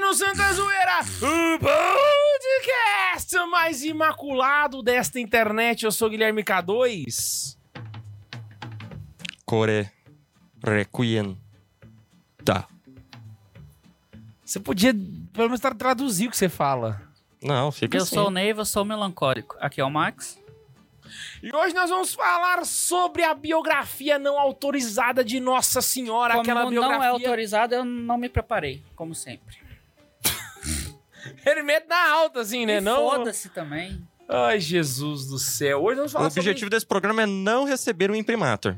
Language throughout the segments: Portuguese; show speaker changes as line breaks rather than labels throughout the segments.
no Santa Zoeira, o podcast mais imaculado desta internet. Eu sou Guilherme K2.
Core Requiem. Tá.
Você podia, pelo menos, tra- traduzir o que você fala.
Não, fica
Eu
assim.
sou o Neiva, sou melancólico. Aqui é o Max.
E hoje nós vamos falar sobre a biografia não autorizada de Nossa Senhora, aquela
Como não
biografia.
é autorizado, eu não me preparei, como sempre.
Ele mete na alta, assim, né?
E
Não.
Foda-se também.
Ai, Jesus do céu. Hoje
O
nós vamos falar
objetivo
sobre...
desse programa é não receber um imprimatur.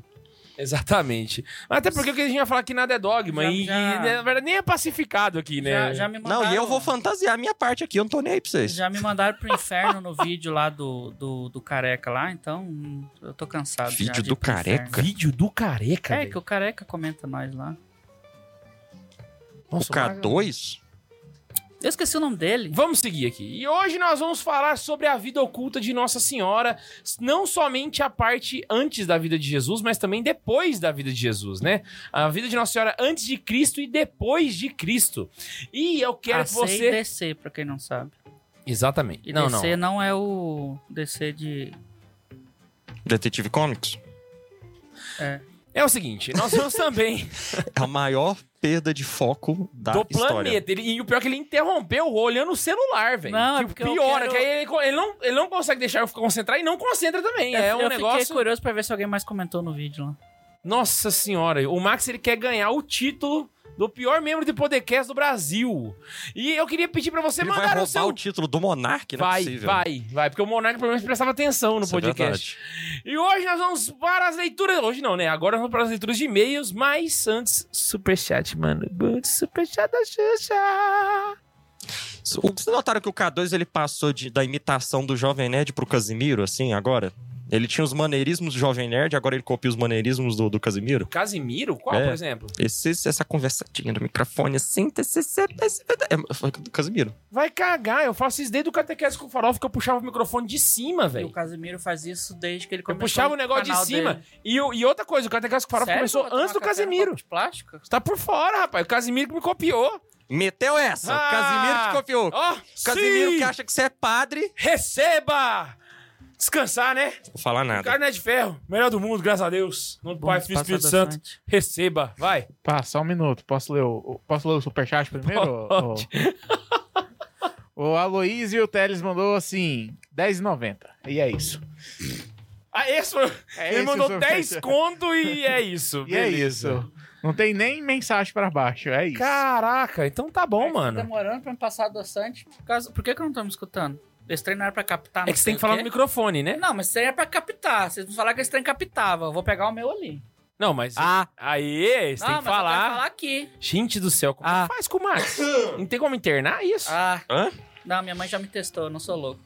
Exatamente. Mas Até porque o que a gente vai falar aqui nada é dogma.
Já-
e,
já-
e, na verdade, nem é pacificado aqui, né?
Já, já me mandaram,
Não, e eu vou fantasiar a minha parte aqui, eu não tô nem aí pra vocês.
Já me mandaram pro inferno no vídeo lá do, do, do careca lá, então hum, eu tô cansado. já
Vídeo
de
do
ir pro
careca?
inferno.
Vídeo do careca,
É,
velho.
que o careca comenta nós lá.
O
Nossa, mas-
K2?
Eu esqueci o nome dele.
Vamos seguir aqui. E hoje nós vamos falar sobre a vida oculta de Nossa Senhora, não somente a parte antes da vida de Jesus, mas também depois da vida de Jesus, né? A vida de Nossa Senhora antes de Cristo e depois de Cristo. E eu quero que é
AC e
você
DC, pra quem não sabe.
Exatamente.
E
não,
DC
não.
não. é o DC de...
Detetive Comics?
É.
É o seguinte, nós vamos também
É a maior perda de foco da
do
Tá, história.
planeta. Ele- e o pior é que ele interrompeu olhando o celular, velho.
Não, é
que o
porque eu
pior é
quero-
que aí ele, co- ele não, ele não consegue deixar eu concentrar e não concentra também. É
eu
um
eu
negócio
fiquei curioso pra ver se alguém mais comentou no vídeo lá.
Nossa senhora, o Max ele quer ganhar o título do pior membro de podcast do Brasil. E eu queria pedir pra você
Ele vai
mandar
roubar
o seu
o título do Monark? Não é
Vai,
possível.
vai, vai, porque o Monark pelo menos prestava atenção no
Isso é
podcast. e hoje nós vamos para as leituras. Hoje não, né? Agora nós vamos para as leituras de e-mails, mas antes, superchat, mano. Muito Superchat da Xuxa.
O- Vocês notaram que o K2 ele passou de- da imitação do Jovem Nerd pro Casimiro, assim, agora? Ele tinha os maneirismos do Jovem Nerd, agora ele copia os maneirismos do, do Casimiro?
Casimiro? Qual,
É.
por exemplo?
Esse, essa conversadinha no microfone, assim, TCC, é, foi do Casimiro.
Vai cagar, eu faço isso desde o catequese com o farofa que eu puxava o microfone de cima,
E
velho.
o Casimiro faz isso desde que ele
Eu
começou.
puxava o
o
negócio de
canal
cima.
dele.
E, o- e outra coisa, o catequese com o farofa
Sério?
começou
Vou tomar
antes do
café no
Casimiro.
copo um De plástico?
Você tá por fora, rapaz. O Casimiro que me copiou.
Meteu essa!
Ah!
Casimiro te copiou!
Ó,
Casimiro
sim!
que acha que você é padre.
Receba! Descansar, né?
Vou falar
O cara
nada.
não é de ferro. Melhor do mundo, graças a Deus. No nome do Pai, Filho e Espírito Santo. Receba, vai.
Pá, só um minuto. Posso ler o, o- posso ler o superchat primeiro?
Pode.
O, o Aloysio Teles mandou assim, 10,90. E é isso.
Ah, esse foi...
É
Ele
esse
mandou
o
10
superchat.
conto e é isso.
E é
Beleza.
isso. Não tem nem mensagem pra baixo, é isso.
Caraca, então tá bom,
Tá
mano.
demorando pra me passar adoçante. Por, causa... por que, que eu não tô me escutando? Esse trem não era pra captar.
É que você tem que falar no microfone, né?
Não, mas esse trem era pra captar. Vocês vão falar que esse trem captava. Eu vou pegar o meu ali.
Não, mas.
Ah,
Aí, você tem
não, mas
que
eu quero
falar.
falar aqui.
Gente do céu, como
Ah.
que faz com o Max? Não tem como internar isso?
Ah,
Hã?
não, minha mãe já me testou, eu não sou louco.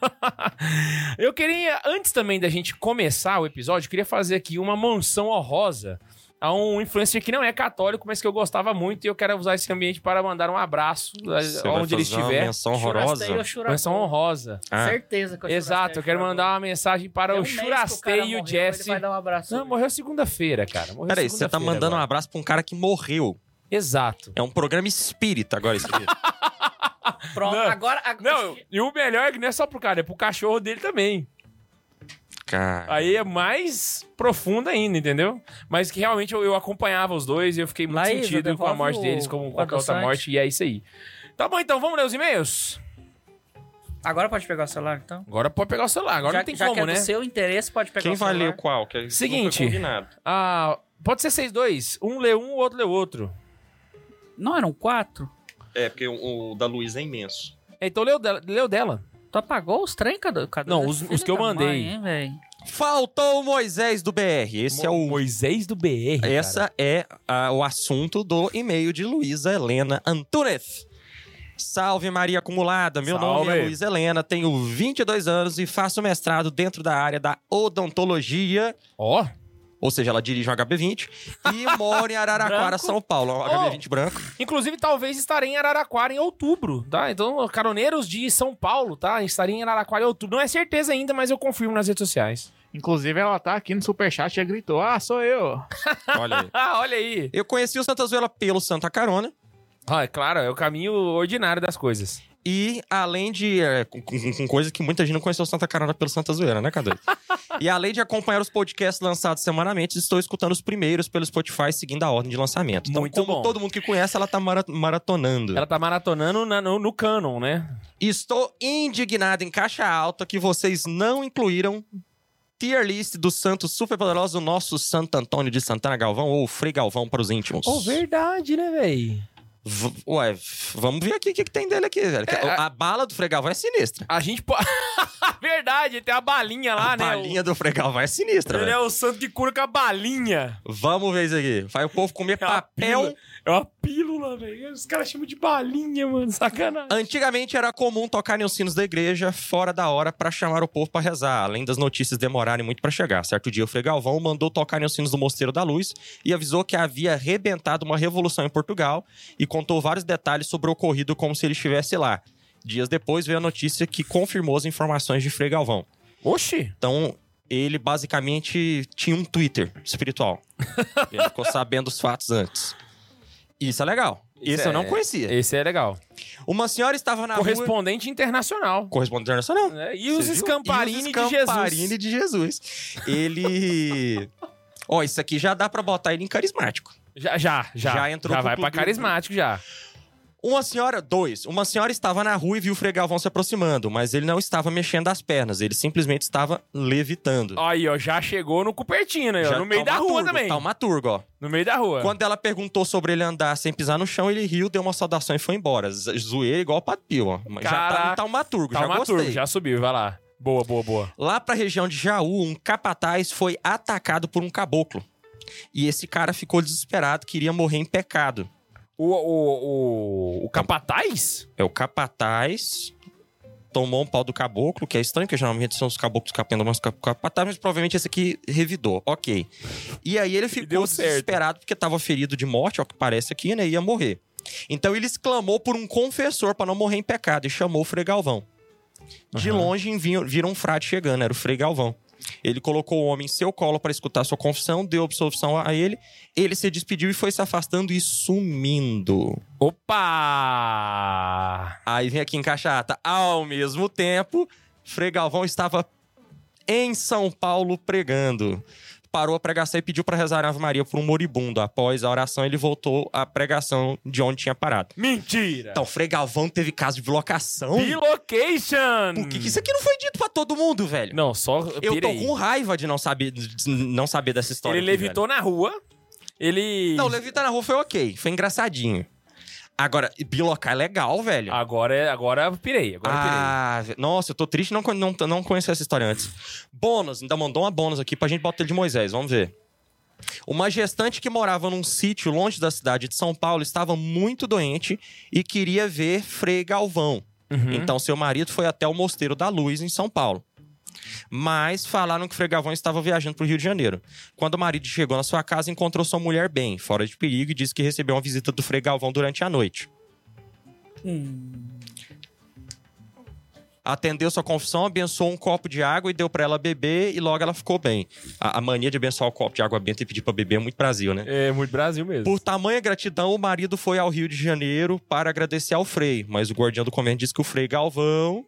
Eu queria, antes também da gente começar o episódio, eu queria fazer aqui uma mansão honrosa a um influencer que não é católico, mas que eu gostava muito e eu quero usar esse ambiente para mandar um abraço
Você
a-
vai
onde ele
fazer uma
estiver.
menção
Churastei, eu
horrorosa.
churastei.
Mansão honrosa.
Ah,
Certeza que eu
Exato, eu
tá
quero mandar uma mensagem para
um
o Churastei e o Jesse.
Vai dar um abraço.
Não, morreu segunda-feira, cara. Morreu
Peraí, você tá
segunda-feira
mandando um
agora.
abraço pra um cara que morreu.
Exato.
É um programa espírita agora isso aqui.
Pronto,
Não.
agora. agora
Não, e o melhor é que não é só pro cara, é pro cachorro dele também.
cara.
Aí é mais profunda ainda, entendeu? Mas que realmente eu, eu acompanhava os dois e eu fiquei muito
Laísa,
sentido com a
devolve
morte
o-
deles, como
o
qualquer outra
adoçante.
morte, e é isso aí. Tá bom, então, vamos ler os e-mails?
Agora pode pegar o celular, então?
Agora pode pegar o celular, agora
já,
não tem
já que
como,
é
né?
do seu interesse, pode pegar
Quem
o celular.
vai ler o qual? Que isso não foi
Seguinte.
combinado.
Ah, pode ser vocês dois. Um lê um, o outro lê o outro.
Não, eram quatro?
É, porque o, o da Luísa é imenso.
Então lê o dela. Lê o dela.
Tu apagou os trem, cadê? cadê
Não, os-
Filho
os que eu
da
mandei.
mãe, hein, véi?
Faltou o Moisés do BR. Esse é o.
Moisés do BR. cara.
Essa é ah, o assunto do e-mail de Luísa Helena Antunes. Salve Maria Acumulada, meu nome
Salve.
é Luísa Helena, tenho 22 anos e faço mestrado dentro da área da odontologia
Ó,
Ou seja, ela dirige um HB20 e mora em Araraquara,
Branco.
São Paulo. Um HB20 branco.
inclusive talvez estarei em Araraquara em outubro, tá? Então, caroneiros de São Paulo, tá? Estarei em Araraquara em outubro. Não é certeza ainda, mas eu confirmo nas redes sociais.
Inclusive, ela tá aqui no superchat e gritou, ah, sou eu.
Olha aí.
Ah, olha aí.
Eu conheci o Santa Zoeira pelo Santa Carona.
Ah, é claro, é o caminho ordinário das coisas.
E além de. é, com, com- com coisa que muita gente não conheceu Santa Carona pelo Santa Zoeira, né, Cadu? e além de acompanhar os podcasts lançados semanalmente, estou escutando os primeiros pelo Spotify, seguindo a ordem de lançamento. Então,
Muito
como
bom.
todo mundo que conhece, ela tá mara- maratonando.
Ela tá maratonando na- no, no canon, né?
Estou indignado em caixa alta que vocês não incluíram tier list do santo superpoderoso, nosso Santo Antônio de Santana Galvão, ou Frei Galvão para os íntimos.
verdade, né, véi?
V- Ué, v- vamos ver aqui o que, que tem dele aqui, velho. Que a... a bala do Frei Galvão é sinistra.
A gente pode. verdade, tem a balinha lá,
a
né?
balinha do Frei Galvão é sinistra,
o... Ele
velho.
é o santo que cura com a balinha.
Vamos ver isso aqui. Vai o povo comer
É uma
papel.
pílula. É uma pílula, velho. Os caras chamam de balinha, mano. Sacanagem.
Antigamente era comum tocarem os sinos da igreja fora da hora pra chamar o povo pra rezar, além das notícias demorarem muito pra chegar. Certo dia, o Frei Galvão mandou tocarem os sinos do Mosteiro da Luz e avisou que havia arrebentado uma revolução em Portugal e contou vários detalhes sobre o ocorrido como se ele estivesse lá. Dias depois veio a notícia que confirmou as informações de Frei Galvão.
Oxi.
Então, ele basicamente tinha um Twitter espiritual. ele ficou sabendo os fatos antes. Isso é legal. Isso,
Isso
eu não
é-
conhecia.
Esse é legal.
Uma senhora estava na rua...
Correspondente internacional.
Correspondente internacional.
né? E os
Você viu?
escamparini
E os
de
Scamparini
Jesus.
de Jesus. Ele. Ó, isso aqui já dá pra botar ele em carismático.
Já, já, já.
Já entrou
Já
pro
vai pra
clube.
carismático, já.
Uma senhora, dois, uma senhora estava na rua e viu o Fregalvão se aproximando, mas ele não estava mexendo as pernas, ele simplesmente estava levitando.
Aí, ó, já chegou no Cupertino, aí, ó,
Já tá
no meio da rua
taumaturgo,
também.
Taumaturgo, ó.
No meio da rua.
Quando ela perguntou sobre ele andar sem pisar no chão, ele riu, deu uma saudação e foi embora. Z- Zoeira igual o Pato Pio, ó. Mas já tá
Caraca.
no Taumaturgo, já
Taumaturgo,
gostei.
já subiu, vai lá. Boa, boa, boa.
Lá pra região de Jaú, um capataz foi atacado por um caboclo. E esse cara ficou desesperado, queria morrer em pecado.
O, o, o, o Capataz?
É o capataz tomou um pau do caboclo, que é estranho, porque geralmente são os caboclos capendo mas cap- capataz, mas provavelmente esse aqui revidou. Ok. E aí ele ficou
deu certo.
desesperado porque tava ferido de morte, ó, que parece aqui, né? e Ia morrer. Então ele exclamou por um confessor pra não morrer em pecado e chamou o Frei Galvão. De
Aham.
longe vinha- viram um frade chegando, era o Frei Galvão. Ele colocou o homem em seu colo para escutar sua confissão, deu absolvição a ele. Ele se despediu e foi se afastando e sumindo.
Opa!
Aí vem aqui em caixa alta. Ao mesmo tempo, Frei Galvão estava em São Paulo pregando. Parou a pregação e pediu para rezar a Ave Maria por um moribundo. Após a oração, ele voltou à pregação de onde tinha parado.
Mentira!
Então, Frei Galvão teve caso de blocação?
Relocation!
Por que, que isso aqui não foi dito para todo mundo, velho?
Não, só.
Eu tô
pirei.
com raiva de não saber, de não saber dessa história.
Ele
aqui, velho.
levitou na rua. Ele.
Não, levitar na rua foi ok, foi engraçadinho. Agora, bilocar é legal, velho.
Agora, é- agora eu pirei, agora eu pirei.
Ah, ve- nossa, eu tô triste não, con- não, não conhecer essa história antes. Bônus, ainda mandou uma bônus aqui pra gente botar ele de Moisés, vamos ver. Uma gestante que morava num sítio longe da cidade de São Paulo estava muito doente e queria ver Frei Galvão.
Uhum.
Então, seu marido foi até o Mosteiro da Luz, em São Paulo. Mas falaram que Frei Galvão estava viajando para o Rio de Janeiro. Quando o marido chegou na sua casa, encontrou sua mulher bem, fora de perigo, e disse que recebeu uma visita do Frei Galvão durante a noite. Atendeu sua confissão, abençoou um copo de água e deu para ela beber, e logo ela ficou bem. A, a mania de abençoar o copo de água benta e pedir para beber é muito Brasil, né?
É muito Brasil mesmo.
Por tamanha gratidão, o marido foi ao Rio de Janeiro para agradecer ao Frei, mas o guardião do convento disse que o Frei Galvão.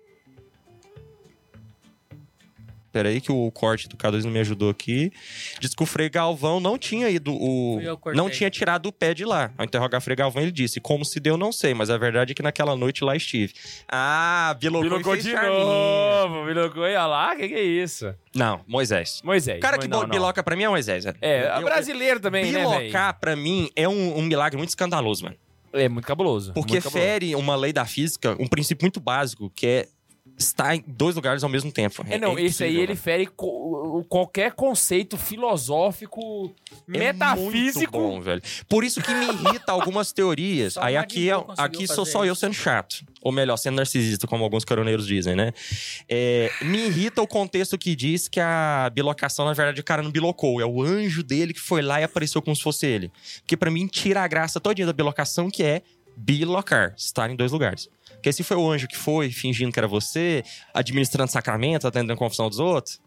Peraí, que o corte do K2 não me ajudou aqui. Diz que o Frei Galvão não tinha ido. O...
Fui eu que cortei.
Não tinha tirado o pé de lá. Ao interrogar o Frei Galvão, ele disse: Como se deu, não sei, mas a verdade é que naquela noite lá estive. Ah, bilocou, e
Bilocou
fez
de
charminho.
novo, bilocou. Olha lá, que que é isso?
Não, Moisés.
Moisés.
O cara que
não, não.
biloca pra mim é Moisés. velho.
É,
Eu- eu-
brasileiro também, né, velho?
Bilocar pra mim é um- um milagre muito escandaloso, mano.
É muito cabuloso.
Porque
muito cabuloso.
fere uma lei da física, um princípio muito básico, que é estar em dois lugares ao mesmo tempo.
É, não, esse aí
impossível,
ele
né?
fere co- qualquer conceito filosófico,
É
metafísico.
muito bom, velho. Por isso que me irrita algumas teorias.
Só
aí
o
aqui, é-
Magno conseguiu
aqui sou
fazer
só eu
isso.
sendo chato. Ou melhor, sendo narcisista, como alguns coroneiros dizem, né? É, me irrita o contexto que diz que a bilocação, na verdade, o cara não bilocou. É o anjo dele que foi lá e apareceu como se fosse ele. Porque pra mim tira a graça todinha da bilocação, que é bilocar, estar em dois lugares. Porque se foi o anjo que foi, fingindo que era você, administrando sacramento, atendendo a confissão dos outros,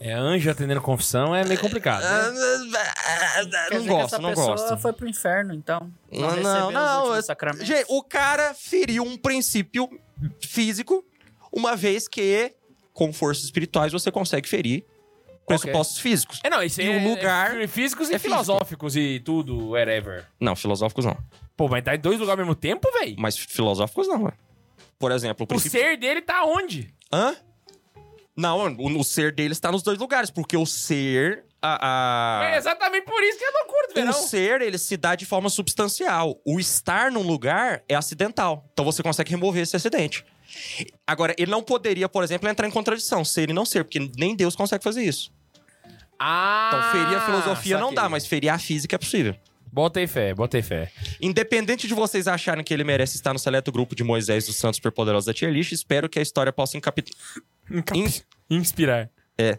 É, anjo atendendo confissão é meio complicado.
Ah,
Né?
ah, ah,
Quer
Não
dizer que
gosto,
essa
não
pessoa
gosto.
foi pro inferno, então.
Não, não,
recebeu
não,
Os últimos
eu-
sacramentos.
Gente, o cara feriu um princípio físico, uma vez que com forças espirituais você consegue ferir pressupostos físicos.
É, não, isso
E
é,
um lugar
é físicos e
é físico.
filosóficos e tudo, whatever.
Não, filosóficos não.
Pô, mas tá em dois lugares ao mesmo tempo, véi?
Mas filosóficos não, ué. Por exemplo, o
O
princípio...
ser dele tá onde?
Hã? Não, o, o ser dele está nos dois lugares, porque o ser... A, a-
É exatamente por isso que é loucura do
O
verão.
ser, ele se dá de forma substancial. O estar num lugar é acidental. Então você consegue remover esse acidente. Agora, ele não poderia, por exemplo, entrar em contradição, ser e não ser, porque nem Deus consegue fazer isso.
Ah,
Então, ferir a filosofia não
saquei.
dá, mas ferir a física é possível.
Botei fé, botei fé.
Independente de vocês acharem que ele merece estar no seleto grupo de Moisés dos Santos Superpoderosos da Tia Lixo, espero que a história possa encapi- in-
Inspirar.
é,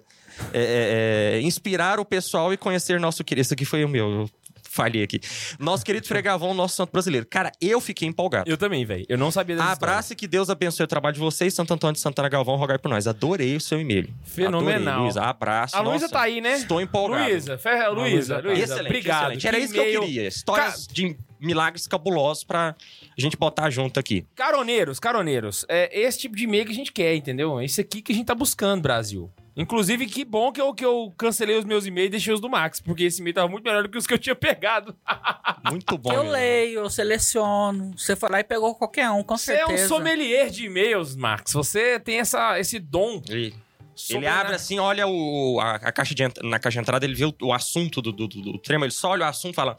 é, é, inspirar o pessoal e conhecer nosso querido. Isso aqui foi o meu, eu falhei aqui. Nosso querido Fregavão, nosso santo brasileiro. Cara, eu fiquei empolgado.
Eu também, velho. Eu não sabia dessa história.
Ah, Abraço e que Deus abençoe o trabalho de vocês. Santo Antônio de Santana Galvão, rogai por nós. Adorei o seu e-mail.
Fenomenal.
Adorei, Luísa, abraço.
A Luísa
Nossa,
tá aí, né?
Estou empolgado.
Luísa, ferra, Luísa,
Luísa,
Luísa,
excelente,
obrigado.
excelente. Era isso que
e-mail.
eu queria. Histórias de milagres cabulosos pra gente botar junto aqui.
Caroneiros, caroneiros, é esse tipo de e-mail que a gente quer, entendeu? É isso aqui que a gente tá buscando, Brasil. Inclusive, que bom que eu, que eu cancelei os meus e-mails e deixei os do Max, porque esse e-mail tava muito melhor do que os que eu tinha pegado.
Muito bom. né?
eu
mesmo.
leio, eu seleciono. Você foi lá e pegou qualquer um, com
Você
certeza.
é um sommelier de e-mails, Max. Você tem essa, esse dom.
Ele, ele
sobre-
abre assim, olha o, a, a caixa de, ent- na caixa de entrada, ele vê o, o assunto do, do, do, do trema, ele só olha o assunto e fala...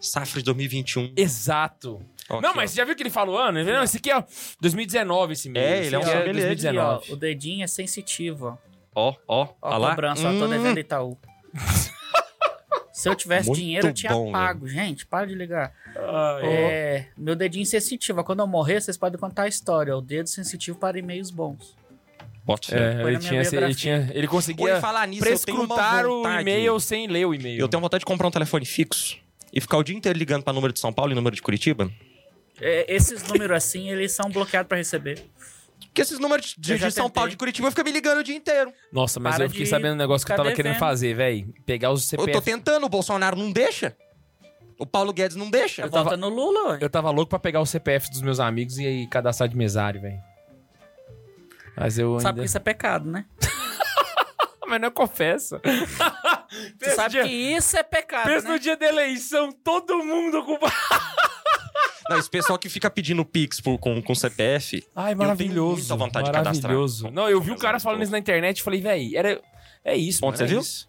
Safra de 2021.
Exato.
Ó,
não,
aqui,
mas você já viu que ele fala o ano? Ele, Não, esse aqui é 2019, esse e-mail.
É,
Esse
ele é um
aqui
sommelier de-
Aqui, ó,
2019.
o dedinho é sensitivo, ó.
Ó, ó, ó,
Ó, a
lá.
cobrança, ó, tô
Hum,
devendo Itaú. Se eu tivesse
Muito
dinheiro, eu tinha
bom, né?
pago. Gente, para de ligar.
Ah, é.
É, meu dedinho sensitivo. ó, Quando eu morrer, vocês podem contar a história. O dedo sensitivo para e-mails bons.
Bota fé.
É,
Põe
ele,
na minha
tinha, esse- ele,
biografia.
tinha, ele
Ou em
conseguia
falar nisso, eu tenho uma
prescrutar o
vontade.
e-mail sem ler o e-mail.
Eu tenho vontade de comprar um telefone fixo e ficar o dia inteiro ligando pra número de São Paulo e número de Curitiba.
É, esses números assim, eles são bloqueados para receber.
Porque esses números de,
Eu
de
já
São
tentei.
Paulo e de Curitiba ficam me ligando o dia inteiro.
Nossa, mas
Para
eu fiquei
de
sabendo um negócio que eu
ficar
tava querendo
devendo.
fazer, velho. Pegar os
Eu tô
CPF.
tentando, o Bolsonaro não deixa. O Paulo Guedes não deixa.
Volta no Lula, ué.
Eu tava louco pra pegar os CPF dos meus amigos e aí cadastrar de mesário, velho. Mas eu
Sabe que
ainda... Ah,
isso é pecado, né?
Mas não é confessa.
Você sabe que isso é pecado,
Pensa no
né?
dia da eleição, todo mundo ocupado.
Não, esse pessoal que fica pedindo Pix por- com, com CPF.
Ai,
maravilhoso.
maravilhoso.
muita vontade de cadastrar.
maravilhoso. Não, eu vi o cara
Cadastrar,
falando
pô.
isso na internet e falei, velho, era... é isso.
Onde
mano,
você
é
viu?
isso.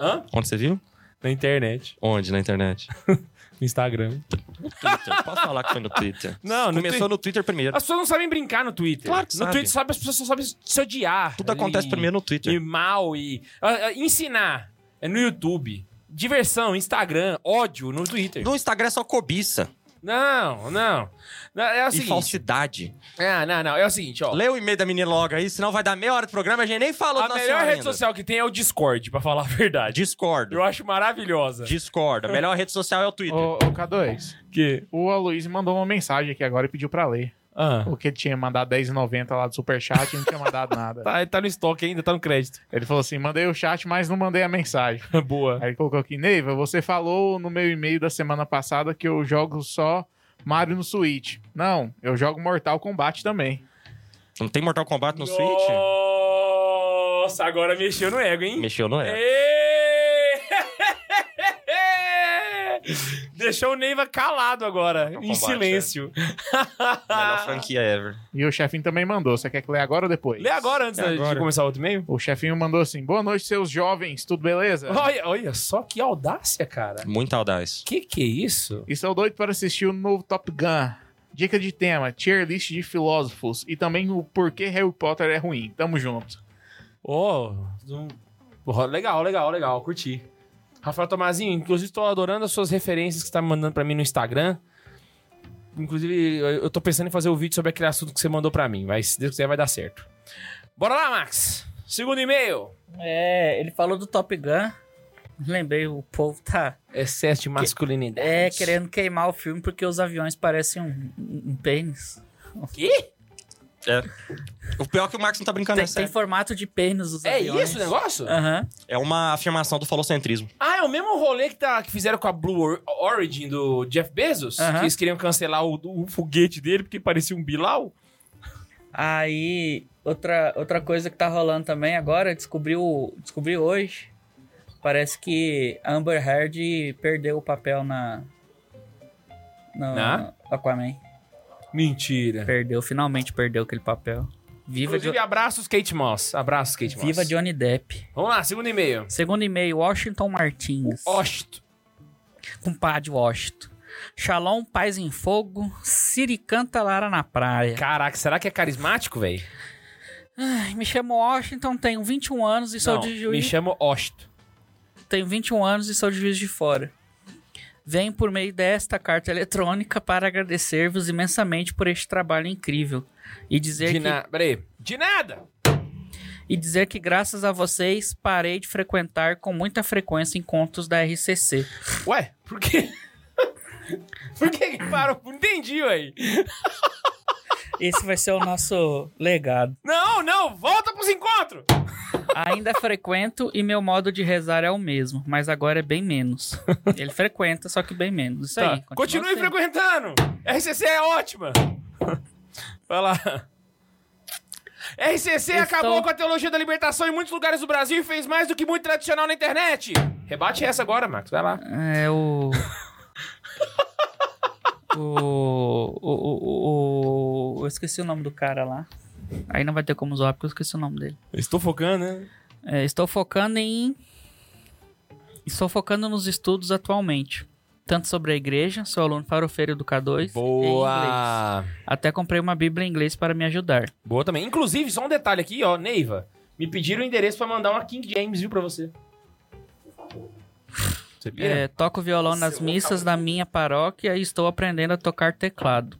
Hã?
Onde você viu?
Na internet,
Onde na internet?
no Instagram.
Twitter. Posso falar que foi no Twitter?
Não, no
Começou
Twi-
no Twitter primeiro.
As pessoas não sabem brincar no Twitter.
Claro que
No
sabe.
Twitter sabe, as pessoas só sabem se odiar.
Tudo acontece
E-
primeiro no Twitter.
E mal, e. ah, ah, ensinar é no YouTube. Diversão, Instagram, ódio no Twitter.
No Instagram é só cobiça
Não, não. Não, É o
e
seguinte.
falsidade.
Ah, não, não. É o seguinte, ó.
Lê o e-mail da menina logo aí, senão vai dar meia hora de programa e a gente nem falou
A
da
melhor rede social que tem é o Discord, pra falar a verdade.
Discordo.
Eu acho maravilhosa.
Discordo. A melhor rede social é o Twitter.
Ô, ô, K2,
Que.
o Aloysio mandou uma mensagem aqui agora e pediu pra ler.
Ah.
Porque ele tinha mandado 10,90 lá do superchat e não tinha mandado nada.
Tá, tá no estoque ainda, tá no crédito.
Ele falou assim, mandei o chat, mas não mandei a mensagem.
Boa.
Aí ele colocou aqui, Neiva, você falou no meu e-mail da semana passada que eu jogo só Mario no Switch. Não, eu jogo Mortal Kombat também.
Não tem Mortal Kombat no Switch?
Nossa, agora mexeu no ego, hein?
Mexeu no é.
É. Ê! Deixou o Neiva calado agora, em
Tá combate,
silêncio.
Melhor franquia ever.
E o chefinho também mandou. Você quer que lê agora ou depois?
Lê agora antes
É
da- de
agora.
começar o outro e-mail.
O chefinho mandou assim, boa noite, seus jovens, tudo
É.
beleza?
Olha, olha só que audácia, cara.
Muito audaz.
Que que é isso?
E sou doido para assistir o novo Top Gun. Dica de tema, tier list de filósofos e também o porquê Harry Potter é ruim. Tamo junto.
Oh, um- Porra, legal, legal, legal, curti. Rafael Tomazinho, inclusive tô adorando as suas referências que você tá me mandando pra mim no Instagram. Inclusive, eu eu tô pensando em fazer o vídeo sobre aquele assunto que você mandou pra mim, mas se Deus quiser vai dar certo. Bora lá, Max. Segundo e-mail.
É, ele falou do Top Gun. Lembrei, o povo tá
Excesso de masculinidade.
é, querendo queimar o filme porque os aviões parecem um, um- um pênis.
quê?
O pior é que o Max não tá brincando,
Tem,
é
tem
sério.
formato de pênis os
É
aviões.
isso o negócio?
Aham.
É uma afirmação do falocentrismo.
Ah, é o mesmo rolê que, tá, que fizeram com a Blue Or- Origin do Jeff Bezos?
Aham.
Que eles queriam cancelar o, o foguete dele porque parecia um Bilal?
Aí, outra, outra coisa que tá rolando também agora, descobriu, descobriu hoje. Parece que Amber Heard perdeu o papel na. No
Na?
Aquaman.
Mentira.
Perdeu, finalmente perdeu aquele papel. Viva,
Inclusive, abraços, Kate Moss. Abraços, Kate
Jo-
Moss.
Viva Johnny Depp.
Vamos lá, segundo e-mail.
Segundo e-mail, Washington Martins.
Osto.
Compadre Washington. Shalom, paz em fogo. Siricanta Lara na praia.
Caraca, será que é carismático, velho?
Ai, me chamo Washington, tenho 21 anos e sou
Não,
de Juiz.
Me chamo Osto.
Tenho 21 anos e sou de Juiz de Fora. Venho por meio desta carta eletrônica para agradecer-vos imensamente por este trabalho incrível e dizer,
De
que,
na... Peraí. De nada!
e dizer que graças a vocês parei de frequentar com muita frequência encontros da RCC.
Ué, por quê? por que que parou? Não entendi, ué.
Esse vai ser o nosso legado.
Não, não, volta pros encontros!
Ainda frequento e meu modo de rezar é o mesmo, mas agora é bem menos. Ele frequenta, só que bem menos. Isso
Tá.
aí.
Continue
sendo.
frequentando. RCC é ótima. Vai lá. RCC
Estou-
acabou com a teologia da libertação em muitos lugares do Brasil e fez mais do que muito tradicional na internet. Rebate essa agora, Max. Vai lá.
É o. o, o, o, o- Eu esqueci o nome do cara lá. Aí não vai ter como zoar porque eu esqueci o nome dele.
Estou focando, né?
É, estou focando em. Estou focando nos estudos atualmente. Tanto sobre a igreja, sou aluno farofeiro do K2. Em inglês.
Boa.
Até comprei uma Bíblia em inglês para me ajudar.
Boa também. Inclusive, só um detalhe aqui, ó. Neiva, me pediram o endereço pra mandar uma King James, viu, pra você. Você pira?
É, toco violão nas missas da minha paróquia e estou aprendendo a tocar teclado.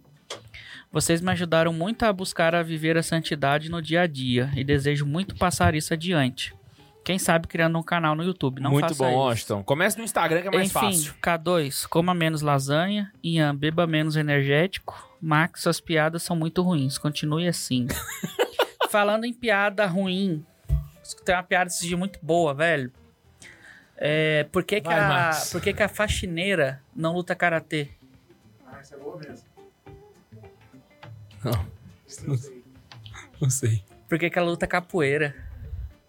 Vocês me ajudaram muito a buscar a viver a santidade no dia a dia e desejo muito passar isso adiante. Quem sabe criando um canal no YouTube, não
Muito
faça
bom,
isso.
Washington. Começa no Instagram que é mais
Enfim,
fácil.
K2, coma menos lasanha, Ian, beba menos energético, Max, suas piadas são muito ruins, continue assim. Falando em piada ruim, escutei uma piada esse dia muito boa, velho. É, por que, que,
Vai,
a,
Max.
por que, que a faxineira não luta karatê?
Ah, isso é boa mesmo.
Não sei.
Por que, que ela luta capoeira?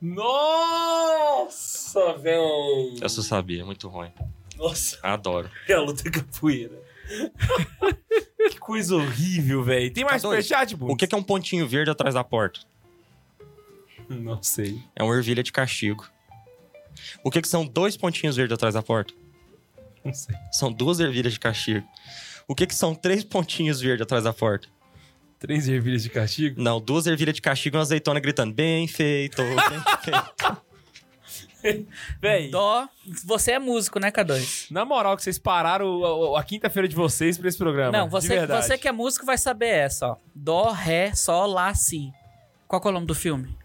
Nossa, velho.
Essa eu sabia, muito ruim.
Nossa,
Adoro.
é a luta capoeira. que coisa horrível, velho. Tem mais
Tá doido?
superchat, Bundes?
O que que é um pontinho verde atrás da porta?
Não sei.
É uma ervilha de castigo. O que que são dois pontinhos verdes atrás da porta?
Não sei.
São duas ervilhas de castigo. O que que são três pontinhos verdes atrás da porta?
Três ervilhas de castigo?
Não, duas ervilhas de castigo e uma azeitona gritando, bem feito, bem feito.
Véi,
Dó. Você é músico, né, K2?
na moral que vocês pararam o- o- a, quinta-feira de vocês pra esse programa.
Não,
Tá de
você,
verdade.
você que é músico vai saber essa, ó. Dó, ré, sol, lá, si. Qual que é o nome do filme?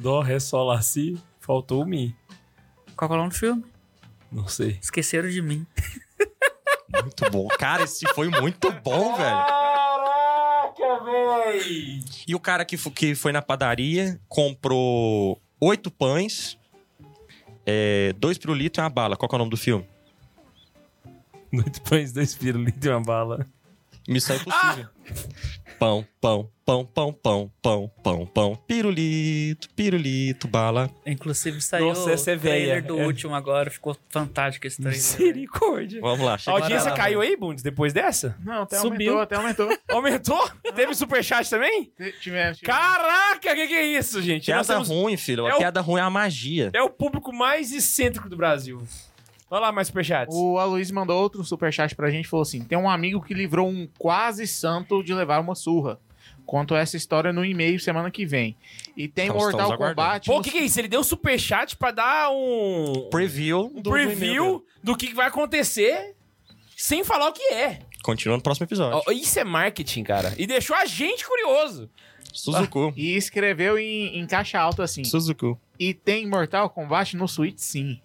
Dó, Ré, Sol, Lá, Si, faltou o Mi.
Qual que é o nome do filme?
Não sei.
Esqueceram de mim.
Muito bom. Cara, esse foi muito bom, velho.
Caraca, véi!
E o cara que, fo- que foi na padaria, comprou oito pães, é, dois pirulitos e uma bala. Qual que é o nome do filme?
Noite pães, dois pirulitos e uma bala.
Missão Impossível.
Ah!
Pão, pão, pão, pão, pão, pão, pão, pão. Pirulito, pirulito, bala.
Inclusive saiu
Nossa, essa é
o trailer
velha,
do
é.
último agora. Ficou fantástico esse trailer. velho.
Misericórdia.
Vamos lá,
A
chega.
audiência
lá,
caiu aí, Bundes, depois dessa?
Não, até
Subiu.
aumentou, até aumentou.
Aumentou? Teve superchat também?
T- Tivemos. tivemos.
Caraca, o que, que é isso, gente?
Piada
Nós temos-
ruim, filho.
É
A
o-
piada ruim é a magia.
É o público mais excêntrico do Brasil. Vai lá, mais superchats.
O Aloysio mandou outro superchat pra gente falou assim: tem um amigo que livrou um quase santo de levar uma surra. Conto essa história no e-mail semana que vem. E tem
Então,
Mortal
estamos
Kombat.
Pô, o
no-
que, que é isso? Ele deu superchat pra dar um,
Preview
um
do
preview do que vai acontecer sem falar o que é.
Continua no próximo episódio.
Ó, Isso é marketing, cara. E deixou a gente curioso.
Suzuku.
E escreveu em, em caixa alta assim.
Suzuku.
E tem Mortal Kombat no Switch, sim.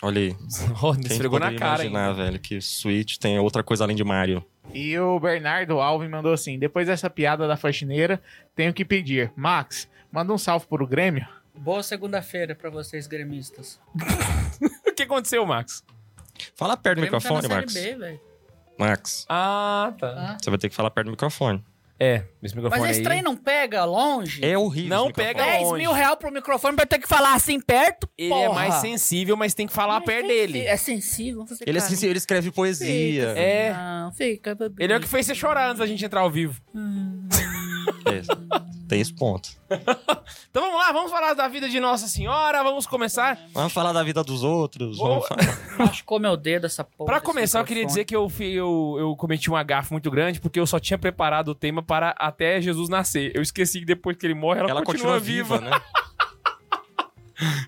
Olha aí.
Oh,
Quem
esfregou na
poderia
cara, hein?
imaginar, velho, que Switch tem outra coisa além de Mario.
E o Bernardo Alves mandou assim: depois dessa piada da faxineira, tenho que pedir. Max, manda um salve pro Grêmio.
Boa segunda-feira pra vocês, gremistas.
O que aconteceu, Max?
Fala perto do
Grêmio
é
tá na
microfone,
Série
Max.
B, velho.
Max,
Ah, tá.
Tá?
você vai ter que falar perto do microfone.
É, esse microfone
Mas esse
aí.
trem não pega longe?
É horrível.
Não
esse microfone.
pega
10
longe.
mil reais pro microfone pra eu ter que falar assim perto?
Ele
porra.
é mais sensível, mas tem que falar
Mas
perto
é
dele.
sensi- É sensível. Você
Ele, é
cara,
sincero, ele escreve poesia.
Fica,
É.
Não, fica, bebê.
Ele é o que fez você chorar antes da gente entrar ao vivo.
É, Tem esse ponto.
Então vamos lá, vamos falar da vida de Nossa Senhora, vamos começar.
Vamos falar da vida dos outros. Vamos
Ô,
falar.
Machucou meu dedo essa porra.
Pra
desse
começar, eu queria dizer
microfone.
que eu, fi- eu, eu cometi um agafo muito grande, porque eu só tinha preparado o tema para até Jesus nascer. Eu esqueci que depois que ele morre, ela,
Ela
continua, viva.
viva, né?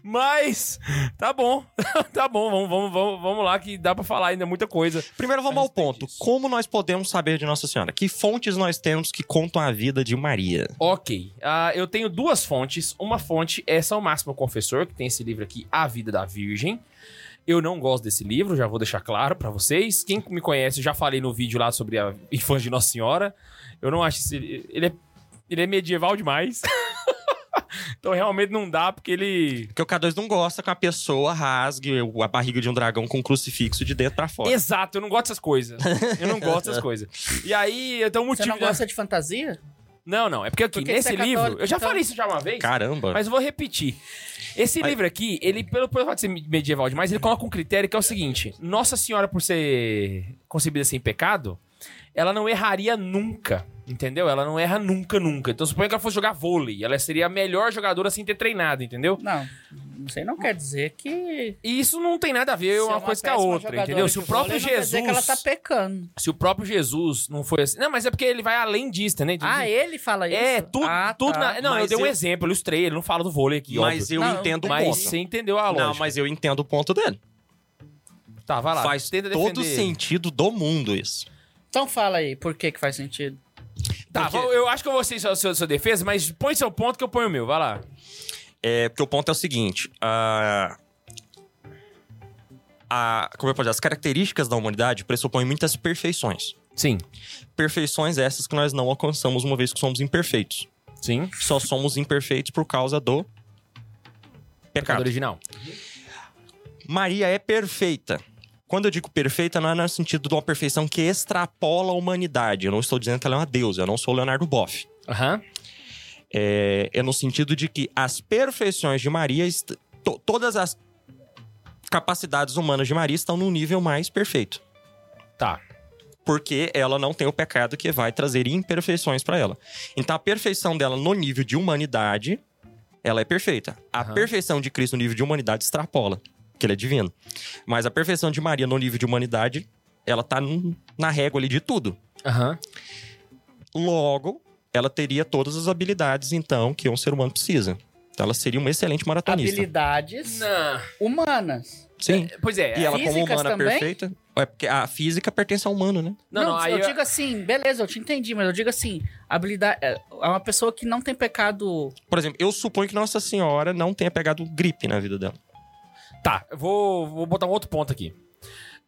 Mas, tá bom, tá bom, vamos, vamos, vamos, vamos lá que dá pra falar ainda muita coisa.
Primeiro vamos ao ponto. Como nós podemos saber de Nossa Senhora? Que fontes nós temos que contam a vida de Maria?
Ok, ah, eu tenho duas fontes. Uma fonte é São Máximo Confessor, que tem esse livro aqui, A Vida da Virgem. Eu não gosto desse livro, já vou deixar claro pra vocês. Quem me conhece, eu já falei no vídeo lá sobre a infância de Nossa Senhora. Eu não acho esse... Ele é, ele é medieval demais. então realmente não dá, porque ele...
Porque o K2 não gosta que a pessoa rasgue a barriga de um dragão com um crucifixo de dentro pra fora.
Exato, eu não gosto dessas coisas. Eu não gosto dessas coisas. E aí, eu tenho um
Você
motivo...
não gosta de fantasia?
Não, não. É porque aqui,
Porque
nesse
você é
livro.
católico,
eu já
então.
falei isso já uma vez,
Caramba.
mas eu vou repetir. Esse
Mas-
livro aqui, ele, pelo, pelo fato de ser medieval demais, ele coloca um critério que é o seguinte: Nossa Senhora, por ser concebida sem pecado, ela não erraria nunca. Entendeu? Ela não erra nunca, nunca. Então suponha que ela fosse jogar vôlei. Ela seria a melhor jogadora sem ter treinado, entendeu?
Não, não sei, não quer dizer que.
E isso não tem nada a ver É
Ser
uma, coisa com a
é péssima
outra,
jogadora
entendeu? Se
de
o próprio
vôlei, não quer
Jesus.
dizer que ela tá pecando.
Se o próprio Jesus não foi assim. Não, mas é porque ele vai além disso, né? De-
Ah, ele fala isso?
É, tudo.
Ah,
tudo
tá.
na- Não, eu
Mas
dei
eu-
um exemplo, eu ilustrei, ele não fala do vôlei aqui,
Mas
óbvio.
eu
Não,
entendo o
mas
Mas é
ponto.
você entendeu a lógica.
Não, mas eu entendo o ponto dele.
Tá, vai lá.
faz
tenta
todo
defender.
sentido do mundo isso.
Então fala aí, por que que faz sentido?
Tá,
Porque-
vou- eu acho que eu vou ser sua, sua, sua defesa, mas põe seu ponto que eu ponho o meu, vai lá.
É, porque o ponto é o seguinte: a, a- como eu posso dizer, as características da humanidade pressupõem muitas perfeições.
Sim,
Perfeições essas que nós não alcançamos uma vez que somos imperfeitos.
sim.
Só somos imperfeitos por causa do
Pecado
pecado.
original.
Maria é perfeita. Quando eu digo perfeita, não é no sentido de uma perfeição que extrapola a humanidade. Eu não estou dizendo que ela é uma deusa, eu não sou Leonardo Boff.
Aham.
É, é no sentido de que as perfeições de Maria, est- to- todas as capacidades humanas de Maria estão num nível mais perfeito.
Tá.
Porque ela não tem o pecado que vai trazer imperfeições para ela. Então a perfeição dela no nível de humanidade, ela é perfeita. A
Aham.
perfeição de Cristo no nível de humanidade extrapola, que ele é divino. Mas a perfeição de Maria no nível de humanidade, ela tá num- na régua ali de tudo.
Aham.
Logo, ela teria todas as habilidades, então, que um ser humano precisa. Então, ela seria uma excelente maratonista.
Habilidades
Não.
humanas.
Sim.
Pois é.
E ela, como
Físicas
humana
também?
perfeita. É porque a física pertence ao humano, né?
Não, não, aí
eu
eu-
digo assim, beleza, eu te entendi, mas eu digo assim, habilidade é é uma pessoa que não tem pecado.
Por exemplo, eu suponho que Nossa Senhora não tenha pegado gripe na vida dela.
Tá, eu vou, vou botar um outro ponto aqui.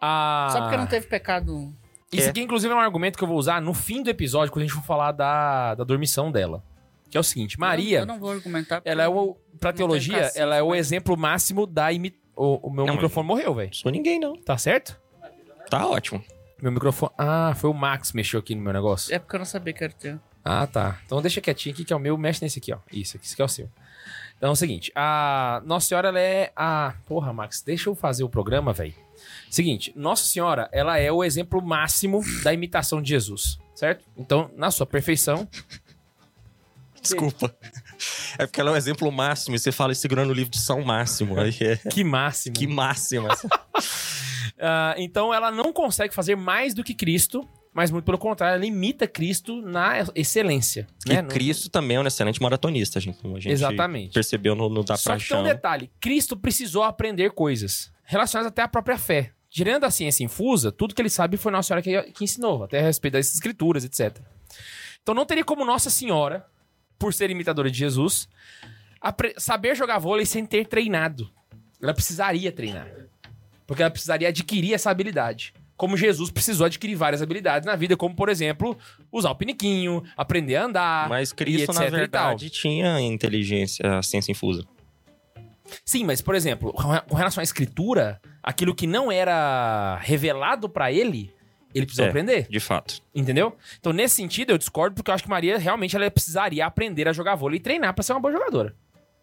Ah,
Só porque não teve pecado.
Isso
É.
aqui, inclusive, é um argumento que eu vou usar no fim do episódio, quando a gente for falar da, da dormição dela. Que é o seguinte, Maria...
Eu não vou argumentar. porque-
Ela é o. Pra
Não tem
teologia,
cacife,
ela é o
mas-
exemplo máximo da imi... o, o meu
Não,
microfone morreu, velho.
Não sou ninguém, não.
Tá certo?
Tá ótimo.
Meu microfone. Ah, foi o Max que mexeu aqui no meu negócio.
É porque eu não sabia que era teu.
Ah, tá. Então deixa quietinho aqui que é o meu. Mexe nesse aqui, ó. Isso, aqui, esse aqui é o seu. Então é o seguinte, a Nossa Senhora, ela é a. Porra, Max, deixa eu fazer o programa, velho. Seguinte, Nossa Senhora, ela é o exemplo máximo da imitação de Jesus, certo? Então, na sua perfeição.
Desculpa. É porque ela é um exemplo máximo. E você fala isso segurando o livro de São Máximo. Aí é...
Que máximo.
Que máximo.
Ah, então ela não consegue fazer mais do que Cristo, mas muito pelo contrário, ela imita Cristo na excelência. né?
E
Não-
Cristo também é um excelente maratonista, gente. Como a gente
Exatamente.
percebeu no, no Da
Só que tem um
Paixão.
detalhe: Cristo precisou aprender coisas relacionadas até à própria fé. Tirando a ciência infusa, tudo que ele sabe foi Nossa Senhora que, que ensinou, até a respeito das escrituras, etc. Então não teria como Nossa Senhora, por ser imitadora de Jesus, apre- saber jogar vôlei sem ter treinado. Ela precisaria treinar. Porque ela precisaria adquirir essa habilidade. como Jesus precisou adquirir várias habilidades na vida, como, por exemplo, usar o piniquinho, aprender a andar.
Mas Cristo,
e
na
etc e
verdade, tinha inteligência, a ciência infusa.
Sim, mas, por exemplo, com re- com relação à escritura, aquilo que não era revelado pra ele, ele precisou
É.
aprender,
De fato.
entendeu? Então, nesse sentido, eu discordo, porque eu acho que Maria realmente ela precisaria aprender a jogar vôlei e treinar pra ser uma boa jogadora.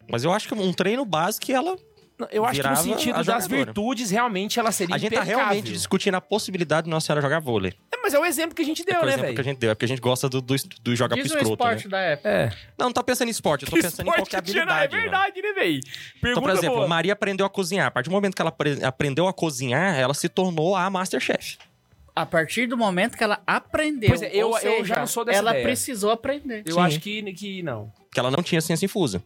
Mas eu acho que um treino básico e ela.
Não, Eu acho
Virava
que no
a
sentido das
jogadora.
virtudes, realmente ela seria
A gente tá
impecável.
realmente discutindo a possibilidade de Nossa Senhora jogar vôlei.
É, mas é o exemplo que a gente
É
deu,
o
né,
exemplo que a
velho?
gente deu. É porque a gente gosta do, do, do jogar pro
Diz um
escroto, né?
esporte da época.
É.
Não, não tá pensando em esporte, eu tô
Que
pensando em
esporte
qualquer
que tinha, não,
habilidade.
É
velho.
verdade, né, velho? Pergunta
Então, por exemplo,
boa.
Maria aprendeu a cozinhar. A partir do momento que ela apre- aprendeu a cozinhar, ela se tornou a Masterchef.
A partir do momento que ela aprendeu.
Pois é, eu-
ou
eu
seja,
já não sou dessa
Ela
ideia.
precisou aprender.
Eu
Sim.
acho que, que não.
Porque ela não tinha ciência infusa.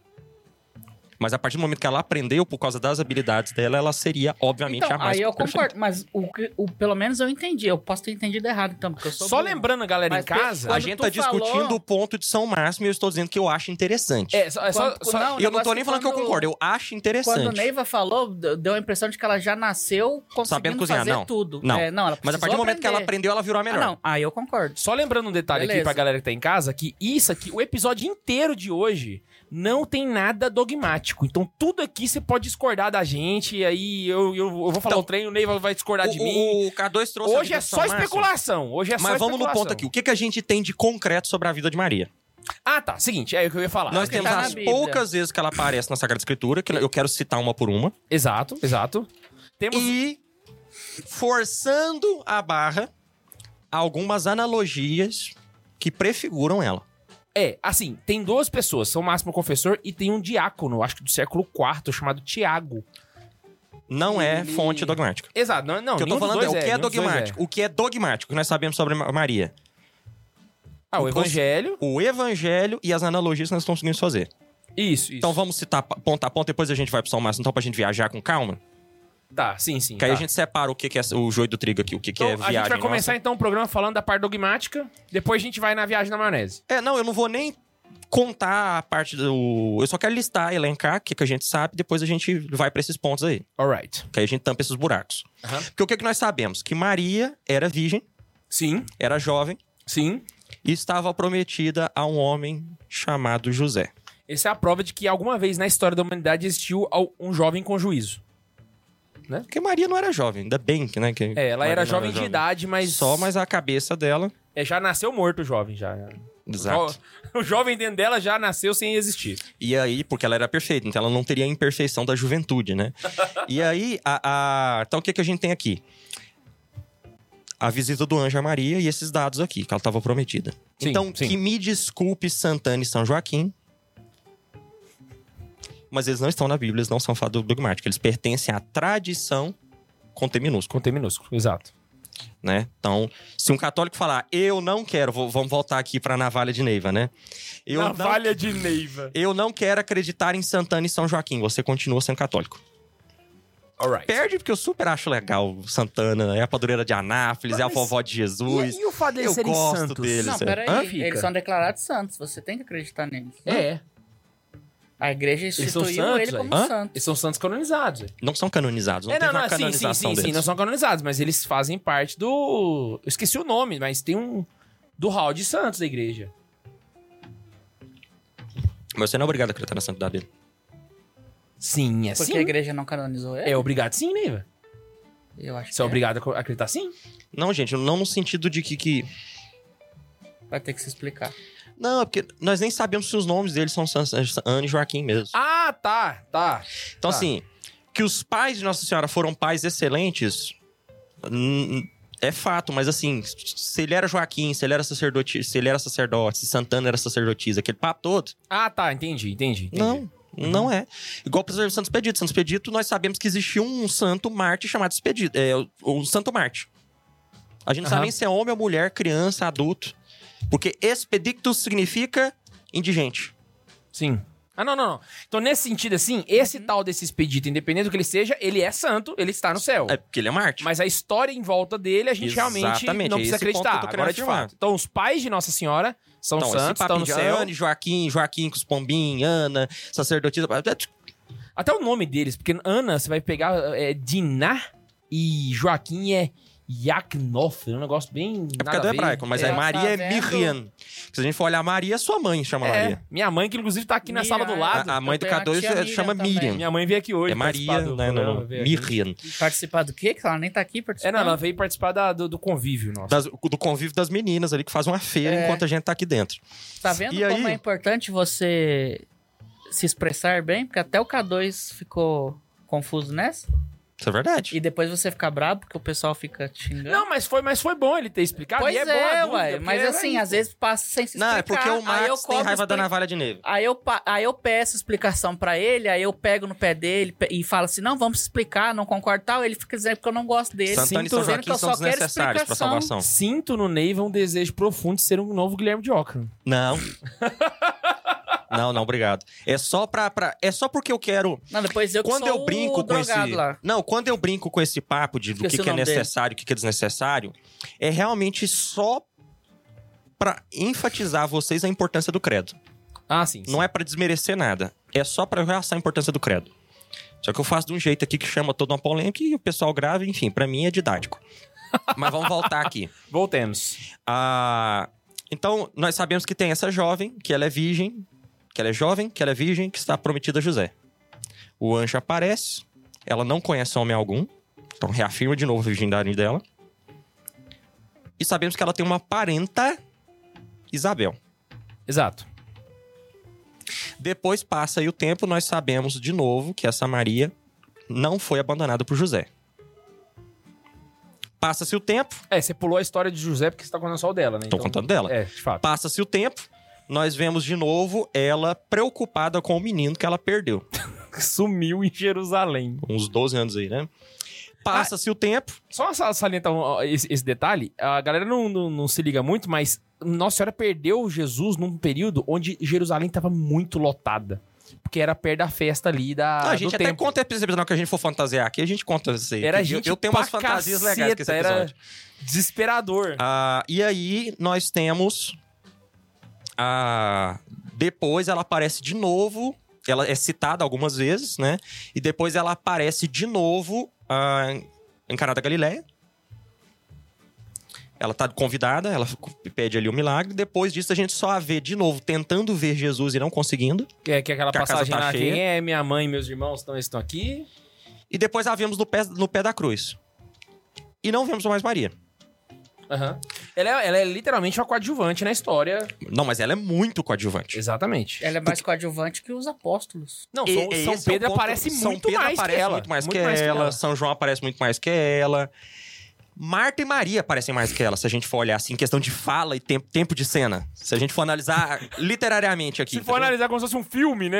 Mas a partir do momento que ela aprendeu, por causa das habilidades dela, ela seria, obviamente, a
Então,
mais
aí eu
perfeita.
concordo, mas o, que- o- pelo menos eu entendi. Eu posso ter entendido errado, então, porque eu sou.
Só
burro.
lembrando a galera
Mas
em
tem-
casa...
A
Quando
gente
tu
tá discutindo
falou-
o ponto de São Máximo e eu estou dizendo que eu acho interessante.
É, só, é só-
Quando-
só-
não, o
eu não
negócio
tô
é
nem falando que eu
quando-
concordo, eu acho
Quando a
interessante.
Neiva falou, d- deu a impressão de que ela já nasceu conseguindo
Sabendo cozinhar,
fazer
não.
tudo.
Não.
É, não ela
Mas a partir do
precisou
momento que ela
aprender.
aprendeu, ela virou a melhor.
Ah, não, aí eu concordo.
Só lembrando um detalhe aqui
Beleza.
pra galera que tá em casa, que isso aqui, o episódio inteiro de hoje não tem nada dogmático. Então tudo aqui você pode discordar da gente, e aí eu, eu, eu vou falar
Então,
o trem, o Ney vai, vai discordar Tá de mim.
O, o K2 trouxe a
Hoje é
direção
só
máxima.
especulação. Hoje é só
Mas vamos no
especulação.
ponto aqui. O que, que a gente tem de concreto sobre a vida de Maria?
Ah, tá. Seguinte, é o que eu ia falar.
Nós
porque
temos
tá na
as
Bíblia.
poucas vezes que ela aparece na Sagrada Escritura, que eu quero citar uma por uma.
Exato, exato. Temos.
E forçando a barra algumas analogias que prefiguram ela.
É, assim, tem duas pessoas, são o máximo confessor e tem um diácono, acho que do século IV, chamado Tiago.
Não é
Ele-
fonte dogmática.
Exato, não, não
O que eu
nenhum
tô
dos
falando é
dois
o que é
nenhum dos dois
dogmático. O que é dogmático que nós sabemos sobre Ma- Maria?
Ah, o
O cons-
evangelho.
O evangelho e as analogias que nós estamos conseguindo fazer.
Isso, isso.
Então vamos citar pa- ponto a ponto, depois a gente vai pro São Márcio, então pra gente viajar com calma.
Tá, sim, sim.
Que aí a
tá.
gente separa o que, que é o joio do trigo aqui, o que, que
Então,
é
a
viagem.
gente vai começar então o programa falando da parte dogmática, depois a gente vai na viagem na maionese.
nossa. É, não, eu não vou nem contar a parte do. Eu só quero listar, elencar o que, que a gente sabe, depois a gente vai pra esses pontos aí.
Alright.
Que aí a gente tampa esses buracos.
Aham.
Porque o que, que nós sabemos? Que Maria era virgem,
Sim,
era jovem
sim.
e estava prometida a um homem chamado José.
Essa é a prova de que alguma vez na história da humanidade existiu al- um jovem com juízo.
Porque Maria não era jovem, ainda bem que, né? Que
É, ela
Maria
era
não
jovem de idade, mas.
Só, mas a cabeça dela.
É, já nasceu morto o jovem, já.
Exato.
O jovem dentro dela já nasceu sem existir.
E aí, porque ela era perfeita, então ela não teria a imperfeição da juventude, né? e aí, a, a- então o que, que a gente tem aqui? A visita do anjo a Maria e esses dados aqui, que ela estava prometida.
Sim,
então,
sim.
que me desculpe Santana e São Joaquim, mas eles não estão na Bíblia, eles não são fato dogmático, eles pertencem à tradição com T minúsculo,
Com T minúsculo, exato.
né? Então, se um católico falar, eu não quero, vou- vamos voltar aqui para Navalha de Neiva, né? Eu não
de Neiva.
eu não quero acreditar em Santana e São Joaquim. Você continua sendo católico.
Alright.
Perde, porque eu super acho legal o Santana, é a padureira de Anápolis, é a
Mas-
vovó de Jesus.
o fato
Eu gosto deles.
Não,
Isso é-
peraí.
Hã? Ah, Fica.
Eles são declarados santos. Você tem que acreditar neles.
É,
A igreja
eles são
instituiu
santos.
ele como
Hã?
santo.
Eles são santos canonizados. velho.
Não são canonizados, não
é,
teve
não, não,
uma
sim, sim,
canonização
sim, sim,
deles.
não são canonizados, mas eles fazem parte do. Eu esqueci o nome, mas tem um. Do hall de santos da igreja.
Mas você não é obrigado a acreditar na santidade dele.
Sim, é
Porque
sim.
a igreja não canonizou ele?
É obrigado sim, Neiva.
Eu acho
Você é
que
obrigado a co- acreditar sim?
Não, gente, não no sentido de que, que...
é. Vai ter que se explicar.
Não, é porque nós nem sabemos se os nomes deles são San- San- Ana e Joaquim mesmo.
Ah, tá, tá.
então,
tá.
assim, que os pais de Nossa Senhora foram pais excelentes... n- É fato, mas assim, se ele era Joaquim, se ele era sacerdote, se ele era sacerdote, se Santana era sacerdotisa, aquele papo todo,
Ah, tá, entendi, entendi. entendi. Uhum.
Não, não é. Igual o preservo Santo Expedito. Santo Expedito, nós sabemos que existia um santo Marte chamado Expedito. É, o- o Santo Marte. A gente não
Aham.
sabe nem se é homem ou mulher, criança, adulto. Porque expedictus significa indigente.
Sim. Ah, não, não, não. Então, nesse sentido, assim, esse
Uhum.
tal desse expedito, independente do que ele seja, ele é santo, ele está no céu.
É porque ele é Marte.
Mas a história em volta dele, a gente realmente
Exatamente,
não
é
precisa
esse ponto que eu
acreditar.
tô
Agora,
querendo
de
afirmar.
fato. Então, os pais de Nossa Senhora são
então, esse
santos, estão
papinho
no
de
céu.
Anne, Joaquim, Joaquim com os pombinhos, Ana, sacerdotisa... é
Até o nome deles, porque Ana, você vai pegar é, Diná e é, Joaquim é Yaknof, é um negócio bem.
É porque é do hebraico, mas
É,
aí
tá
Maria é
vendo?
Miriam. Se a gente for olhar Maria, sua mãe chama
É,
Maria.
minha mãe, que inclusive tá aqui na
Miriam,
sala do lado.
A, a mãe do
Ah, Eu tenho a
K2
tia
é-
Miriam
chama
também.
Miriam.
Minha mãe veio aqui hoje.
É Maria,
participar do
né? Não,
programa,
não.
veio aqui.
Miriam.
Participar do quê? Que ela nem tá aqui
É,
participando.
não, ela veio participar da- do, do convívio nosso.
Das- do convívio das meninas ali, que faz uma feira
É.
enquanto a gente tá aqui dentro.
Tá vendo
E
como
aí?
é importante você se expressar bem? Porque até o K2 ficou confuso nessa.
Isso é verdade.
E depois você fica brabo porque o pessoal fica te xingando.
Não, mas foi, mas foi bom ele ter explicado.
pois
e
é,
é, boa a dúvida,
ué.
porque
Mas
era
assim,
isso.
às vezes passa sem se explicar.
Não, é porque o
aí eu
Max tem
cobro
raiva da
explica-
navalha de neve.
Aí eu, pa- aí eu peço explicação pra ele, aí eu pego no pé dele pe- e falo assim: não, vamos explicar, não concordo e tal. Ele fica dizendo que eu não gosto dele.
Santana e
Sinto
São
dizendo que
Joaquim
eu
são
só quero
desnecessários pra
explicação.
salvação.
Sinto no Neiva um desejo profundo de ser um novo Guilherme de Ockham.
Não. não, não, obrigado. É só pra, pra- É só porque eu quero.
Não, depois eu que
Quando
sou
eu
o
brinco com esse.
drogado lá.
Não, quando eu brinco com esse papo de do
Esqueci
que,
o
que é
nome dele.
necessário, o que, que é desnecessário, é realmente só pra enfatizar a vocês a importância do credo.
Ah, sim.
Não é pra desmerecer nada. É só pra realçar a importância do credo. Só que eu faço de um jeito aqui que chama toda uma polêmica e o pessoal grava, enfim, pra mim é didático. Mas vamos voltar aqui.
Voltemos.
Ah, então, nós sabemos que tem essa jovem, que ela é virgem, que ela é jovem, que ela é virgem, que está prometida a José. O anjo aparece, ela não conhece homem algum, então reafirma de novo a virgindade dela. E sabemos que ela tem uma parenta, Isabel.
Exato.
Depois passa aí o tempo, nós sabemos de novo que essa Maria não foi abandonada por José. Passa-se o tempo,
É, você pulou a história de José porque você tá contando só o dela, né?
tô contando dela.
É, de fato.
Passa-se o tempo, nós vemos de novo ela preocupada com o menino que ela perdeu.
Sumiu em Jerusalém.
Uns 12 anos aí, né? Passa-se o tempo,
Só sa- salientar um, ó, esse, esse detalhe. A galera não, não, não se liga muito, mas Nossa Senhora perdeu Jesus num período onde Jerusalém tava muito lotada. Porque era perto da festa ali da.
a Ah, gente
Ah, do
até
templo.
conta esse episódio que a gente for fantasiar aqui, a gente conta isso aí.
Era
Eu-
gente
eu, tenho umas
pra
fantasias legais com esse
caceta,
episódio.
era Desesperador.
Ah, e aí nós temos. a depois ela aparece de novo. Ela é citada algumas vezes, né? E depois ela aparece de novo ah, em Caná da Galileia. Ela tá convidada, ela pede ali o milagre. Depois disso, a gente só a vê de novo tentando ver Jesus e não conseguindo.
Que é, que é aquela
que a casa
passagem
tá
lá,
cheia.
quem é minha mãe e meus irmãos estão, estão aqui.
E depois a vemos no pé, no pé da cruz. E não vemos mais Maria.
Aham. Ela, é, ela é literalmente uma coadjuvante na história.
Não, mas ela é muito coadjuvante.
Exatamente.
Ela é mais coadjuvante que os apóstolos.
Não,
E-
São,
e esse é
São
o
Pedro
ponto.
aparece
São
muito
Pedro
mais
aparece
que ela.
muito mais que ela, São João aparece muito mais que ela. Marta e Maria aparecem mais que ela, se a gente for olhar assim, em questão de fala e tempo, tempo de cena. Se a gente for analisar literariamente aqui.
Se
tá
for
vendo?
analisar como se fosse um filme, né?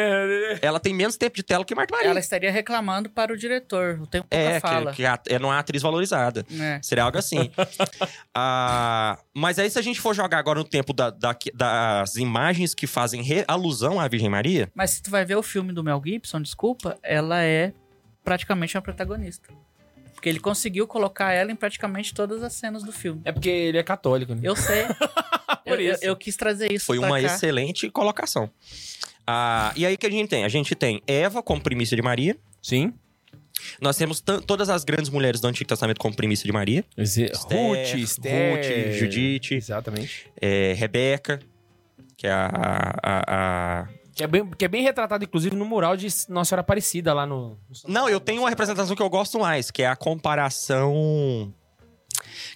Ela tem menos tempo de tela que Marta e Maria.
Ela estaria reclamando para o diretor. Não tem pouca
é,
fala.
que, que a- é, não é uma atriz valorizada.
né?
Seria algo assim. Ah, mas aí, se a gente for jogar agora no tempo da- da- das imagens que fazem re- alusão à Virgem Maria,
Mas se tu vai ver o filme do Mel Gibson, desculpa, ela é praticamente uma protagonista. Porque ele conseguiu colocar ela em praticamente todas as cenas do filme.
É porque ele é católico, né?
Eu sei.
Por
eu, eu-
isso.
eu quis trazer isso
Foi
pra
uma
cá.
excelente colocação. Ah, e aí o que a gente tem? A gente tem Eva como primícia de Maria.
Sim.
Nós temos tan- todas as grandes mulheres do Antigo Testamento como primícia de Maria.
Esse...
Esther,
É, Ruth, é. Esther...
Ruth, Judite,
Exatamente.
é, Rebeca, que é a, a- a-
Que é, bem, que é bem retratado, inclusive, no mural de Nossa Senhora Aparecida lá no...
Não, eu tenho uma representação que eu gosto mais, que é a comparação...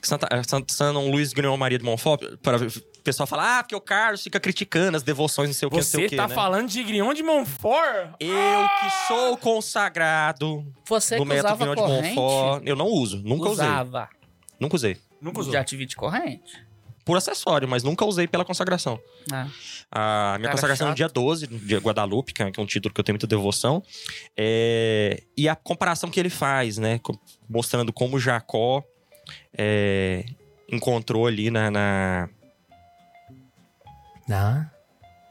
que Santa, eh, Santa, Santa Luiz Grignon Maria de Montfort, para o pessoal falar, ah, porque o Carlos fica criticando as devoções, não sei o que, não sei
Você
o que,
tá
né?
falando de Grion de Montfort?
Eu que sou consagrado
Você que
no método
usava
Grignon de
corrente.
Montfort. Eu não uso, nunca usei.
usava.
Nunca usei.
Nunca usou.
De ativite corrente.
Por acessório, mas nunca usei pela consagração.
Ah.
A minha
Cara
consagração é no
chato.
dia 12, no dia Guadalupe, que é um título que eu tenho muita devoção. É, E a comparação que ele faz, né? co- Mostrando como Jacó é, encontrou ali na. na...
Ah,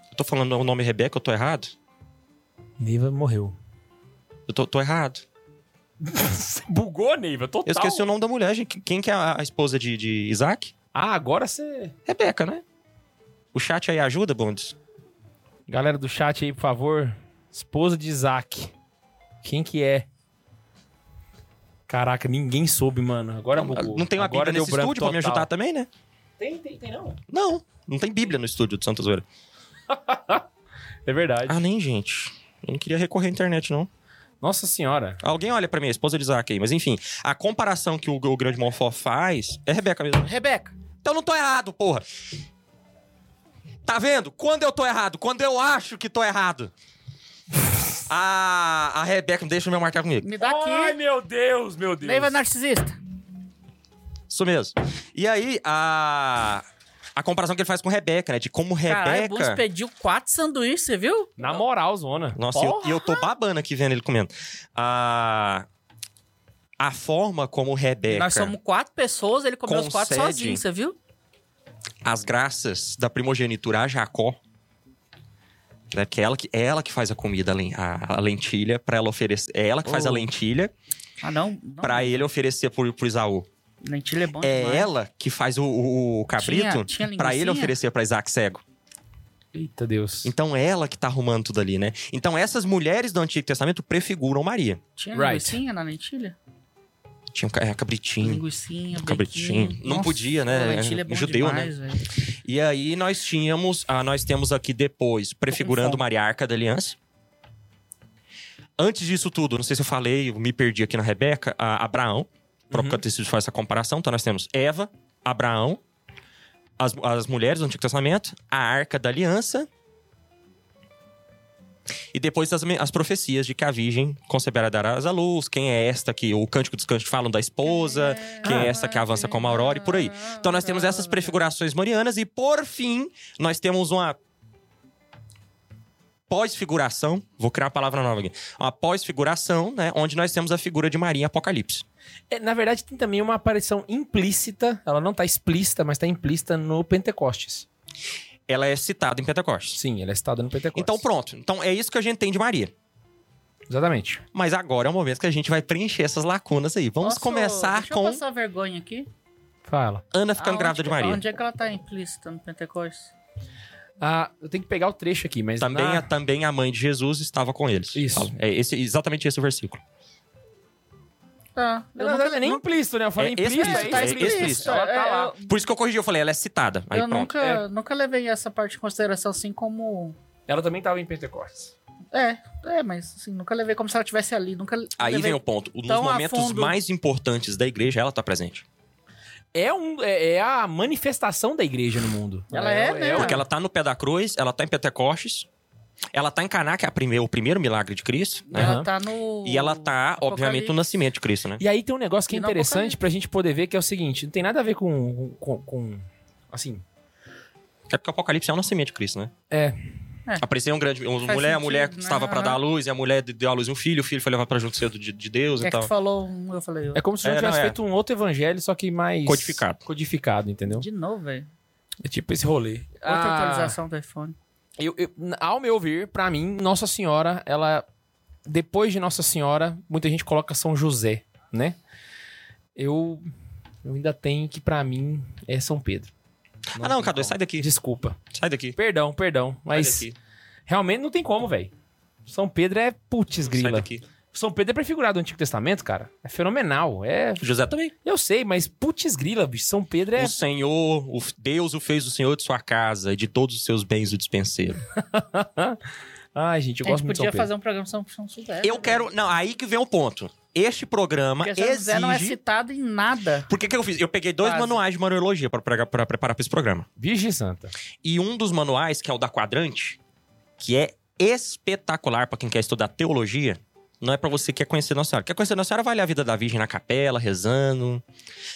Eu tô falando o nome Rebeca, eu tô errado?
Neiva morreu.
Eu tô, tô errado.
Você bugou, Neiva, total.
Eu
Tá
esqueci o nome da mulher, gente. Quem que é a a esposa de, de Isaac?
Ah, agora você...
Rebeca, né? O chat aí ajuda, Bundes?
Galera do chat aí, por favor. Esposa de Isaac. Quem que é? Caraca, ninguém soube, mano. Agora bugou.
Não tem uma
Agora
Bíblia
deu
nesse
branco
estúdio pra me
total.
ajudar também, né?
Tem, tem, tem não.
Não, não tem Bíblia no estúdio do Santa Zoeira.
É verdade.
Ah, nem, gente. Eu não queria recorrer à internet, não.
Nossa senhora.
Alguém olha pra minha esposa de Isaac aí, mas enfim, a comparação que o, o grande Monfó faz. É Rebeca mesmo.
Rebeca.
Então eu não tô errado, porra. Tá vendo? Quando eu tô errado, quando eu acho que tô errado. A, a Rebeca, deixa eu me marcar comigo.
Me dá
Ai,
aqui.
meu Deus, meu Deus.
Leiva narcisista.
Isso mesmo. E aí, a. A comparação que ele faz com Rebeca, né? De como
Caralho,
é
o Bus
Rebeca.
pediu quatro sanduíches, você viu?
Na moral, zona.
Nossa, e eu, e eu tô babando aqui vendo ele comendo. A. A forma como Rebeca.
Nós somos quatro pessoas, ele comeu os quatro
Concede.
sozinho, você viu?
as graças da primogenitura a Jacó. Né? Porque é ela que, é ela que faz a comida, a len- a, a lentilha, para ela oferecer. É ela que faz a
Oh.
lentilha
Ah, não. não.
para ele oferecer pro, pro Isaú.
Lentilha é bom
É
demais.
ela que faz o, o- o cabrito
tinha
para ele
linguicinha?
oferecer para Isaac cego.
Eita Deus.
Então é ela que tá arrumando tudo ali, né? Então essas mulheres do Antigo Testamento prefiguram Maria.
Tinha
Right.
linguicinha na lentilha?
Tinha um ca- é, cabritinho.
Linguicinha,
Cabritinho.
biquinho.
Não
Nossa,
podia, né?
Lentilha é bom
Judeu,
demais, né? velho.
E aí nós tínhamos, ah, nós temos aqui depois, prefigurando o Mariarca da Aliança. Antes disso tudo, não sei se eu falei, eu me perdi aqui na Rebeca, a Abraão, o próprio catecismo faz essa comparação. Então nós temos Eva, Abraão, as, as mulheres do Antigo Testamento, a Arca da Aliança. E depois as, me- as profecias de que a Virgem conceberá dar à luz, quem é esta que o Cântico dos Cânticos falam da esposa, quem é esta que avança como a aurora e por aí. Então nós temos essas prefigurações marianas e por fim nós temos uma pós-figuração, vou criar uma palavra nova aqui. Uma pós-figuração, né, onde nós temos a figura de Maria em Apocalipse.
É, na verdade, tem também uma aparição implícita. Ela não tá explícita, mas tá implícita no Pentecostes.
Ela é citada em Pentecostes.
Sim, ela é citada no Pentecostes.
Então pronto, então é isso que a gente tem de Maria.
Exatamente.
Mas agora é o momento que a gente vai preencher essas lacunas aí. Vamos
Posso-
começar
deixa
com
eu passar vergonha aqui.
Fala.
Ana ficando
Aonde
grávida
que-
de Maria.
Onde é que ela tá implícita no Pentecostes?
Ah, eu tenho que pegar o trecho aqui, mas.
Também,
tá?
na-
a, também a mãe de Jesus estava com eles.
Isso.
Fala. É esse- exatamente esse o versículo.
Tá.
Na verdade, é nem implícito, né? Eu falei
É
implícito,
explícito,
tá
é
explícito.
explícito.
Ela tá lá.
Eu,
Por isso que eu corrigi, eu falei, ela é citada. Aí
eu
pronto.
nunca,
é.
nunca levei essa parte em consideração assim como.
Ela também tava em Pentecostes.
É, é, mas assim, nunca levei como se ela estivesse ali. Nunca
Aí
levei...
vem o ponto. Nos
tão a
momentos
fundo.
mais importantes da igreja, ela tá presente.
É, um, é, é a manifestação da igreja no mundo.
Ela é, né?
o-
Porque ela tá no pé da cruz, ela tá em Pentecostes, ela tá em Caná, que é a prime- o primeiro milagre de Cristo, né?
Ela
Aham.
tá no.
E ela tá,
Apocalipse.
obviamente, no nascimento de Cristo, né?
E aí tem um negócio que é
E no Apocalipse.
interessante pra gente poder ver, que é o seguinte: não tem nada a ver com. com, com- assim.
É porque o Apocalipse é o nascimento de Cristo, né?
É.
É.
Apareceu um grande. Uma
Faz
mulher, a
sentido,
mulher
né?
estava pra dar à luz, e a mulher deu à luz um filho, o filho foi levado pra junto cedo de, de Deus
É
e
que
tal.
tu falou um, eu falei
É
outro.
como se não
então. É,
tivesse
não, é.
feito um outro evangelho, só que mais.
Codificado.
Codificado, entendeu?
De novo, velho.
É tipo esse rolê.
Outra
Ah,
atualização do iPhone.
eu- eu- ao meu ver, pra mim, Nossa Senhora, ela. Depois de Nossa Senhora, muita gente coloca São José, né? Eu, eu ainda tenho que, pra mim, é São Pedro.
Ah, não,
tem
Cadu,
como.
sai daqui.
Desculpa.
Sai daqui.
Perdão, perdão. Mas
sai daqui.
realmente não tem como, velho. São Pedro é putz
Sai
grila.
daqui.
São Pedro é prefigurado no Antigo Testamento, cara. É fenomenal. É,
José também.
eu sei, mas putz grila, bicho. São Pedro é
O Senhor, o Deus o fez o Senhor de sua casa e de todos os seus bens o dispenseiro.
Ai, gente, eu
a gente
gosto muito de São
podia
Pedro.
fazer um programa São São José.
Eu quero. Não, aí que vem o ponto. Este programa
Porque São José
exige.
não é citado em nada.
Por que, que eu fiz? Eu peguei dois
Quase.
manuais de manuologia pra pregar- pra preparar pra esse programa.
Virgem Santa.
E um dos manuais, que é o da Quadrante, que é espetacular pra quem quer estudar teologia, não é pra você que quer conhecer Nossa Senhora. Quer conhecer Nossa Senhora, vai ler a vida da Virgem na capela, rezando.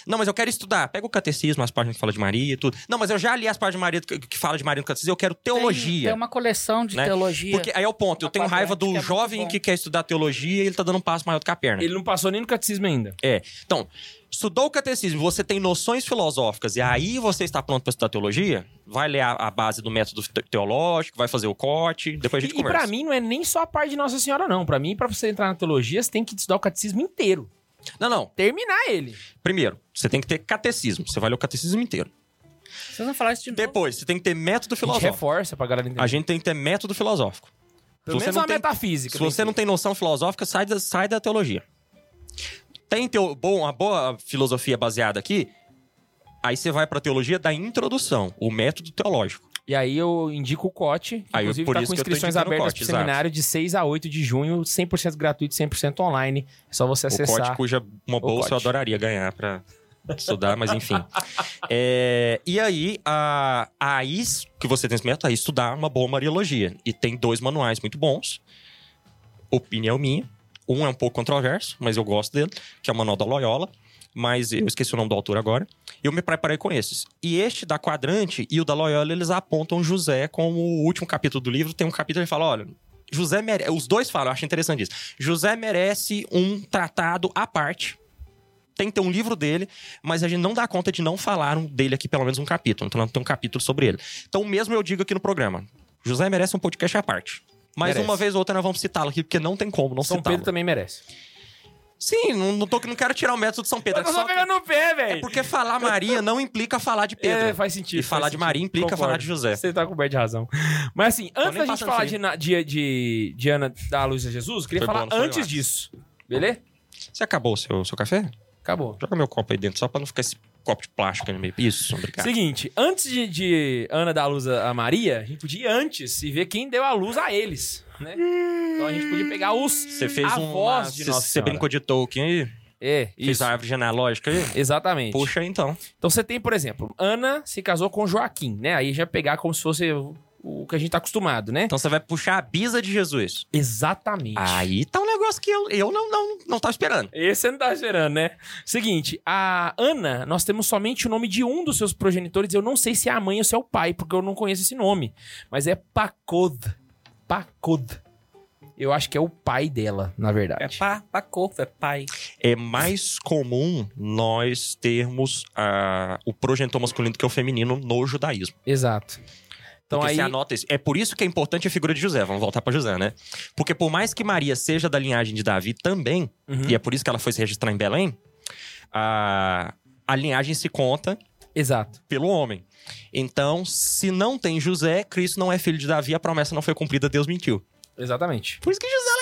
Não, mas eu quero estudar. Pega o catecismo, as páginas que falam de Maria e tudo. Não, mas eu já li as páginas de Maria que que fala de Maria no catecismo, eu quero
Tem, tem
teologia.
uma coleção de
né?
teologia.
Porque aí é o ponto. Eu
A
tenho raiva
Quadrante,
do
que é muito
jovem
bom.
que quer estudar teologia e ele tá dando um passo maior do que a perna.
Ele não passou nem no catecismo ainda.
É. Então, estudou o catecismo, você tem noções filosóficas e aí você está pronto para estudar teologia, vai ler a, a base do método te- teológico, vai fazer o corte, depois a
E,
gente
e
conversa.
pra mim não é nem só a parte de Nossa Senhora, não. Pra mim, pra você entrar na teologia, você tem que estudar o catecismo inteiro.
Não, não.
Terminar ele.
Primeiro, você tem que ter catecismo, você vai ler o catecismo inteiro.
Vocês vão falar isso de novo.
Depois, você tem que ter método
A gente
filosófico.
reforça pra galera entender.
A gente tem que ter método filosófico.
né? Pelo
se você
menos
não
uma
tem-
metafísica.
Se você não tem noção filosófica, sai da, sai da teologia. Tem teu, bom, uma boa filosofia baseada aqui. Aí você vai pra teologia da introdução, o método teológico.
E aí eu indico o Cote, que
Aí,
inclusive
por
está
isso
com
que eu tô
inscrições
indicando o
abertas
Cote,
para o
exato.
seminário de 6 a 8 de junho, 100% gratuito, 100% online. É só você
O código
acessar.
cuja uma bolsa eu
código.
adoraria ganhar pra estudar, mas enfim. É, e aí, a, aí que você tem esse método, aí estudar uma boa mariologia. E tem dois manuais muito bons. Opinião minha. Um é um pouco controverso, mas eu gosto dele, que é o Manual da Loyola. Mas eu esqueci o nome do autor agora. Eu me preparei com esses. E este da Quadrante e o da Loyola, eles apontam José como o último capítulo do livro. Tem um capítulo que fala, olha, José mere... Os dois falam, eu acho interessante isso. José merece um tratado à parte. Tem que ter um livro dele, mas a gente não dá conta de não falar um- dele aqui pelo menos um capítulo. Então não tem um capítulo sobre ele. Então mesmo eu digo aqui no programa, José merece um podcast à parte. Mas
Merece.
uma vez ou outra nós vamos citá-lo aqui, porque não tem como não
São
citá-lo.
Pedro tá- também merece.
Sim, não, não, tô, não quero tirar o método de São Pedro. é
Eu tô
só
só
que-
pegando no pé, velho.
É porque falar Maria não implica falar de Pedro.
É, faz sentido.
E falar
faz
de
sentido.
Maria implica
Concordo.
falar de José.
Você tá coberto de razão. Mas assim, antes
nem
da gente
passando
falar
isso
de, na- de, de, de Ana da Luz a Jesus, eu queria
Foi
falar
bom, não foi, eu
antes
acho.
disso. Beleza?
Você acabou o seu, seu café?
Acabou.
Joga meu copo aí dentro, só pra não ficar esse copo de plástico aí no meio. Isso, obrigado.
Seguinte, antes de, de Ana dar a luz a a Maria, a gente podia ir antes e ver quem deu a luz a eles, né? Então a gente podia pegar os
Você fez um.
avós de Nossa
Você
Senhora.
brincou de Tolkien aí?
É,
Fez
isso.
a árvore genealógica aí?
Exatamente.
Puxa aí, então.
Então você tem, por exemplo, Ana se casou com Joaquim, né? Aí já pegar como se fosse o- o que a gente tá acostumado, né?
Então você vai puxar a bisa de Jesus.
Exatamente.
Aí tá um negócio que eu, eu não, não, não tava esperando.
Esse você não tá esperando, né? Seguinte, a Ana, nós temos somente o nome de um dos seus progenitores. Eu não sei se é a mãe ou se é o pai, porque eu não conheço esse nome. Mas é Pacod. Pacod. Eu acho que é o pai dela, na
É
verdade.
pá, pá corpo, é pai.
É mais comum nós termos ah, o progenitor masculino do que o feminino no judaísmo.
Exato. Então
Porque
aí.
você anota isso. É por isso que é importante a figura de José. Vamos voltar pra José, né? Porque por mais que Maria seja da linhagem de Davi também,
Uhum.
e é por isso que ela foi se registrar em Belém, a, a linhagem se conta
Exato.
pelo homem. Então, se não tem José, Cristo não é filho de Davi, a promessa não foi cumprida, Deus mentiu.
Exatamente.
Por isso que José é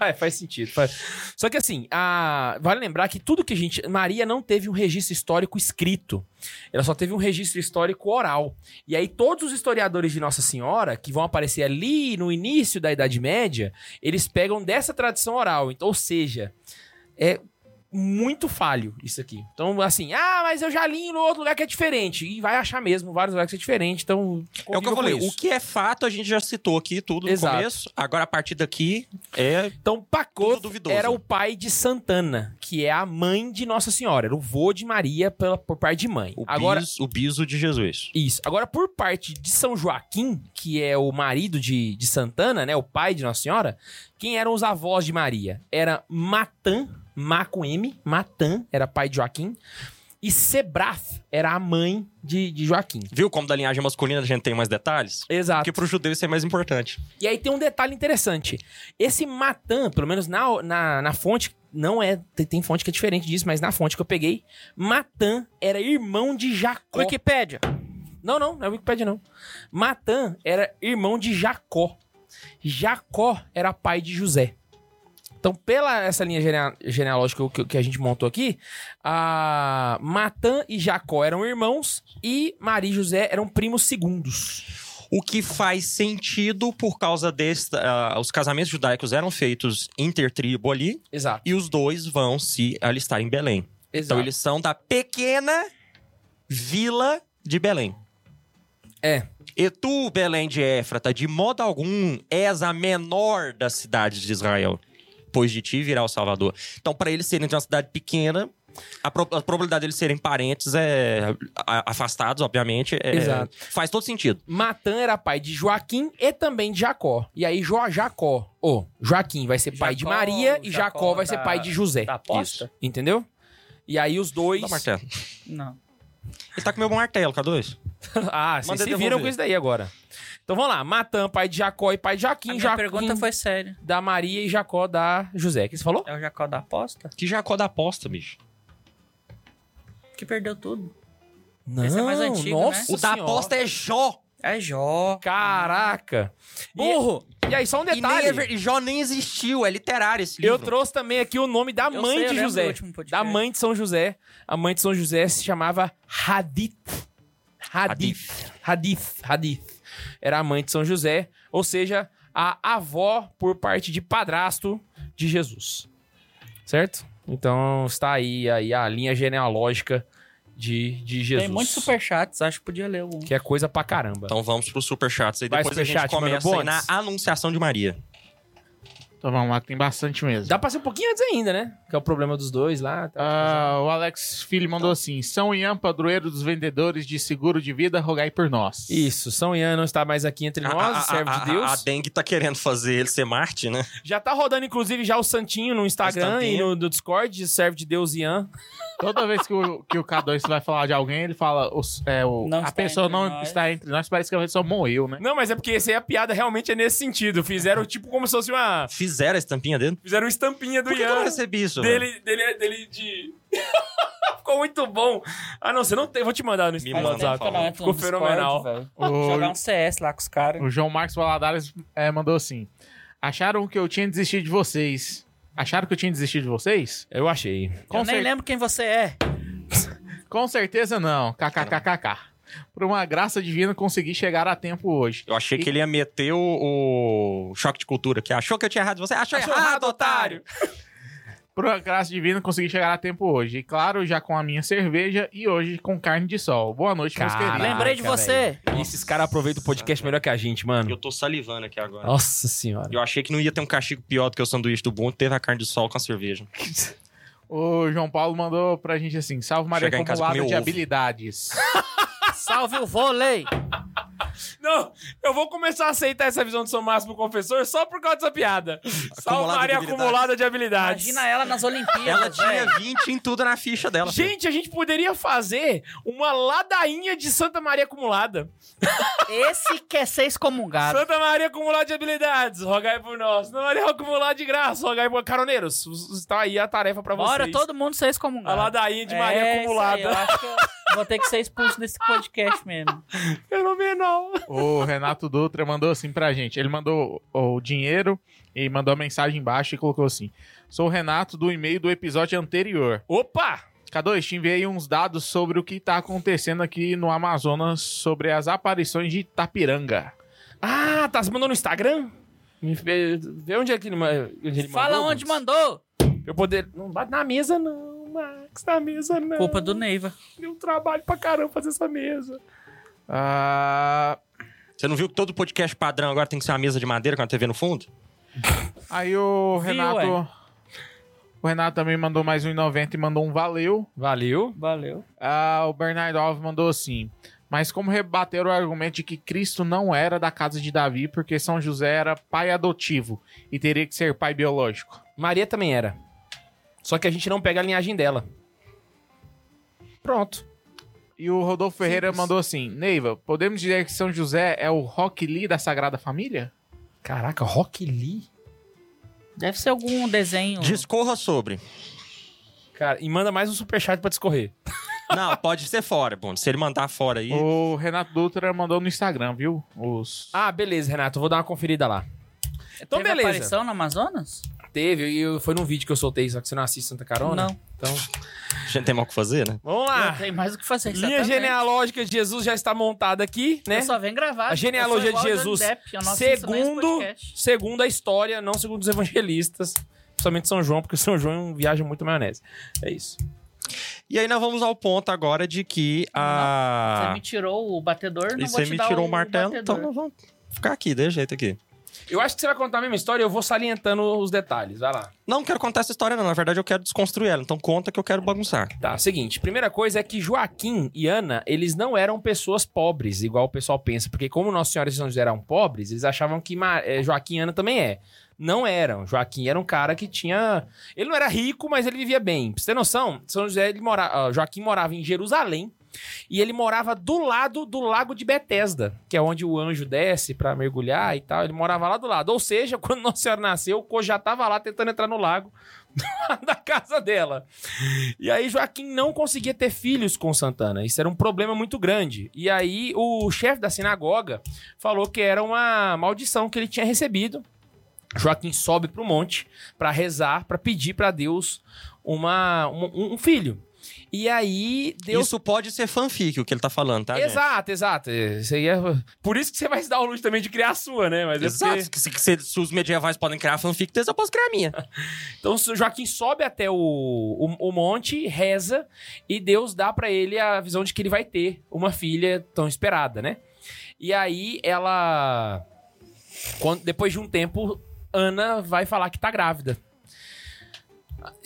É, faz sentido. faz. Só que assim, a- vale lembrar que tudo que a gente. Maria não teve um registro histórico escrito. Ela só teve um registro histórico oral. E aí, todos os historiadores de Nossa Senhora, que vão aparecer ali no início da Idade Média, eles pegam dessa tradição oral. Então, ou seja, é muito falho isso aqui. Então, assim, ah, mas eu já li em outro lugar que é diferente. E vai achar mesmo vários lugares que é diferente. Então,
É o que
conviva
eu
com
falei.
isso.
O que é fato, a gente já citou aqui tudo no
Exato.
começo. Agora, a partir daqui, é
Então,
tudo
Pacoto
duvidoso.
era o pai de Santana, que é a mãe de Nossa Senhora, era o vô de Maria pela, por pai de mãe.
o,
Agora,
bis- o biso de Jesus.
isso. Agora, por parte de São Joaquim, que é o marido de, de Santana, né, o pai de Nossa Senhora, quem eram os avós de Maria? Era Matã, Má com M, Matã era pai de Joaquim, e Sebrath era a mãe de, de Joaquim.
Viu como da linhagem masculina a gente tem mais detalhes?
Exato.
Porque pro judeu isso é mais importante.
E aí tem um detalhe interessante. Esse Matan, pelo menos na, na, na fonte, não é. Tem, tem fonte que é diferente disso, mas na fonte que eu peguei, Matan era irmão de Jacó.
Wikipédia.
Não, não, não é Wikipedia, não. Matan era irmão de Jacó. Jacó era pai de José. Então, pela essa linha genea- genealógica que, que a gente montou aqui, a Matan e Jacó eram irmãos e Maria e José eram primos segundos.
O que faz sentido por causa desse. ah, os casamentos judaicos eram feitos intertribo ali,
Exato.
e os dois vão se alistar em Belém. Então
Exato.
eles são da pequena vila de Belém.
É.
E tu, Belém de Éfrata, de modo algum és a menor das cidades de Israel, pois de ti virá o Salvador. Então, para eles serem de uma cidade pequena, a, pro- a probabilidade de eles serem parentes é a- afastados, obviamente. é-
Exato.
Faz todo sentido.
Matã era pai de Joaquim e também de Jacó. E aí, jo Jacó, ô, Joaquim vai ser pai de
Jacó,
Maria e
Jacó
Jacó vai
da-
ser pai de José.
da aposta?
Isso, entendeu? E aí os dois.
Dá o martelo.
Não.
Ele tá com meu martelo, cadê dois?
ah, vocês
Manda
se
eu
viram
devolver.
com isso daí agora. Então vamos lá. Matã, pai de Jacó e pai de
A
Joaquim.
minha
Joaquim
pergunta foi séria.
da Maria e Jacó da José. O que você falou?
É o Jacó da aposta?
Que Jacó da aposta, bicho.
Que perdeu tudo.
Não,
Esse é mais antigo,
nossa
o da é
senhora.
aposta é Jó.
É Jó.
Caraca. E-
Burro!
E aí, só um
E nem
detalhe.
é ver- Jó nem existiu, é literário esse
Eu
livro.
trouxe também aqui o nome da
Eu
mãe
sei, eu
de
lembro do
José.
último podcast.
Da mãe de São José. A mãe de São José se chamava Hadith. Hadith. Hadith. Hadith. Era a mãe de São José, ou seja, a avó por parte de padrasto de Jesus. Certo? Então está aí, aí a linha genealógica de, de Jesus.
Tem muitos superchats, acho que podia ler um.
Que é coisa pra caramba.
Então vamos pro Superchats aí.
Vai,
Depois a gente
superchat, mano,
começa aí na
Bontes.
Anunciação de Maria.
Então vamos lá, que tem bastante mesmo.
Dá pra ser um pouquinho antes ainda, né? Que é o problema dos dois lá. tá?
Ah, o Alex Filho mandou assim: São Ian, padroeiro dos vendedores de seguro de vida, rogai por nós.
Isso, São Ian não está mais aqui entre nós, servo de Deus.
A, a Dengue tá querendo fazer ele ser Marte, né?
Já tá rodando, inclusive, já o Santinho no Instagram
Santinho.
e no, no Discord, serve de Deus Ian.
Toda vez que o, que o K2 vai falar de alguém, ele fala: os- é, o-
Não
A
está
pessoa
entre
não
nós.
está entre nós, parece que a pessoa morreu, né?
Não, mas é porque esse aí a piada realmente é nesse sentido. Fizeram tipo como se fosse uma.
Fizeram a estampinha dele.
Fizeram uma estampinha do
Por que, que eu não
Ian.
recebi isso, velho?
dele, dele, dele de. Ficou muito bom. Ah, não, você não tem. Vou te mandar no Instagram.
manda,
no WhatsApp.
por favor.
Ficou fenomenal.
Jogar
O,
um CS lá com os caras.
o João Marcos Valadares é, mandou assim: Acharam que eu tinha desistido de vocês? Acharam que eu tinha desistido de vocês?
Eu achei.
Com,
Eu nem
cer-
lembro quem você é.
com certeza não. KKKKK. Por uma graça divina, consegui chegar a tempo hoje.
Eu achei que ele ia meter o, o choque de cultura, que achou que eu tinha errado. Você achou,
Achou
errado,
errado,
otário!
Por uma graça divina, consegui chegar a tempo hoje. E claro, já com a minha cerveja e hoje com carne de sol. Boa noite, meus
Caraca,
queridos.
Lembrei de
velho.
você.
E esses caras aproveitam o podcast melhor que a gente, mano.
Eu tô salivando aqui agora.
Nossa senhora.
Eu achei que não ia ter um castigo pior do que o sanduíche do Bom, teve a carne de sol com a cerveja.
O João Paulo mandou pra gente assim: salve Maria
Chegar em casa
acumulada
comer
de
ovo.
habilidades.
Salve o vôlei.
Não, eu vou começar a aceitar essa visão do seu máximo confessor só por causa dessa piada. Salvar e
habilidades.
acumulada de habilidades.
Imagina ela nas
Ela
Olimpíadas.
tinha
velho.
20 em tudo na ficha dela.
Gente, a gente poderia fazer uma ladainha de Santa Maria acumulada.
Esse quer ser excomungado.
Santa Maria acumulada de habilidades, rogai por nós. Santa Maria acumulada de graça, rogai por caroneiros. Está aí a tarefa pra vocês.
Bora todo mundo ser excomungado.
a ladainha de Maria
É, isso aí, eu
acumulada.
acho que eu vou ter que ser expulso desse podcast mesmo.
Fenomenal.
o Renato Dutra mandou assim pra gente: ele mandou o dinheiro e mandou a mensagem embaixo e colocou assim: Sou o Renato do e-mail do episódio anterior.
Opa!
K2, te enviei uns dados sobre o que tá acontecendo aqui no Amazonas sobre as aparições de Itapiranga.
Ah, tá. Você mandou no Instagram? Me- Vê vê onde é que ele, ma- onde ele
Fala
mandou,
onde
Gus.
mandou.
Eu poder. Não bate na mesa, não, Max. Na mesa, não.
Culpa do Neiva.
Deu trabalho pra caramba fazer essa mesa.
Ah,
Você não viu que todo podcast padrão agora tem que ser uma mesa de madeira com a TV no fundo?
aí o
Viu,
Renato.
ué?
o Renato também mandou mais um 1,90 e mandou um valeu.
Valeu.
Valeu.
Ah, o Bernardo Alves mandou assim. Mas como rebater o argumento de que Cristo não era da casa de Davi, porque São José era pai adotivo e teria que ser pai biológico?
Maria também era. Só que a gente não pega a linhagem dela. Pronto.
E o Rodolfo Ferreira mandou assim: Neiva, podemos dizer que São José é o Rock Lee da Sagrada Família?
Caraca, Rock Lee.
Deve ser algum desenho.
Discorra sobre.
Cara, e manda mais um superchat pra discorrer.
Não, pode ser fora, Bom. Se ele mandar fora aí.
O Renato Dutra mandou no Instagram, viu? Os.
Ah, beleza, Renato. eu Vou dar uma conferida lá. Então,
Teve
beleza.
aparição no Amazonas?
Teve, e eu- foi num vídeo que eu soltei, só que você não assiste Santa Carona.
Não.
Então,
A gente tem mal o que fazer, né?
vamos
Não
lá.
tem mais o que fazer.
Ah, Linha
exatamente.
genealógica de Jesus já está montada aqui, né?
Eu só venho gravar.
A genealogia de Jesus,
é
segundo, segundo a história, não segundo os evangelistas, principalmente São João, porque São João viaja muito maionese. É isso.
E aí nós vamos ao ponto agora de que
Você
a.
me tirou o batedor, não
Ah. E
vou
você
te
me
dar
tirou o martelo,
batedor.
então nós vamos ficar aqui, desse jeito aqui.
Eu acho que você vai contar a mesma história, eu vou salientando os detalhes. Vai lá.
Não quero contar essa história, não. Na verdade, eu quero desconstruir ela. Então conta que eu quero bagunçar.
Tá, seguinte. Primeira coisa é que Joaquim e Ana, eles não eram pessoas pobres, igual o pessoal pensa. Porque como Nossa Senhora e São José eram pobres, eles achavam que Ma- eh, Joaquim e Ana também é. Não eram. Joaquim era um cara que tinha... Ele não era rico, mas ele vivia bem. Pra você ter noção, São José, ele mora... ah, Joaquim morava em Jerusalém. E ele morava do lado do lago de Betesda, que é onde o anjo desce pra mergulhar e tal. Ele morava lá do lado. Ou seja, quando Nossa Senhora nasceu, o Cô já tava lá tentando entrar no lago da casa dela. E aí Joaquim não conseguia ter filhos com Santana. Isso era um problema muito grande. E aí o chefe da sinagoga falou que era uma maldição que ele tinha recebido. Joaquim sobe pro monte para rezar, para pedir para Deus uma, um, um filho. E aí Deus
Isso pode ser fanfic, o que ele tá falando, tá? gente?
exato, exato. Isso aí é... Por isso que você vai se dar o luxo também de criar a sua, né? Mas é porque-
Exato. Que se- que se, se os medievais podem criar fanfic, eu posso criar a minha.
Então o Joaquim sobe até o, o, o monte, reza, e Deus dá pra ele a visão de que ele vai ter uma filha tão esperada, né? E aí ela. quando- depois de um tempo, Ana vai falar que tá grávida.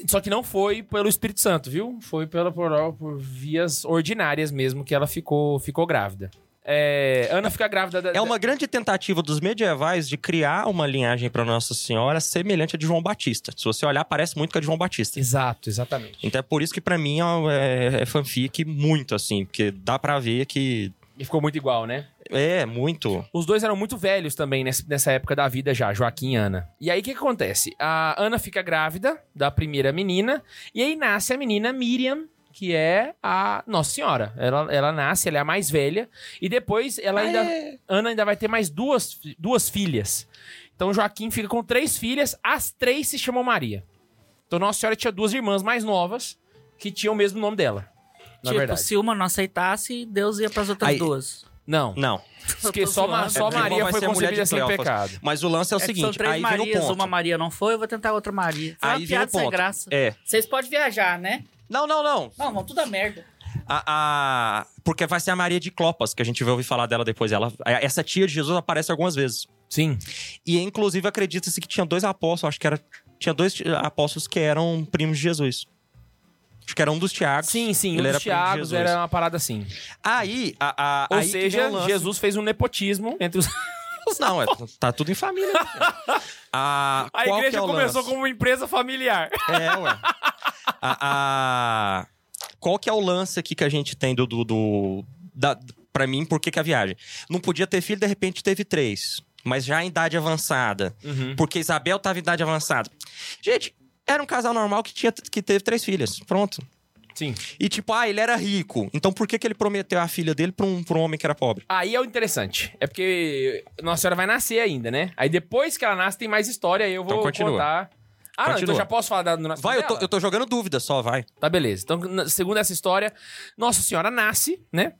Só que não foi pelo Espírito Santo, viu? Foi pela, por, por vias ordinárias mesmo que ela ficou, ficou grávida. É, Ana fica grávida da,
É uma grande tentativa dos medievais de criar uma linhagem pra Nossa Senhora semelhante à de João Batista. Se você olhar, parece muito com a de João Batista.
Exato, exatamente.
Então é por isso que pra mim ó, é, é fanfic muito, assim, porque dá pra ver que
E ficou muito igual, né?
é muito.
Os dois eram muito velhos também nessa- nessa época da vida já, Joaquim e Ana. E aí o que, que acontece? A Ana fica grávida da primeira menina, e aí nasce a menina Miriam, que é a Nossa Senhora. Ela, ela nasce, ela é a mais velha, e depois ela ainda. Ana ainda vai ter mais duas, fi- duas filhas. Então Joaquim fica com três filhas, as três se chamam Maria. Então Nossa Senhora tinha duas irmãs mais novas que tinham o mesmo nome dela. Na
tipo,
verdade.
se uma não aceitasse, Deus ia pras outras
Aí-
duas.
Não.
Não.
Porque só, ma-
zoando.
só
É porque
Maria
vai
foi
ser mulher
concebida
de
sem
Cleófas.
pecado.
Mas o lance é o
É que
seguinte,
são três
aí vem o
Marias,
ponto.
uma Maria não foi, eu vou tentar outra Maria. Foi
Aí
uma
vem o
piada sem
ponto.
graça.
É.
Vocês podem viajar, né?
Não, não, não.
Não, vão tudo a merda.
A, a- Porque vai ser a Maria de Clopas, que a gente vai ouvir falar dela depois. Ela... Essa tia de Jesus aparece algumas vezes.
Sim.
E inclusive acredita-se que tinha dois apóstolos, acho que era. Tinha dois ti- apóstolos que eram primos de Jesus. Acho que era um dos Tiagos.
Sim, sim.
Ele
Ele
era
dos
primo de
Tiagos
Jesus.
era uma parada assim.
Aí, a, a-
Ou
aí que
seja,
vem o lance.
Jesus fez um nepotismo entre os.
Não, é, tá tudo em família. né, cara? a,
A
qual que
igreja
é o
começou
lance?
como uma empresa familiar.
É, ué. A, a- Qual que é o lance aqui que a gente tem do. do, do- da- pra mim, por que, que a viagem? Não podia ter filho, de repente teve três. Mas já em idade avançada. Porque Isabel tava em idade avançada. Gente, era um casal normal que, tinha, que teve três filhas. Pronto.
Sim.
E tipo, ah, ele era rico. Então por que, que ele prometeu a filha dele pra um, pra um homem que era pobre?
Aí é o interessante. É porque Nossa Senhora vai nascer ainda, né? Aí depois que ela nasce tem mais história aí eu vou
Então continua.
contar. Ah, não, então
Continua.
já posso falar da Nossa
Vai, eu tô,
dela?
eu tô jogando dúvida só, vai.
Tá, beleza. Então, na- segundo essa história, Nossa Senhora nasce, né?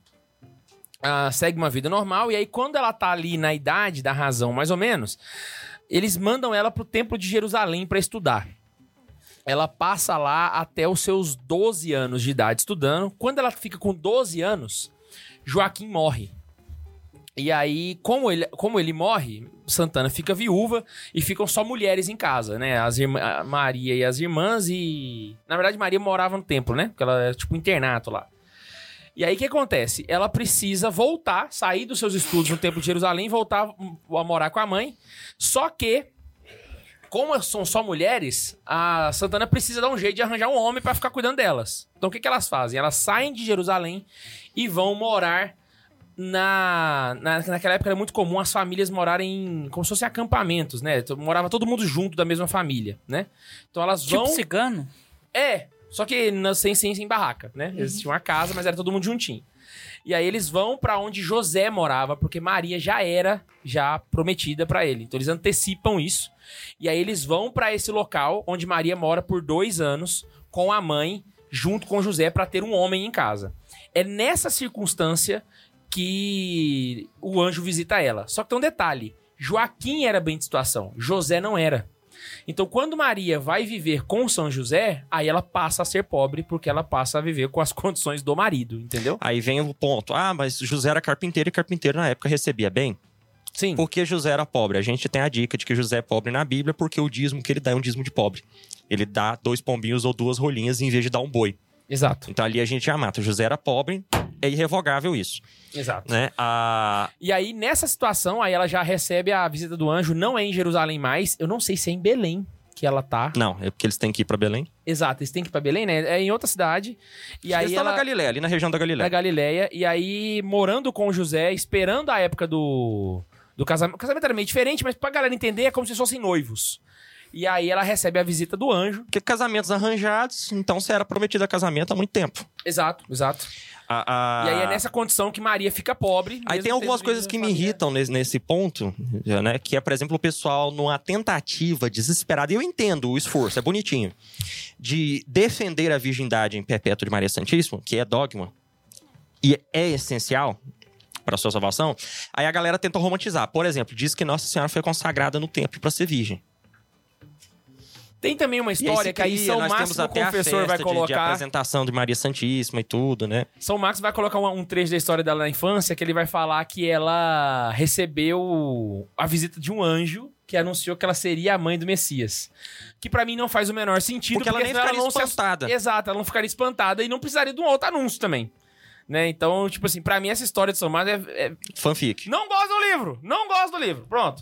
Ah, segue uma vida normal, e aí quando ela tá ali na idade da razão, mais ou menos, eles mandam ela pro Templo de Jerusalém pra estudar. Ela passa lá até os seus 12 anos de idade estudando. Quando ela fica com 12 anos, Joaquim morre. E aí, como ele, como ele morre, Santana fica viúva e ficam só mulheres em casa, né? As irmã- a Maria e as irmãs e... Na verdade, Maria morava no templo, né? Porque ela era tipo um internato lá. E aí, o que acontece? Ela precisa voltar, sair dos seus estudos no templo de Jerusalém e voltar a morar com a mãe. Só que, como são só mulheres, a Santana precisa dar um jeito de arranjar um homem pra ficar cuidando delas. Então, o que, que elas fazem? Elas saem de Jerusalém e vão morar na, na- naquela época era muito comum as famílias morarem em, como se fossem acampamentos, né? Então, Morava todo mundo junto da mesma família, né? Então elas
Tipo
vão.
cigano?
É, só que na- sem, sem, sem barraca, né? Eles tinham uma casa, mas era todo mundo juntinho. E aí eles vão pra onde José morava, porque Maria já era já prometida pra ele. Então eles antecipam isso. E aí eles vão pra esse local onde Maria mora por dois anos com a mãe, junto com José, pra ter um homem em casa. É nessa circunstância que o anjo visita ela. Só que tem um detalhe: Joaquim era bem de situação, José não era. Então, quando Maria vai viver com São José, aí ela passa a ser pobre, porque ela passa a viver com as condições do marido, entendeu?
Aí vem o ponto. Ah, mas José era carpinteiro e carpinteiro na época recebia bem.
Sim.
Por que José era pobre? A gente tem a dica de que José é pobre na Bíblia porque o dízimo que ele dá é um dízimo de pobre. Ele dá dois pombinhos ou duas rolinhas em vez de dar um boi.
Exato.
Então ali a gente já mata. José era pobre, é irrevogável isso,
Exato.
né? A...
E aí, nessa situação, aí ela já recebe a visita do anjo, não é em Jerusalém mais, eu não sei se é em Belém que ela tá.
Não, é porque eles têm que ir pra Belém.
Exato, eles têm que ir pra Belém, né? É em outra cidade. E aí
eles estão
ela...
na Galileia, ali na região da
da
Galileia.
Galileia. E aí, morando com o José, esperando a época do, do casamento. O casamento era meio diferente, mas pra galera entender, é como se fossem noivos. E aí ela recebe a visita do anjo.
Porque casamentos arranjados, então você era prometido a casamento há muito tempo.
Exato, exato.
A- a-
E aí é nessa condição que Maria fica pobre.
Ah. Aí tem
mesmo tendo
algumas
vindo
coisas
de
que
uma
me
família-
irritam nesse, nesse ponto, né? Que é, por exemplo, o pessoal numa tentativa desesperada, e eu entendo o esforço, é bonitinho, de defender a virgindade em perpétuo de Maria Santíssima, que é dogma, e é essencial para sua salvação, aí a galera tenta romantizar. Por exemplo, diz que Nossa Senhora foi consagrada no templo para ser virgem.
Tem também uma
E
história
se
que aí
cria,
São
nós temos
Máximo é o
até a
confessor vai
festa de- De,
colocar.
apresentação de Maria Santíssima e tudo, né?
São Marcos vai colocar um, um trecho da história dela na infância que ele vai falar que ela recebeu a visita de um anjo que anunciou que ela seria a mãe do Messias. Que pra mim não faz o menor sentido,
Porque ela nem
senão
ficaria
não se ass-
espantada.
Exato, ela não ficaria espantada e não precisaria de um outro anúncio também. Né? Então, tipo assim, pra mim essa história de São Marcos é, é-
Fanfic.
Não gosto do livro! Não gosto do livro! Pronto.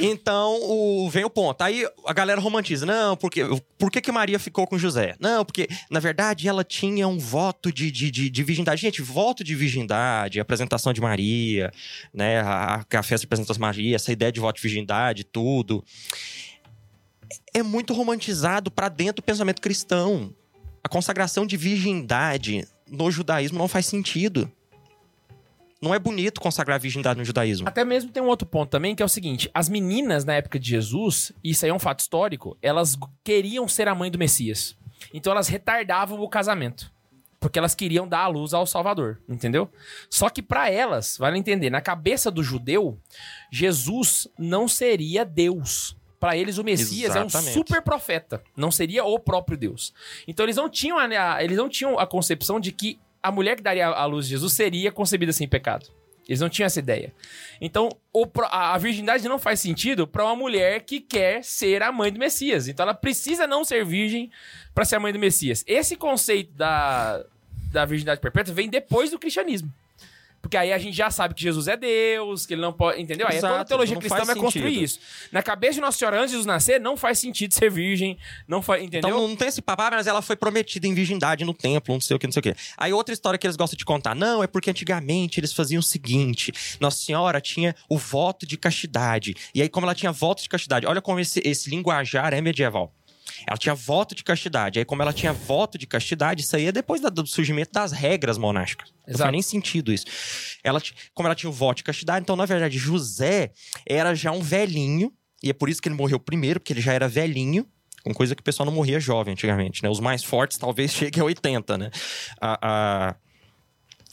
Então, o- vem o ponto. Aí a galera romantiza. Não, porque por que, que Maria ficou com José? Não, porque, na verdade, ela tinha um voto de, de, de, de virgindade. Gente, voto de virgindade, a apresentação de Maria, né? A, a festa de apresentação de Maria, essa ideia de voto de virgindade, tudo. É muito romantizado pra dentro do pensamento cristão. A consagração de virgindade no judaísmo não faz sentido. Não é bonito consagrar a virgindade no judaísmo.
Até mesmo tem um outro ponto também, que é o seguinte: as meninas na época de Jesus, isso aí é um fato histórico, elas g- queriam ser a mãe do Messias. Então elas retardavam o casamento. Porque elas queriam dar à luz ao Salvador, entendeu? Só que pra elas, vale entender, na cabeça do judeu, Jesus não seria Deus. Pra eles, o Messias é um
Exatamente.
super profeta, não seria o próprio Deus. Então eles não tinham a, a- eles não tinham a concepção de que a mulher que daria à luz Jesus seria concebida sem pecado. Eles não tinham essa ideia. Então, o pro- a a virgindade não faz sentido pra uma mulher que quer ser a mãe do Messias. Então, ela precisa não ser virgem pra ser a mãe do Messias. Esse conceito da, da virgindade perpétua vem depois do cristianismo. Porque aí a gente já sabe que Jesus é Deus, que ele não pode. Entendeu? Aí é toda
Exato,
a teologia
não
cristã
faz
vai construir
sentido.
isso. Na cabeça de Nossa Senhora, antes de Jesus nascer, não faz sentido ser virgem. Não faz. Entendeu?
Então não tem esse papá, mas ela foi prometida em virgindade no templo, não sei o que, não sei o que. Aí outra história que eles gostam de contar. Não, é porque antigamente eles faziam o seguinte: Nossa Senhora tinha o voto de castidade. E aí, como ela tinha voto de castidade, olha como esse, esse linguajar é medieval. Ela tinha voto de castidade. Aí, como ela tinha voto de castidade, isso aí é depois da- do surgimento das regras monásticas. Não
Exato.
faz nem sentido isso. Ela, ti- como ela tinha o voto de castidade, então, na verdade, José era já um velhinho. E é por isso que ele morreu primeiro, porque ele já era velhinho. Com coisa que o pessoal não morria jovem antigamente, né? Os mais fortes talvez cheguem a 80, né? A- a-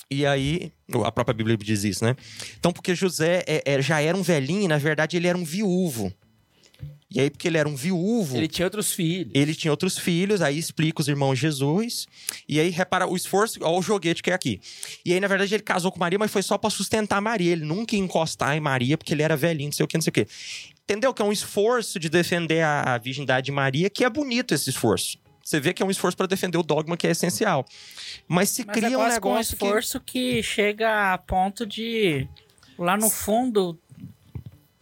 E aí, a própria Bíblia diz isso, né? Então, porque José é- é- já era um velhinho, na verdade, ele era um viúvo. E aí, porque ele era um viúvo,
Ele tinha outros filhos.
ele tinha outros filhos, aí explica os irmãos Jesus. E aí repara o esforço, ó, o joguete que é aqui. E aí, na verdade, ele casou com Maria, mas foi só pra sustentar Maria. Ele nunca ia encostar em Maria, porque ele era velhinho, não sei o que, não sei o que. Entendeu? Que é um esforço de defender a, a virgindade de Maria, que é bonito esse esforço. Você vê que é um esforço pra defender o dogma que é essencial. Mas se
Mas
cria
é
um
quase com um
negócio que.
esforço que... chega a ponto de, lá no fundo,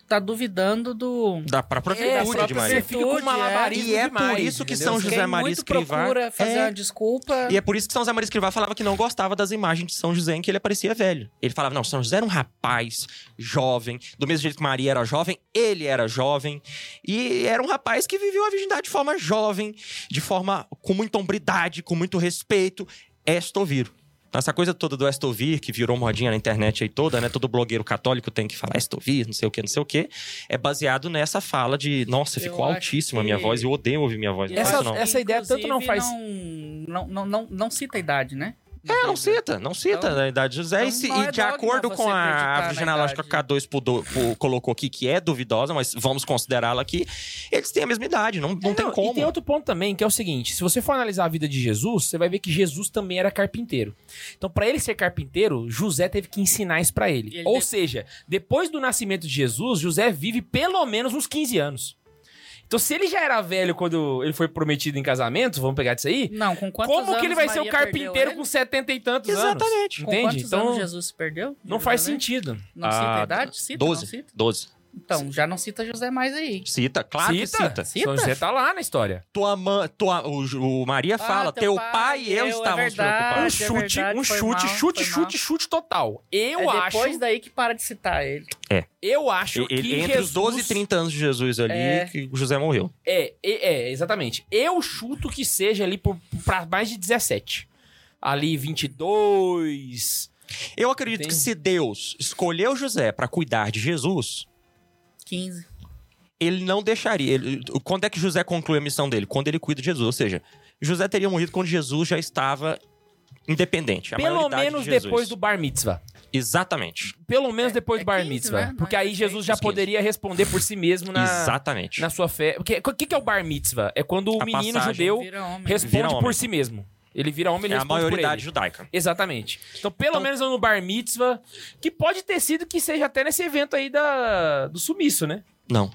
tá duvidando do...
Dá pra
É,
propriedade
só
de
pra
Maria.
você fica com
Atitude, é.
malabarismo
E é
demais,
por isso que
entendeu?
São
Você
José
Quem
Maria
muito
Escrivá
procura fazer
é-
uma desculpa...
E é por isso que São Zé Maria Escrivá falava que não gostava das imagens de São José em que ele aparecia velho. Ele falava, não, São José era um rapaz jovem, do mesmo jeito que Maria era jovem, ele era jovem. E era um rapaz que viveu a virgindade de forma jovem, de forma com muita hombridade, com muito respeito. Estoviro. Essa coisa toda do Estovir, que virou modinha na internet aí toda, né? Todo blogueiro católico tem que falar Estovir, não sei o que, não sei o que. É baseado nessa fala de, nossa,
Eu
ficou
acho
altíssima a
que-
minha voz, eu odeio ouvir minha voz.
Eu
Não faz isso,
Essa-
não.
acho que,
essa ideia tanto não
inclusive,
faz-
Não, não, não, não cita a idade, né?
É, não cita, não cita
Então-
na idade de José.
então
e se-
não
e
é
de
dogma
acordo
você
com a
acreditar
árvore
na
genealógica que a
idade.
K2 pudo- pu- colocou aqui, que é duvidosa, mas vamos considerá-la aqui, eles têm a mesma idade, não, não
É,
tem como.
E tem outro ponto também, que é o seguinte: se você for analisar a vida de Jesus, você vai ver que Jesus também era carpinteiro. Então, pra ele ser carpinteiro, José teve que ensinar isso pra ele.
Ele
Ou
deve-
seja, depois do nascimento de Jesus, José vive pelo menos uns 15 anos. Então, se ele já era velho quando ele foi prometido em casamento, vamos pegar isso aí.
Não, com quantos
como que ele
anos
vai ser o
Maria perdeu
carpinteiro
ele?
com 70 e tantos
Exatamente.
anos?
Com
Entende?
quantos anos né?
Então,
Jesus se perdeu?
não faz
Jerusalém?
sentido.
Não cita
Ah,
a idade? Cita,
12,
não cita?
12.
Então, já não cita José mais aí.
Cita, claro que cita.
Cita?
São José tá lá na história.
Tua mãe, tua, o, o
Ah,
Maria fala, teu, pai, e eu,
é
estávamos
verdade.
Um
preocupados.
é
chute,
verdade,
um
foi
chute,
mal,
chute,
foi
chute,
mal.
chute total. Eu
é
acho,
depois daí que para de citar ele.
eu acho
E-
que
e- entre
Jesus-
os 12 e 30 anos de Jesus ali,
É.
que o José morreu.
É, é, é, exatamente. Eu chuto que seja ali por- pra mais de 17. Ali 22.
Eu acredito
Entendi.
que se Deus escolheu José pra cuidar de Jesus,
15.
ele não deixaria. ele- quando é que José conclui a missão dele? Quando ele cuida de Jesus. Ou seja, José teria morrido quando Jesus já estava independente. É a
pelo
maioridade de
menos
Jesus.
depois do Bar Mitzvah.
Exatamente.
Pelo menos
É,
depois
é
do Bar
15,
Mitzvah.
né?
Porque aí
Nós
Jesus já
fez 15.
poderia responder por si mesmo na,
Exatamente.
na sua fé. O que, que, que é o Bar Mitzvah? É quando o
A
menino
passagem.
judeu
Vira homem. né?
responde
Vira homem.
por si mesmo. Ele vira homem e
É a
responde por ele.
maioridade judaica.
Exatamente. Então, pelo
Então-
menos no Bar Mitzvah, que pode ter sido que seja até nesse evento aí da, do sumiço, né?
Não.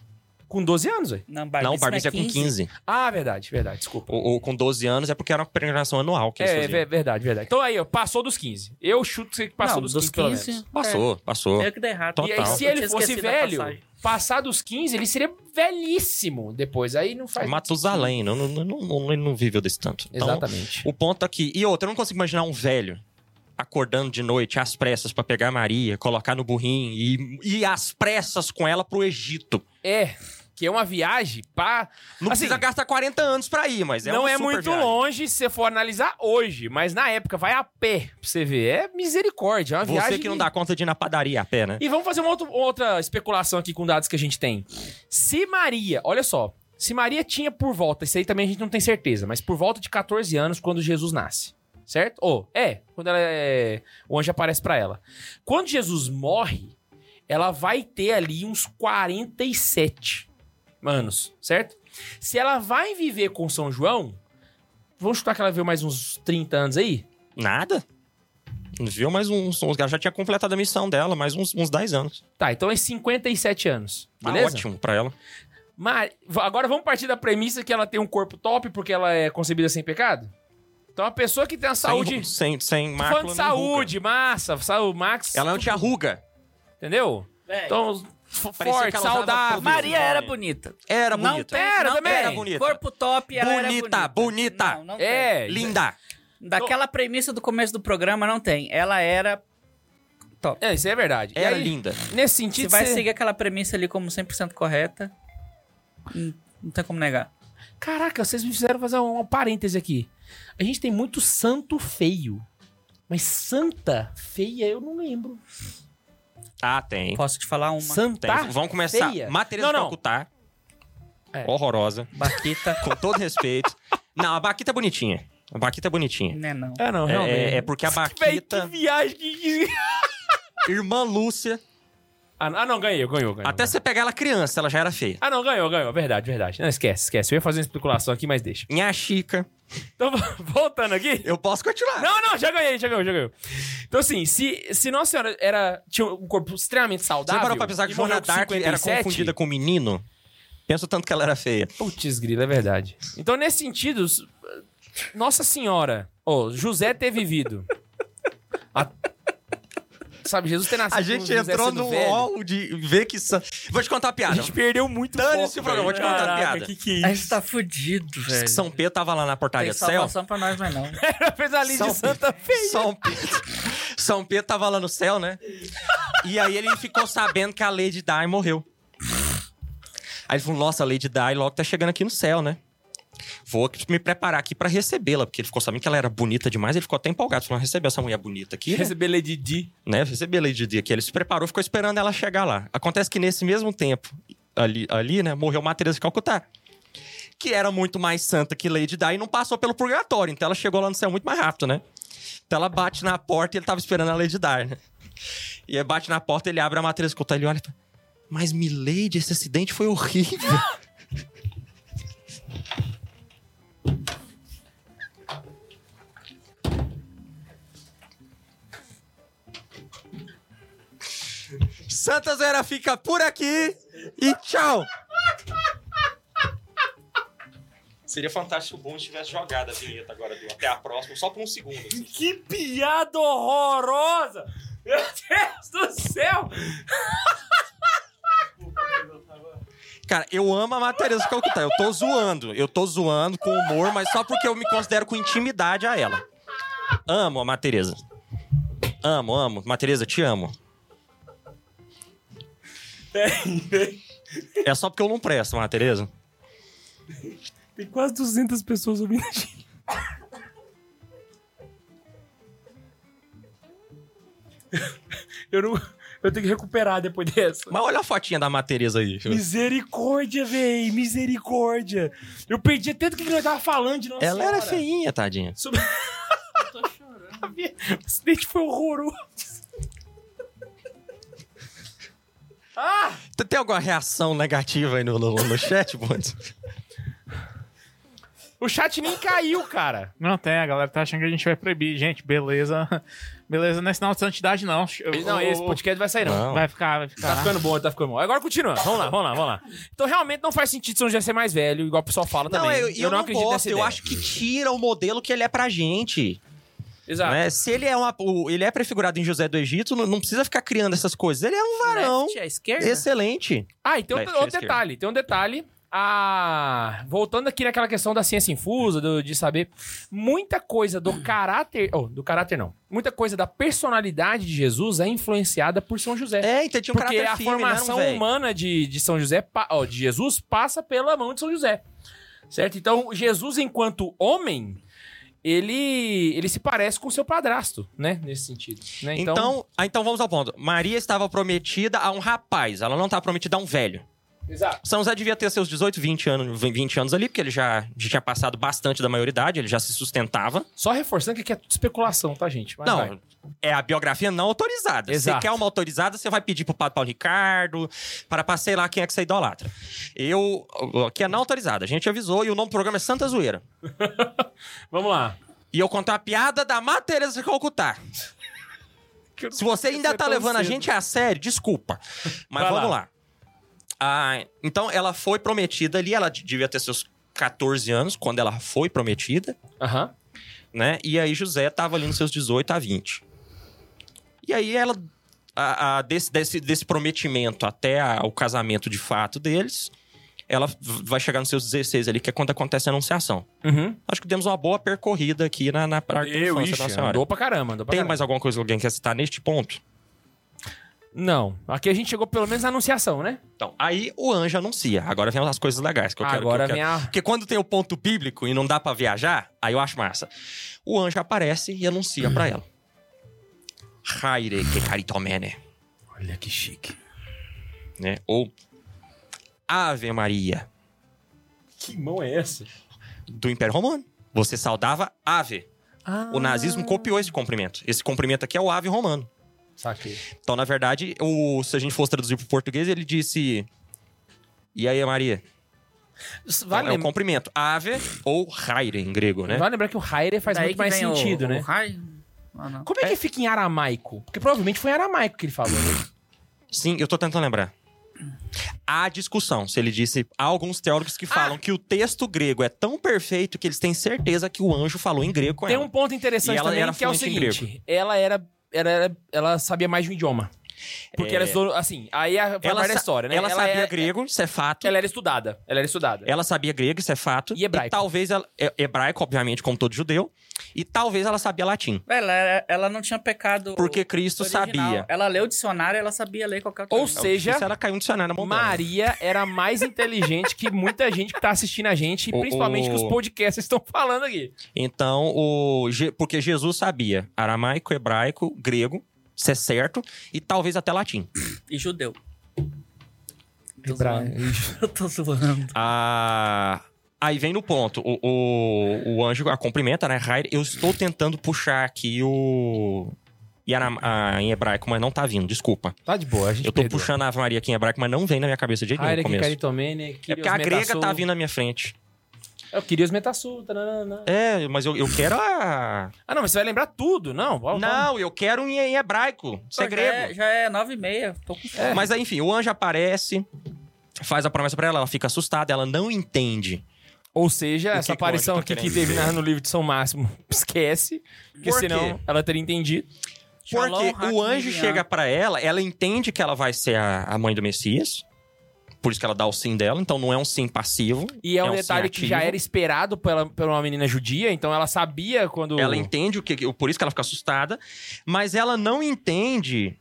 Com 12 anos, velho.
Não, Barbie,
não, o
isso não
Barbice é com 15.
Ah, verdade, verdade, desculpa.
Ou, ou com 12 anos é porque era uma peregrinação anual que eles
É,
faziam.
ver- verdade, verdade. Então aí, ó, passou dos 15. Eu chuto que passou
Não,
dos,
dos
15, pelo
15,
menos.
Passou, passou.
É que deu errado.
Total.
E aí, se
Eu
ele
tinha
fosse
esquecido a
velho,
passagem.
passar dos 15, ele seria velhíssimo depois. Aí não faz.
Matusalém, não, não, não, não- ele não viveu desse tanto. Então,
Exatamente.
o ponto aqui. E outra, eu não consigo imaginar um velho acordando de noite às pressas pra pegar a Maria, colocar no burrinho e e às pressas com ela pro Egito.
É, que é uma viagem pra.
Não
Assim,
precisa gastar 40 anos pra ir, mas é
não
uma
é
super
muito
viagem.
longe se você for analisar hoje, mas na época vai a pé pra você ver. É misericórdia, é uma viagem.
Você que não dá conta de ir na padaria a pé, né?
E vamos fazer uma outra, outra especulação aqui com dados que a gente tem. Se Maria, olha só, se Maria tinha por volta, isso aí também a gente não tem certeza, mas por volta de 14 anos quando Jesus nasce, certo? Ou é, quando ela é, o anjo aparece pra ela. Quando Jesus morre, ela vai ter ali uns 47 anos, certo? Se ela vai viver com São João, vamos chutar que ela viveu mais uns 30 anos aí?
Nada. Viu? Mas um, uns, uns já tinha completado a missão dela, mais uns, uns 10 anos.
Tá, então é 57 anos.
Tá
Beleza?
ótimo pra ela.
Mas, v- agora vamos partir da premissa que ela tem um corpo top porque ela é concebida sem pecado? Então a pessoa que tem a saúde.
Sem, sem, sem mácula,
Fã de
nem
saúde, massa, saúde, Max.
ruga. é Ela não tinha ruga.
Entendeu?
Velho,
Então,
Parecia
f-
que
forte,
ela usava
saudável.
produto.
Maria era
Não
bonita.
Era
Não
bonita.
tem,
Era
não
também.
tem.
Era bonita.
Corpo top, ela era
Bonita,
bonita.
bonita.
Não, não tem.
É,
Linda.
Daquela premissa do começo do programa, não tem. Ela era...
É, isso é verdade. E
Era
aí,
linda.
Nesse
Se
sentido,
vai
você-
seguir aquela premissa ali como 100% correta, hum, não tem como negar.
Caraca, vocês me fizeram fazer um, um parêntese aqui. A gente tem muito santo feio. Mas santa feia eu não lembro.
Ah, tem.
Posso te falar uma.
Tem.
Santa?
Vamos começar.
Tá Feia?
Matereza
Não, não.
Calcutá.
É.
Horrorosa.
Baquita.
Com todo respeito. não, a Baquita é bonitinha. A Baquita é bonitinha.
né, não.
É, não,
É,
realmente.
é- é porque a
Véi, que
Baquita,
viagem. que-
irmã Lúcia,
ah, não- ah, não, ganhei, ganhou, ganhou.
até você pegar ela criança, ela já era feia.
Ah, não, ganhou, ganhou. Verdade, verdade. Não, esquece, esquece. Eu ia fazer uma especulação aqui, mas deixa.
Minha Chica.
Então, voltando aqui.
Eu posso continuar.
Não, não, já ganhei, já ganhou, já ganhou. Então, assim, se, se Nossa Senhora era, tinha um corpo extremamente
Você
saudável.
parou pra pensar que
e morreu
Joana
com
Dark era
57?
confundida com menino? Pensa o tanto que ela era feia.
Putz, grilo, é verdade. Então, nesse sentido, s- Nossa Senhora, ô, José ter vivido. A- Sabe, Jesus ter nascido.
A gente
com José
entrou
sendo
no
velho.
UOL de ver que... sa- Vou te contar a
A
piada.
gente perdeu muito
Dane-se o
foco,
programa, vou te
velho.
contar a
Caraca,
piada.
Que que é
A
isso?
gente tá fudido,
Diz que
velho.
São Pedro tava lá na portaria
tem
do céu.
salvação pra nós, mas não.
Fez a linha de
São-
Santa Fe.
São Pedro, São Pedro tava lá no céu, né? E aí ele ficou sabendo que a Lady Di morreu. Aí ele falou: Nossa, a Lady Di logo tá chegando aqui no céu, né? Vou aqui me preparar aqui pra recebê-la, porque ele ficou sabendo que ela era bonita demais, ele ficou até empolgado. Falou: receber essa mulher bonita aqui, né?
Receber Lady Di.
né? Receber a Lady Di aqui. Ele se preparou, ficou esperando ela chegar lá. Acontece que nesse mesmo tempo, ali, ali né, morreu uma Teresa de Calcutá. Que era muito mais santa que Lady Di e não passou pelo purgatório. Então ela chegou lá no céu muito mais rápido, né? Então ela bate na porta e ele tava esperando a Lady Di, né? E aí bate na porta, ele abre a matéria escuta, ele olha e fala, mas Milady, esse acidente foi horrível. Santa Zera fica por aqui e tchau. Seria fantástico se o Bond tivesse jogado a vinheta agora do Até a Próxima, só por um segundo.
Que piada horrorosa! Meu Deus do céu!
Cara, eu amo a matéria do Calcutá. Eu tô zoando. Eu tô zoando com humor, mas só porque eu me considero com intimidade a ela. Amo a Matereza. Amo, amo. Matereza, te amo. É só porque eu não presto, Matereza.
Tem quase 200 pessoas ouvindo a gente. Eu não. Eu tenho que recuperar depois dessa.
Mas olha a fotinha da Matereza aí.
Misericórdia, véi! Misericórdia! Eu perdi até do que que nós tava falando de nossa
Ela era
Senhora.
feinha, tadinha.
Sobre...
Tô chorando.
O acidente foi horroroso.
Tem- Tem alguma reação negativa aí no, no, no chat, Bondes?
O chat nem caiu, cara.
Não tem, a galera tá achando que a gente vai proibir. Gente, beleza. Beleza, não é sinal de santidade, não.
Não, esse podcast vai sair, não.
Ah.
Vai ficar, vai
Tá
ficar.
ficando bom, tá ficando bom. Agora continua. Vamos lá, vamos lá, vamos lá. Então realmente não faz sentido São José ser mais velho, igual o pessoal fala
Não,
também.
eu, eu não, gosto. Eu
ideia.
acho que tira o modelo que ele é pra gente.
Exato.
né? Se ele é, uma, o- ele é prefigurado em José do Egito, não, não precisa ficar criando essas coisas. Ele é um varão.
Left à esquerda?
Excelente.
Ah, e tem
Left,
outro, outro
esquerda.
detalhe, tem um detalhe. Ah, voltando aqui naquela questão da ciência infusa, do- de saber muita coisa do caráter, oh, do caráter não. Muita coisa da personalidade de Jesus é influenciada por São José.
É, então tinha um
porque
caráter
a
firme,
formação
né, não, velho?
humana de, de São José, pa- ó, de Jesus passa pela mão de São José. Certo? Então, Jesus enquanto homem, ele ele se parece com seu padrasto, né, nesse sentido, né?
Então, ah, então vamos ao ponto. Maria estava prometida a um rapaz, ela não estava prometida a um velho.
exato.
São José devia ter seus 18, 20 anos, 20 anos ali, porque ele já, já tinha passado bastante da maioridade, ele já se sustentava.
Só reforçando que aqui é tudo especulação, tá, gente? Mas
não,
vai.
é a biografia não autorizada.
Exato.
Você quer uma autorizada, você vai pedir pro Padre Paulo Ricardo, para pra sei lá quem é que você idolatra. Eu, aqui é não autorizada, a gente avisou e o nome do programa é Santa Zoeira.
Vamos lá.
E eu conto a piada da Má Teresa de Calcutá. Se você ainda tá levando a gente a sério, desculpa. Mas
é Vai
vamos
lá.
lá. Ah, então ela foi prometida ali, ela devia ter seus 14 anos quando ela foi prometida.
Aham.
né? E aí José tava ali nos seus 18 a 20. E aí ela, a- a- desse, desse, desse prometimento até a- o casamento de fato deles, ela v- vai chegar nos seus 16 ali, que é quando acontece a anunciação.
Uhum.
Acho que demos uma boa percorrida aqui na, na parte da
Eu,
infância
ixi,
da senhora.
andou pra caramba, andou pra
Tem
caramba.
mais alguma coisa que alguém quer citar neste ponto?
Não, aqui a gente chegou pelo menos na anunciação, né?
Então, aí o anjo anuncia. Agora vem as coisas legais que eu quero. que eu
Agora
quero.
vem a...
Porque quando tem o ponto bíblico e não dá pra viajar, aí eu acho massa. O anjo aparece e anuncia pra ela. Haire que caritomene,
Olha que chique.
né? Ou Ave Maria
Que mão é essa?
do Império Romano. Você saudava Ave.
Ah.
O nazismo copiou esse cumprimento. Esse cumprimento aqui é o Ave Romano.
Saquei.
Então, na verdade, o- se a gente fosse traduzir pro português, ele disse E aí, Maria?
S-
Então,
Vale,
é um cumprimento. Ave ou Haire em grego, né?
vale lembrar que o Haire faz
Daí
muito
que
mais
vem o-
sentido,
o
né?
raio? Ah, não.
Como é que fica em aramaico? Porque provavelmente foi em aramaico que ele falou. né?
Sim, eu tô tentando lembrar. Há discussão se ele disse. Há alguns teólogos
Ah.
que falam que o texto grego é tão perfeito que eles têm certeza que o anjo falou em grego com
Tem
ela.
um ponto interessante
E ela
também,
era
que é o
fluente em
seguinte. Ela era, era, era- Ela sabia mais de um idioma. Porque
É.
ela estudou... Assim, aí a, foi a parte
sa-
da história, né?
é ela sabia
era-
grego, isso é fato. Ela,
Ela era estudada. Ela era estudada.
sabia grego, isso é fato.
E hebraico.
talvez ela. é- Hebraico, obviamente, como todo judeu. E talvez ela sabia latim.
Ela, era- ela não tinha pecado.
Porque Cristo
original.
sabia.
Ela leu o dicionário, ela sabia ler qualquer
Ou
coisa.
seja,
Isso ela caiu no dicionário na montanha.
Maria era mais inteligente que muita gente que tá assistindo a gente, e
O- o-
principalmente que os podcasts estão falando aqui.
Então, o Je- porque Jesus sabia aramaico, hebraico, grego, isso é certo. E talvez até latim.
E judeu. Tô zoando. Eu tô zoando.
Ah, aí vem no ponto. O, o, o anjo a cumprimenta, né? Rair, eu estou tentando puxar aqui o. E era- ah, em hebraico, mas não tá vindo, desculpa.
Tá de boa, a gente
Eu tô puxando a Ave Maria aqui em hebraico, mas não vem na minha cabeça de jeito nenhum no
Heidegger,
um começo.
Caritomene,
É porque a grega tá vindo na minha frente.
É, Eu queria os Metassul. tananana.
É, mas eu, eu quero a.
Ah, não, mas você vai lembrar tudo, não? Vamos- vamos.
Não, eu quero em, em hebraico. Isso é
Já é,
grego.
já é nove e meia. Tô com fome.
Mas aí, enfim, o anjo aparece, faz a promessa pra ela, ela fica assustada, ela não entende.
Ou seja,
que
essa
que o
aparição
anjo tá
aqui que
querendo
teve
dizer?
na- no livro de São Máximo, esquece, porque
Por
senão
quê?
ela teria entendido.
Shalom,
Porque
Hakim
o anjo
Livian.
chega pra ela, ela entende que ela vai ser a, a mãe do Messias. por isso que ela dá o sim dela, então não é um sim passivo.
E é um
sim
detalhe que já
ativo.
era esperado pela, pela uma menina judia, então ela sabia quando.
Ela entende o que. Por isso que ela fica assustada. Mas ela não entende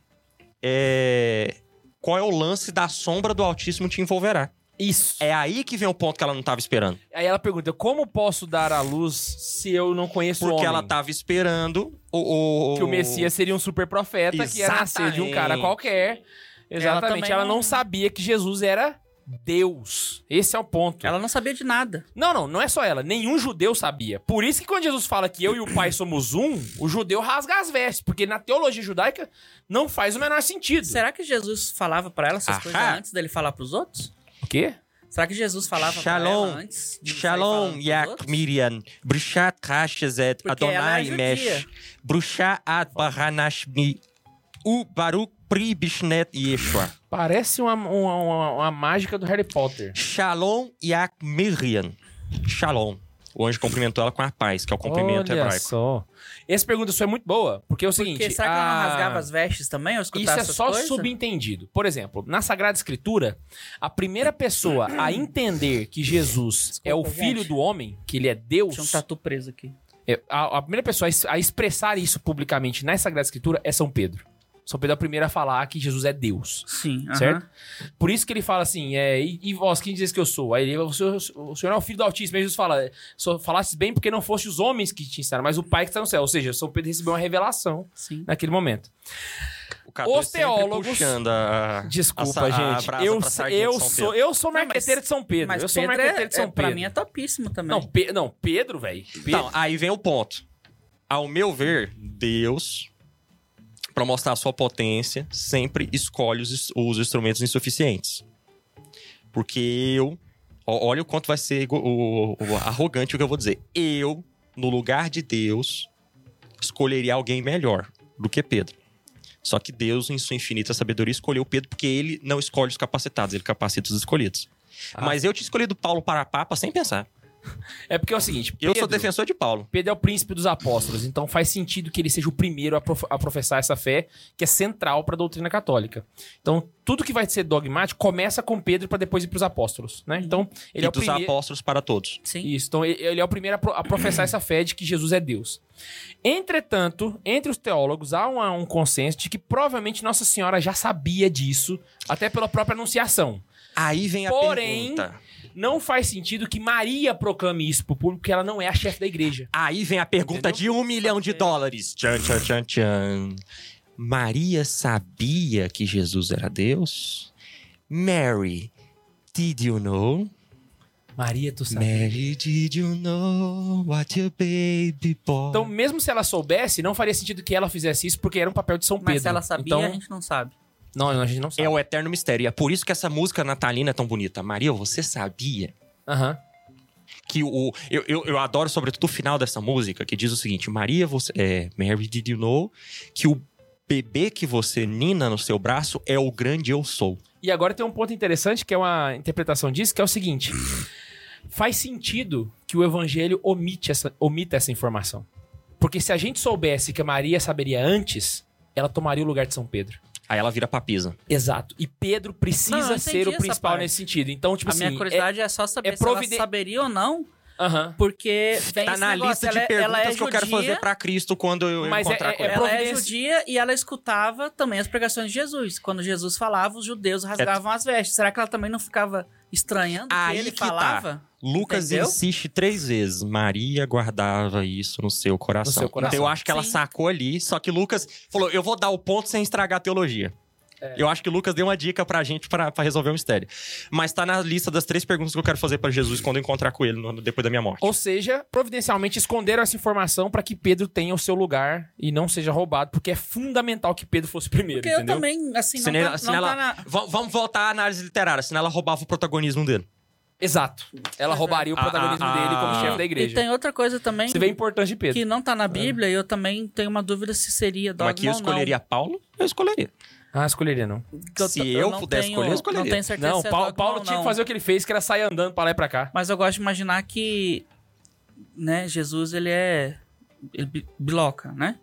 é, qual é o lance da sombra do Altíssimo te envolverá.
Isso. É,
É aí que vem o ponto que ela não estava esperando.
Aí ela pergunta: como posso dar à luz se eu não conheço o
Porque
homem?
ela tá estava esperando o, o-
Que o Messias seria um super profeta que ia nascer de um cara
Exatamente.
qualquer. Exatamente.
também
Ela,
não-
não sabia que Jesus era Deus. Esse é o ponto.
Ela não sabia de nada.
Não, não, não é só ela. Nenhum judeu sabia. Por isso que quando Jesus fala que eu e o Pai somos um, o judeu rasga as vestes, porque na teologia judaica não faz o menor sentido.
Será que Jesus falava pra ela essas
Ahá.
coisas antes dele falar pros outros?
O quê?
Será que Jesus falava
Shalom.
pra ela antes? de sair falando
Shalom,
pros
Yak
outros?
Miriam, Brushat Rachezet,
Porque ela é
Adonai
judia.
Mesh, Brushat Ad Baranashmi, U Baruch Pri Bishnet Yeshua.
Parece uma, uma, uma- uma mágica do Harry Potter.
Shalom Yak Miriam. Shalom. O anjo cumprimentou ela com a paz, que é o cumprimento
Olha
hebraico.
só. Essa pergunta sua é muito boa, porque é o seguinte...
Porque será que ela não
a-
rasgava as vestes também? Ou escutava
Isso é
essas
só
coisas?
subentendido. Por exemplo, na Sagrada Escritura, a primeira pessoa a entender que Jesus é o
gente.
filho do homem, que ele é Deus,
Tinha um tatu preso aqui.
é, a, a primeira pessoa a es- a expressar isso publicamente na Sagrada Escritura é São Pedro. São Pedro é o primeiro a falar que Jesus é Deus.
Sim,
Certo? Por isso que ele fala assim, é, e, e vós, quem dizes que eu sou? Aí ele, o senhor, o senhor é o filho do Altíssimo. Aí Jesus fala, só falasses bem porque não foste os homens que te ensinaram, mas o Pai que está no céu. Ou seja, São Pedro recebeu uma revelação
Sim.
naquele momento.
O Cadu
Os
sempre
teólogos-
puxando a-
Desculpa,
a sa- a
gente.
brasa
eu
pra
se-
sardinha
eu
de São
sou
Pedro.
eu sou
Não, mas-
marqueteiro de São Pedro. eu sou marqueteiro
é,
de São
é,
Pedro.
Pra mim é topíssimo também.
Não, Pe- não, Pedro, velho.
Então, aí vem o ponto. Ao meu ver, Deus, para mostrar a sua potência, sempre escolhe os, ins- os instrumentos insuficientes. Porque eu. ó- Olha o quanto vai ser ego- o- o- arrogante o que eu vou dizer. Eu, no lugar de Deus, escolheria alguém melhor do que Pedro. Só que Deus, em sua infinita sabedoria, escolheu Pedro porque ele não escolhe os capacitados, ele capacita os escolhidos. Mas eu tinha escolhido Paulo para a Papa sem pensar.
É porque é o seguinte,
Eu sou
Pedro-
defensor de Paulo.
Pedro é o príncipe dos apóstolos, então faz sentido que ele seja o primeiro a, prof- a professar essa fé que é central para a doutrina católica. Então, tudo que vai ser dogmático começa com Pedro para depois ir para os apóstolos, né? Então,
Uhum. e
ele é o
dos
primeiro
apóstolos para todos.
Sim.
Isso, então ele ele é o primeiro a pro- a professar essa fé de que Jesus é Deus. Entretanto, entre os teólogos há um, há um consenso de que provavelmente Nossa Senhora já sabia disso, até pela própria anunciação.
Aí vem a
Porém-
pergunta.
Não faz sentido que Maria proclame isso pro público, porque ela não é a chefe da igreja.
Aí vem a pergunta de um milhão de dólares. Tchan, tchan, tchan, tchan. Maria sabia que Jesus era Deus? Mary, did you know?
Maria, tu sabe.
Mary, did you know what your baby boy?
Então, mesmo se ela soubesse, não faria sentido que ela fizesse isso, porque era um papel de São Pedro.
Mas se ela sabia, a
Então,
gente não sabe.
não, a gente não sabe.
é o eterno mistério. E é por isso que essa música natalina é tão bonita. Maria, você sabia?
Aham.
que o eu, eu, eu adoro sobretudo o final dessa música que diz o seguinte Maria você é Mary did you know que o bebê que você nina no seu braço é o grande eu sou
E agora tem um ponto interessante, que é uma interpretação disso, que é o seguinte. Faz sentido que o evangelho omite essa, omita essa informação. Porque se a gente soubesse que a Maria saberia antes, ela tomaria o lugar de São Pedro.
aí ela vira papisa
Exato. E Pedro
Não,
precisa
Ah, eu entendi
ser o
essa
principal
parte.
nesse sentido. Então, tipo
a
assim...
minha curiosidade é, só saber
é
se
providen-
ela saberia ou não,
é- Aham.
porque vem
tá
esse
na
negócio,
lista
ela,
de
é-
perguntas
ela é
que eu quero
judia,
fazer pra Cristo quando eu
Mas
encontrar
é-
com
é
ele
ela é
providência.
judia e ela escutava também as pregações de Jesus. Quando Jesus falava, os judeus rasgavam as vestes. Será que ela também não ficava estranhando
É. Aí
que ele
que tá.
falava?
Lucas
Entendeu?
insiste três vezes Maria guardava isso no seu coração,
No seu coração.
Então, eu acho que ela
Sim.
sacou ali só que Lucas falou eu vou dar o ponto sem estragar a teologia
É.
Eu acho que o Lucas deu uma dica pra gente pra, pra resolver o mistério. Mas tá na lista das três perguntas que eu quero fazer pra Jesus quando eu encontrar com ele no- depois da minha morte.
Ou seja, providencialmente esconderam essa informação para que Pedro tenha o seu lugar e não seja roubado, porque é fundamental que Pedro fosse o primeiro,
Porque eu
entendeu?
também, assim, não,
Se nela-
tá,
se
não
nela-
tá na...
Va- vamos voltar à análise literária, senão ela roubava o protagonismo dele.
Exato. Ela roubaria o
Ah,
protagonismo
ah,
dele como
ah.
chefe da
é. E
igreja.
tem outra coisa também
Você vê a importância de Pedro.
que não tá na Bíblia e eu também tenho uma dúvida se seria dogma
É. Mas que eu
ou não.
escolheria Paulo, eu escolheria.
Ah, escolheria não.
Que
se
t-
eu
não
pudesse escolher, eu escolheria.
Não tenho certeza
Não,
se é
Paulo,
dogma
Paulo
ou
tinha
não.
que fazer o que ele fez, que era sair andando pra lá e pra cá.
Mas eu gosto de imaginar que, né, Jesus, ele é... Ele bi- biloca, né?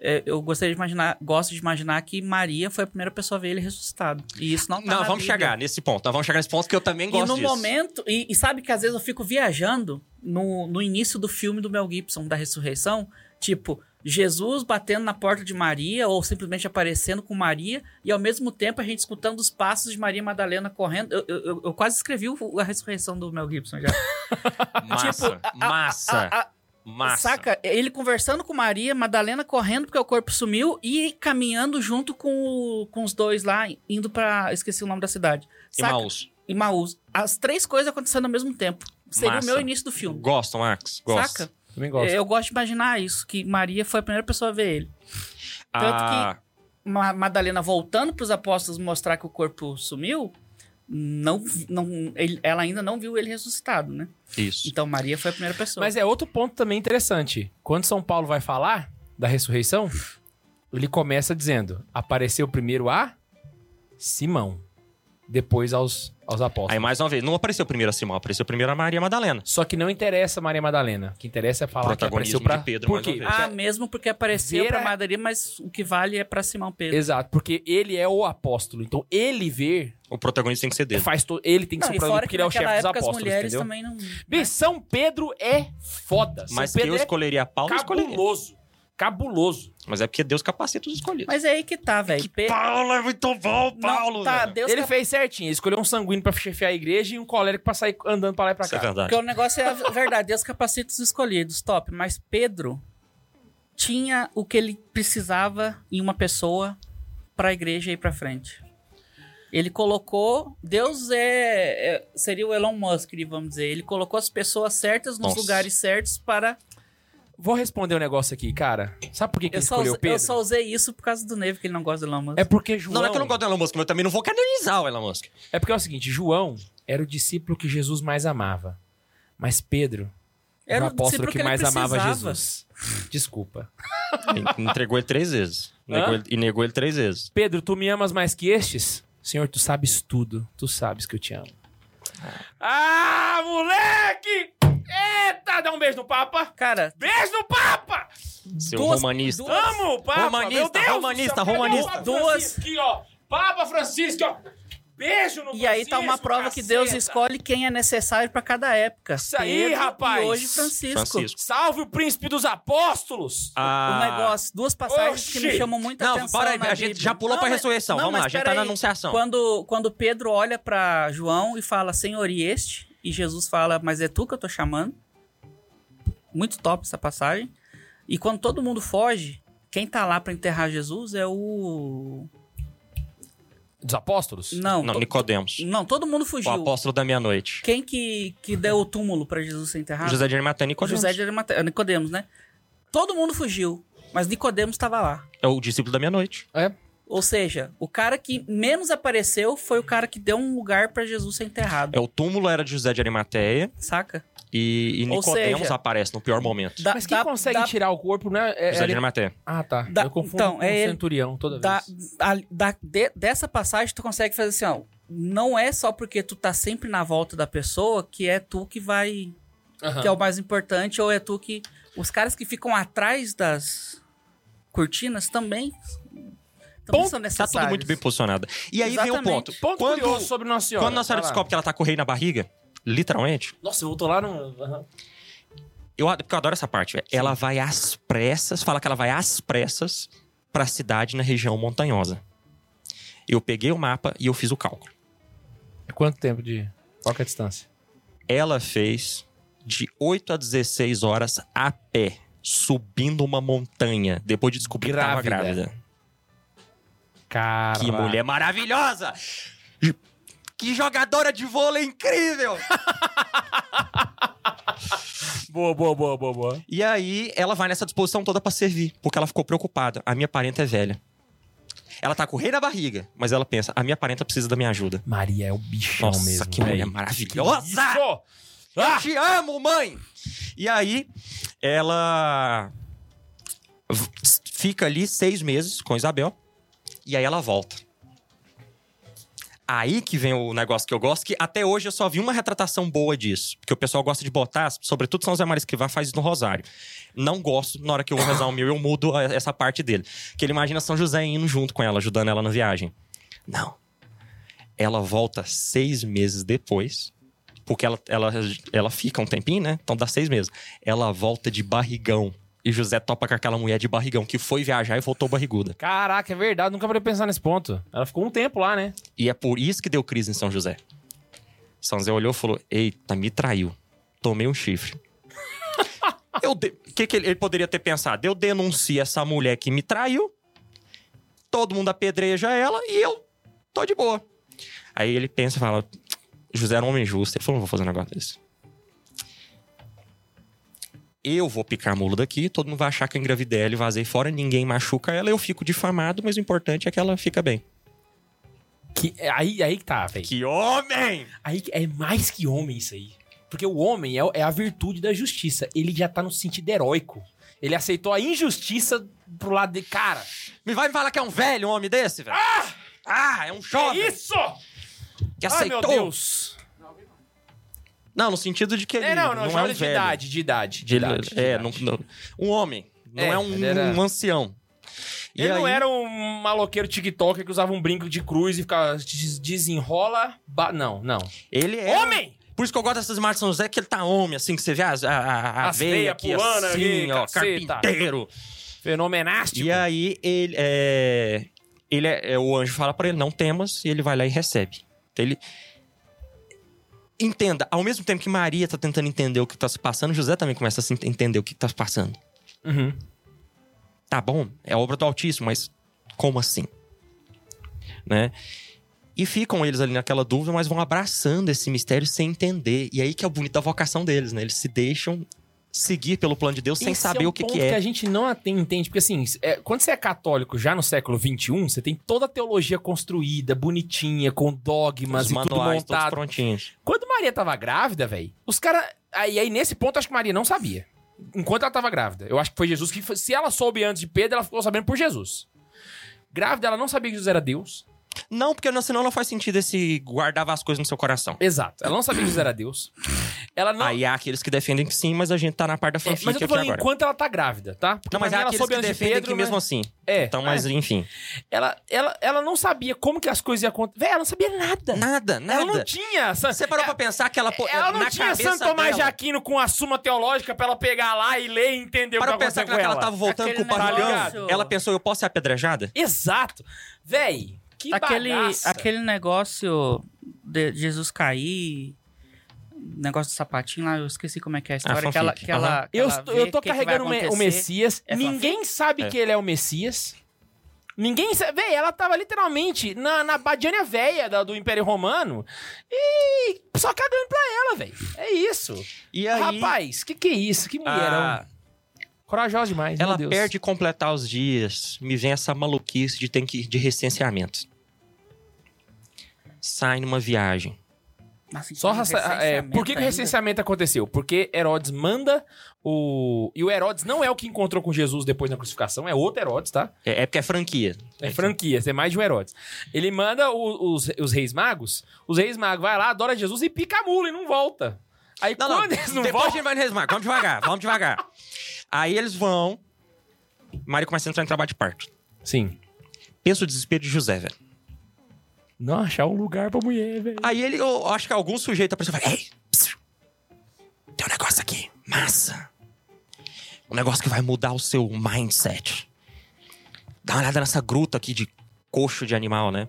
é, eu gostaria de imaginar, gosto de imaginar que Maria foi a primeira pessoa a ver ele ressuscitado. E isso não tá
Não,
na
vamos
Bíblia.
chegar nesse ponto. Nós vamos chegar nesse ponto que eu também
E
gosto
no
disso.
momento, e, e sabe que às vezes eu fico viajando no, no início do filme do Mel Gibson, da ressurreição, tipo, Jesus batendo na porta de Maria, ou simplesmente aparecendo com Maria, e ao mesmo tempo a gente escutando os passos de Maria Madalena correndo. Eu, eu- eu- eu quase escrevi o- a ressurreição do Mel Gibson já.
Massa, massa,
Tipo, A- a-
massa.
saca? Ele conversando com Maria, Madalena correndo porque o corpo sumiu e caminhando junto com, o- com os dois lá, indo pra. Esqueci o nome da cidade. Saca?
Irmãos,
e Maús. As três coisas acontecendo ao mesmo tempo. Seria
Massa.
o meu início do filme.
gostam, Max? Gostam.
Saca?
Também gosto.
Eu gosto de imaginar isso, que Maria foi a primeira pessoa a ver ele. Tanto
Ah,
Ma- Madalena voltando pros apóstolos mostrar que o corpo sumiu, não, não, ele- ela ainda não viu ele ressuscitado, né?
Isso.
Então Maria foi a primeira pessoa.
Mas é outro ponto também interessante. Quando São Paulo vai falar da ressurreição, ele começa dizendo: apareceu primeiro a Simão, depois aos, aos apóstolos.
Aí, mais uma vez, não apareceu primeiro a Simão, apareceu primeiro a Maria Madalena.
Só que não interessa Maria Madalena. O que interessa é falar que
Protagonismo
apareceu pra
de Pedro,
Por
mais uma
quê?
vez.
ah, mesmo porque apareceu
Vera-
pra Maria, mas o que vale é pra Simão Pedro.
Exato, porque ele é o apóstolo. Então ele ver
O protagonista tem que ser
É
dele.
faz to... ele tem que
Não,
ser
e
o
fora
protagonista
que
porque ele é o chefe
naquela
dos
época as
apóstolos,
mulheres
entendeu?
também né? não...
Bi, São Pedro é foda. São
Mas que eu
Pedro é
escolheria Paulo, eu escolheria.
cabuloso. Cabuloso.
Mas é porque Deus capacita os escolhidos.
Mas é aí que tá, velho. Pe-
Paulo é muito bom,
Não, tá,
velho.
Deus
né? ele
tá-
fez certinho. Ele escolheu um sanguíneo pra chefiar a igreja e um colérico pra sair andando pra lá e pra
Isso é
cá.
verdade.
Porque o negócio é a verdade, Deus capacita os escolhidos, top. Mas Pedro tinha o que ele precisava em uma pessoa pra igreja ir pra frente. Ele colocou. Deus é, é- Seria o Elon Musk, vamos dizer. Ele colocou as pessoas certas nos
Nossa.
lugares certos para.
Vou responder um negócio aqui, cara. Sabe por que, que
Eu
ele
só,
escolheu
usei,
Pedro?
eu só usei isso por causa do Neve, que ele não gosta do Elon Musk.
É porque João...
Não, não é que eu não gosto do Elon Musk, mas eu também não vou canonizar o Elon Musk.
É porque é o seguinte, João era o discípulo que Jesus mais amava. Mas Pedro era o apóstolo
discípulo
que,
ele
mais amava
precisava.
Jesus. Desculpa.
Ele Entregou ele três vezes.
Hã?
Negou ele- e negou ele três vezes.
Pedro, tu me amas mais que estes? Senhor, tu sabes tudo. Tu sabes que eu te amo. Ah, moleque! Eita, dá um beijo no Papa!
Cara,
Beijo no Papa!
Seu
Duas-
romanista.
duas-
Amo o Papa!
Romanista,
Meu Deus do
romanista,
céu, cadê o
romanista.
Papa
Duas-
Francisco Aqui, ó. Papa Francisco, ó. Beijo no
E aí tá uma
Francisco,
prova que Deus
caceta.
escolhe quem é necessário pra cada época.
Isso aí,
Pedro
rapaz.
E hoje Francisco.
Francisco.
Salve o príncipe dos apóstolos!
Ah,
O negócio, duas passagens
Oxi.
que me chamam muita
Não,
atenção.
bora aí,
na
a gente
Bíblia.
já pulou
Não,
pra
mas-
ressurreição.
não,
Vamos lá,
mas
a gente tá
peraí.
na anunciação.
Quando, quando Pedro olha pra João e fala, Senhor, e este? E Jesus fala, mas é tu que eu tô chamando. Muito top essa passagem. E quando todo mundo foge, quem tá lá pra enterrar Jesus é o.
Dos apóstolos?
Não,
Não,
to-
Nicodemos.
não todo mundo
O
fugiu.
apóstolo da meia-noite.
Quem que, que deu o túmulo pra Jesus ser enterrado?
José de Arimateia e Nicodemos.
Ah, José de Arimateia, Nicodemos, né? Todo mundo fugiu, mas Nicodemos estava lá.
É o discípulo da meia-noite.
Ou seja, o cara que menos apareceu foi o cara que deu um lugar pra Jesus ser enterrado,
É o túmulo era de José de Arimateia
saca?
e, e
Ou
Nicodemos
seja-
aparece no pior momento.
Dá-
Mas quem
dá-
consegue
dá-
tirar o corpo, né? É-
José de
é-
Arimateia.
Ah, tá.
Dá-
Eu confundo
então,
com
é ele-
centurião toda
dá-
vez.
a- dá- de- dessa passagem tu consegue fazer assim, ó. Não é só porque tu tá sempre na volta da pessoa que é tu que vai.
Aham.
que é o mais importante, ou é tu que. Os caras que ficam atrás das cortinas também. também
Bom,
são
Tá
necessários.
tudo muito bem posicionado. E aí vem o
é Exatamente.
ponto.
Ponto
quando,
curioso sobre Nossa Senhora.
quando Nossa Senhora
Vai lá.
descobre que ela tá com o rei na barriga, literalmente,
Nossa, voltou lá no... Aham.
Eu, ad- porque eu adoro essa parte. velho. Ela vai às pressas, fala que ela vai às pressas pra cidade na região montanhosa. Eu peguei o mapa e eu fiz o cálculo.
Quanto tempo de... Qual que é a distância?
Ela fez de 8 a 16 horas a pé, subindo uma montanha, depois de descobrir que tava
Grávida.
grávida.
Cara...
Que mulher maravilhosa! Que jogadora de vôlei incrível!
Boa, boa, boa, boa, boa.
E aí ela vai nessa disposição toda pra servir, porque ela ficou preocupada. A minha parenta é velha. Ela tá com o rei na barriga, mas ela pensa: a minha parenta precisa da minha ajuda.
Maria é o bichão
Nossa,
mesmo.
que mulher
velho.
maravilhosa!
Isso! Ah!
Eu te amo, mãe! E aí ela v- fica ali seis meses com Isabel e aí ela volta. Aí que vem o negócio que eu gosto, que até hoje eu só vi uma retratação boa disso. Porque o pessoal gosta de botar, sobretudo São Zé Maria Escrivá faz isso no Rosário. Não gosto, na hora que eu vou rezar o meu, eu mudo a- essa parte dele. Que ele imagina São José indo junto com ela, ajudando ela na viagem. Não. Ela volta seis meses depois, porque ela, ela, ela fica um tempinho, né? Então dá seis meses. Ela volta de barrigão. E José topa com aquela mulher de barrigão que foi viajar e voltou barriguda.
Caraca, é verdade, nunca parei de pensar nesse ponto. Ela ficou um tempo lá, né?
E é por isso que deu crise em São José. São José olhou e falou: Eita, me traiu. Tomei um chifre. Eu de- que, que ele, ele poderia ter pensado? Eu denuncio essa mulher que me traiu, todo mundo apedreja ela e eu tô de boa. Aí ele pensa e fala: José era um homem justo. Ele falou: Não vou fazer um negócio desse. Eu vou picar mulo daqui, todo mundo vai achar que eu engravidei ela e vazei fora, ninguém machuca ela, eu fico difamado, mas o importante é que ela fica bem.
Que, é aí, aí que tá, velho.
Que homem!
Aí que- é mais que homem isso aí. Porque o homem é, é a virtude da justiça. Ele já tá no sentido heróico. Ele aceitou a injustiça pro lado de cara.
Me vai me falar que é um velho um homem desse, velho? Ah! é um jovem
Isso!
que
Ai,
aceitou.
meu Deus!
Não, no sentido de que ele
É, não, não,
é um
jovem de
velho.
idade, de idade.
De-
de idade, de
é,
idade.
não- não- um homem. Não
É,
é, um,
ele era-
um ancião. E
Ele não
aí-
era um maloqueiro tiktoker que usava um brinco de cruz e ficava des- desenrola... ba- Não, não.
Ele é.
Homem!
Por isso que eu gosto dessas imagens de São José, que ele tá homem, assim, que você vê as, a, a, a
As
veia
veia
aqui,
pulando
assim,
aqui,
ó,
caceta.
carpinteiro.
Fenomenástico.
E aí, ele é... Ele é, é, o anjo fala pra ele, não temas, e ele vai lá e recebe. Então, ele... Entenda, ao mesmo tempo que Maria tá tentando entender o que tá se passando, José também começa a se ent- entender o que tá se passando.
Uhum.
Tá bom, é obra do Altíssimo, mas como assim? Né? E ficam eles ali naquela dúvida, mas vão abraçando esse mistério sem entender. E aí que é o bonito da vocação deles, né? Eles se deixam seguir pelo plano de Deus sem
Esse
saber
é um
o que,
ponto
que é.
a gente não até entende, porque assim, é, quando você é católico já no século XXI, você tem toda a teologia construída, bonitinha, com dogmas
Os
e tudo
manuais todos
montado.
prontinhos.
Quando Maria tava grávida, velho, os caras. Aí, aí nesse ponto, acho que Maria não sabia. Enquanto ela tava grávida. Eu acho que foi Jesus que. foi- Se ela soube antes de Pedro, ela ficou sabendo por Jesus. Grávida, ela não sabia que Jesus era Deus.
Não, porque não- senão não faz sentido esse guardava as coisas no seu coração.
Exato. Ela não sabia que Jesus era Deus. Ela não.
Aí há aqueles que defendem que sim, mas a gente tá na parte da
É,
fanfic
mas eu tô
aqui
falando
agora.
enquanto ela tá grávida, tá? Porque
Não, mas
pra
há
mim,
aqueles que
antes de
defendem que mesmo
mas-
assim.
É.
Então, mas enfim.
Ela, ela, ela não sabia como que as coisas iam acontecer. Velho, ela não sabia nada.
Nada,
Ela não
nada.
tinha. san-
Você parou
É-
pra pensar que ela... pô-
Ela não
na
tinha
cabeça
Santo Tomás de
dela,
Aquino com a suma teológica pra ela pegar lá e ler e entender
Parou
o que
pra pensar
aconteceu
que
com ela.
ela tava voltando
Aquele
com o barulhão.
negócio-
Ela pensou, eu posso ser apedrejada?
Exato. Véi, que
aquele,
bagaça.
aquele negócio de Jesus cair, negócio do sapatinho lá, eu esqueci como é que é a história. que ela,
fanfic.
que ela, que
Ah, Eu,
ela
estou-
vê
eu tô
que que vai
carregando o Me- o
acontecer.
Messias.
É
Ninguém sabe
É.
que ele é o Messias. Ninguém sabe. Véi, ela tava literalmente na, na Badiânia Véia da- do Império Romano e só cagando pra ela, véi. É isso.
E aí...
Rapaz, que que é isso? Que mulher.
ah,
Corajosa demais,
ela
meu Deus.
perde completar os dias. Me vem essa maluquice de tem que de recenseamento. Sai numa viagem.
Nossa,
Só
então,
raça- é, por que, que o
ainda?
recenseamento aconteceu? Porque Herodes manda o. E o Herodes não é o que encontrou com Jesus depois na crucificação, é outro Herodes, tá?
É, é porque é franquia.
É franquia, é mais de um Herodes. Ele manda o- os, os reis magos, os reis magos vai lá, adora Jesus e pica a mula e não volta. Aí
Não, não.
quando eles não
Depois a
voltam.
gente vai no resmar. Vamos devagar, vamos devagar. Aí eles vão. Mário começa a entrar em trabalho de parto.
Sim.
Pensa o desespero de José, velho.
Não achar um lugar pra mulher, velho.
Aí ele, eu acho que algum sujeito apareceu e fala: Ei, psiu, tem um negócio aqui, massa. Um negócio que vai mudar o seu mindset. Dá uma olhada nessa gruta aqui de coxo de animal, né?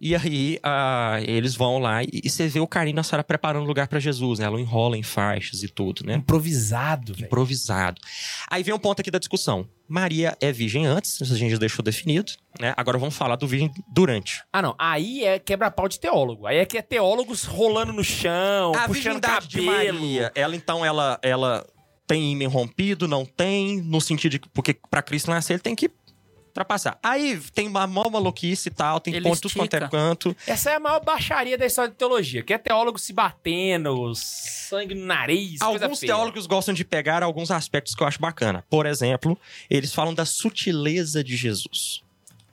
E aí ah, eles vão lá e, e você vê o carinho da senhora preparando o lugar pra Jesus, né? Ela enrola em faixas e tudo, né?
Improvisado, velho.
improvisado. Aí vem um ponto aqui da discussão. Maria é virgem antes, isso a gente já deixou definido, né? Agora vamos falar do virgem durante.
Ah, não. Aí é quebra-pau de teólogo. Aí é que é teólogos rolando no chão,
a
puxando
virgindade de
cabelo.
Maria, ela então ela ela tem ímã rompido, não tem, no sentido de que- porque pra Cristo nascer ele tem que ultrapassar. Aí tem uma mó maluquice e tal, tem
Ele
ponto tudo quanto é
estica.
canto.
Essa é a maior baixaria da história de teologia, que é teólogo se batendo, sangue no nariz, coisa
Alguns
feia.
teólogos gostam de pegar alguns aspectos que eu acho bacana. Por exemplo, eles falam da sutileza de Jesus.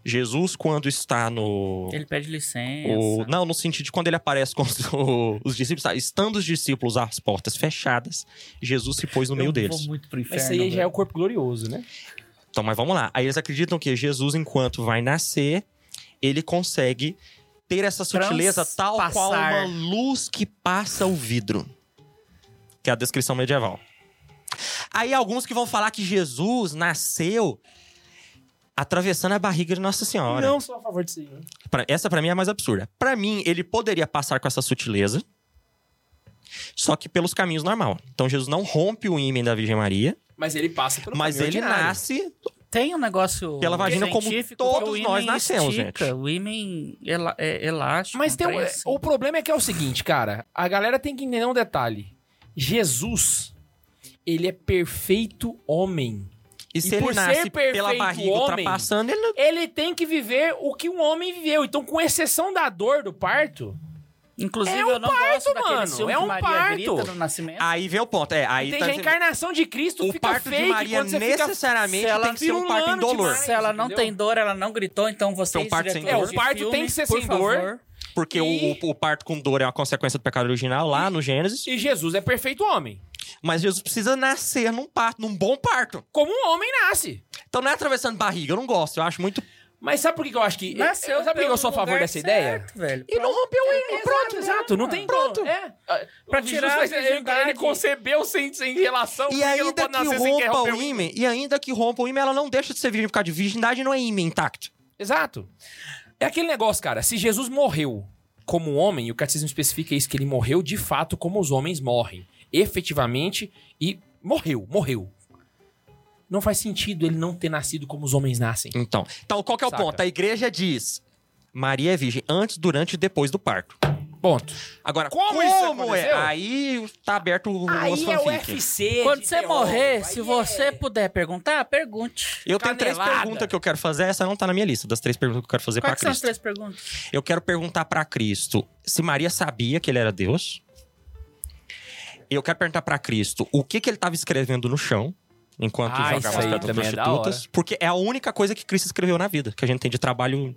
Jesus, quando está no.
Ele pede licença.
o- não, no sentido de quando ele aparece com os, o- os discípulos, tá? estando os discípulos às portas fechadas, Jesus se pôs no meio deles.
Vou muito pro inferno,
Esse aí já é
velho.
o corpo glorioso, né?
Então, mas vamos lá. Aí eles acreditam que Jesus, enquanto vai nascer, ele consegue ter essa sutileza tal qual uma
Transpassar.
luz que passa o vidro. Que é a descrição medieval. Aí alguns que vão falar que Jesus nasceu atravessando a barriga de Nossa Senhora.
Não sou a favor disso aí. né?
Pra- essa pra mim é a mais absurda. Pra mim, ele poderia passar com essa sutileza, só que pelos caminhos normal. Então Jesus não rompe o ímã da Virgem Maria,
Mas ele passa pelo
mas
caminho
ele
ordinário.
nasce
Tem um negócio.
Pela vagina, como
científico,
todos
porque o
nós
ímã
nascemos,
estica,
gente.
O imen é elástico.
Mas tem um-
um trem assim.
o problema é que é o seguinte, cara. A galera tem que entender um detalhe. Jesus, ele é perfeito homem.
E
E
se ele
por ser
nasce pela
perfeito
barriga
homem,
ultrapassando, ele não...
Ele tem que viver o que um homem viveu. Então, com exceção da dor do parto,
Inclusive,
É um
eu não gosto
parto,
daquele
mano,
filme
é
que
um
Maria
parto.
grita no nascimento.
Aí vem o ponto. É, aí
tem
tá
já a
dizendo-
encarnação de Cristo
o
fica
parto de
fake
Maria
quando você fica
necessariamente
se ela
tem que ser um parto
vilando
indolor.
demais.
Se ela não
entendeu?
tem dor, ela não gritou, então vocês...
Então, parto sem
diretores
dor.
de
É, o parto
filme,
tem que ser
por
sem dor.
favor.
Porque
E-
o, o parto com dor é uma consequência do pecado original lá no Gênesis.
E Jesus é perfeito homem.
Mas Jesus precisa nascer num parto, num bom parto.
Como um homem nasce.
Então não é atravessando barriga, eu não gosto. Eu acho muito...
Mas sabe por que que eu acho que. é,
Nasceu
sabe por que que eu
pelo
sou a favor
lugar
dessa
certo,
ideia?
velho. É,
E não rompeu ele. Pronto, exato. Não tem
Pronto.
É.
Pra
O
tirar
Jesus,
a virgindade.
concebeu sem, sem relação.
E
porque ele não
ainda
pode
que
nascer sem querer
rompa
romper
o ímã, e ainda que rompa o ímã, ela não deixa de ser virgem por causa de virgindade, não é ímã intacto.
Exato. É aquele negócio, cara. Se Jesus morreu como um homem, e o catecismo especifica isso, que ele morreu de fato como os homens morrem. Efetivamente, e morreu, morreu. Não faz sentido ele não ter nascido como os homens nascem.
Então, então qual que é o
Saca.
ponto? A igreja diz... Maria é virgem antes, durante e depois do parto.
Ponto.
Agora,
Como
como,
isso
é?
aconteceu?
Aí tá aberto o umas
é
fanfic.
UFC.
Quando você morrer, se você puder perguntar, pergunte.
Eu tenho três
Canelada.
perguntas que eu quero fazer. Essa não tá na minha lista das três perguntas que eu quero fazer pra
Quais são as
Cristo.
três perguntas?
Eu quero perguntar pra Cristo se Maria sabia que ele era Deus. Eu quero perguntar pra Cristo o que que ele tava escrevendo no chão enquanto
Ah, isso
jogava as
aí
pedras
também é da
prostitutas, porque é a única coisa que Cristo escreveu na vida, que a gente tem de trabalho,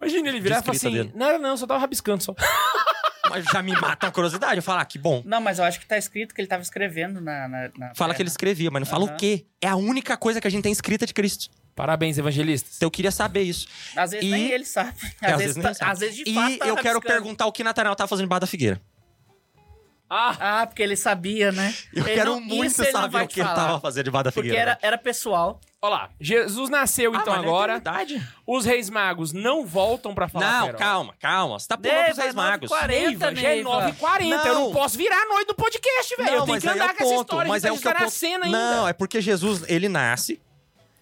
Imagina ele virar e falar assim:
Descrita
Não, não, só tava rabiscando só.
mas já me mata a curiosidade, eu falo, ah, que bom.
Não, mas eu acho que tá escrito que ele tava escrevendo na... na, na
Fala que ele
terra.
escrevia, mas não fala
Aham.
o quê? É a única coisa que a gente tem escrita de Cristo.
Parabéns, evangelistas.
Então eu queria saber isso.
Às vezes
E-
nem ele sabe. Às,
É, às
vezes,
vezes
tá-
nem sabe.
às vezes de
e
fato tá
eu quero
rabiscando.
perguntar o que Natanael tá fazendo embaixo da figueira.
Ah,
Ah, porque ele sabia, né?
Eu
Ele
quero
não-
muito
isso ele não
saber
vai
o que ele
falar.
tava fazendo debaixo da
Porque
figueira.
era, Ah, é era pessoal.
olha lá. Jesus nasceu,
Ah,
então,
é
agora. Os reis magos não voltam pra falar
Não,
com Heró.
calma, calma. Você tá pulando os reis magos.
40,
Neiva, já é 9h40. Eu não
Não.
posso virar a noite do podcast, velho. Eu tenho que
aí
andar
é o
com essa história.
mas
a
é
gente
o que eu
tá na
ponto...
cena
Não,
ainda.
é porque Jesus, ele nasce.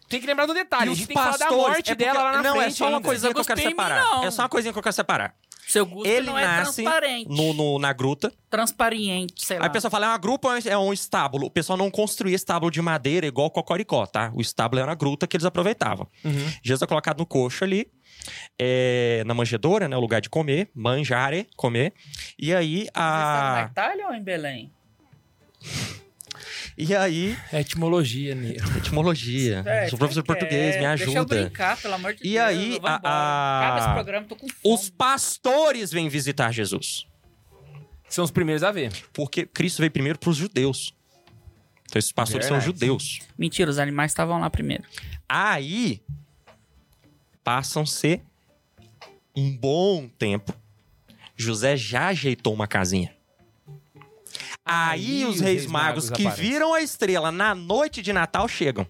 Tem que lembrar do
e
detalhe. A
os
gente tem que falar
pastores...
da morte
é porque-
dela lá na
não,
frente.
é só uma
ainda.
coisinha que eu quero
Gostei em mim,
separar.
não.
é só uma coisinha que eu quero separar.
Seu gosto
ele
não
nasce
é transparente.
no, no- na gruta.
Transparente, sei lá.
Aí o pessoal fala, é uma grupa ou é um estábulo? O pessoal não construía estábulo de madeira igual Cocoricó, tá? O estábulo era uma gruta que eles aproveitavam.
Uhum.
Jesus é colocado no coxo ali, é, na manjedoura, né? O lugar de comer, manjare, comer. E aí
é
Você tá na
a.
Itália ou em Belém?
E aí.
É etimologia, né?
Etimologia.
É,
Ah, Sou professor de
como é que
português,
é?
me
Deixa eu
ajuda.
brincar, pelo amor de
E
Deus.
aí,
vambora.
a-
Acaba esse programa, tô com fome.
Os pastores vêm visitar Jesus.
São os primeiros a ver.
Porque Cristo veio primeiro para os judeus. Então esses pastores são
Verdade.
judeus.
Mentira, os animais estavam lá primeiro.
Aí passam-se um bom tempo. José já ajeitou uma casinha. Aí, os reis magos, que
aparecem.
viram a estrela na noite de Natal chegam.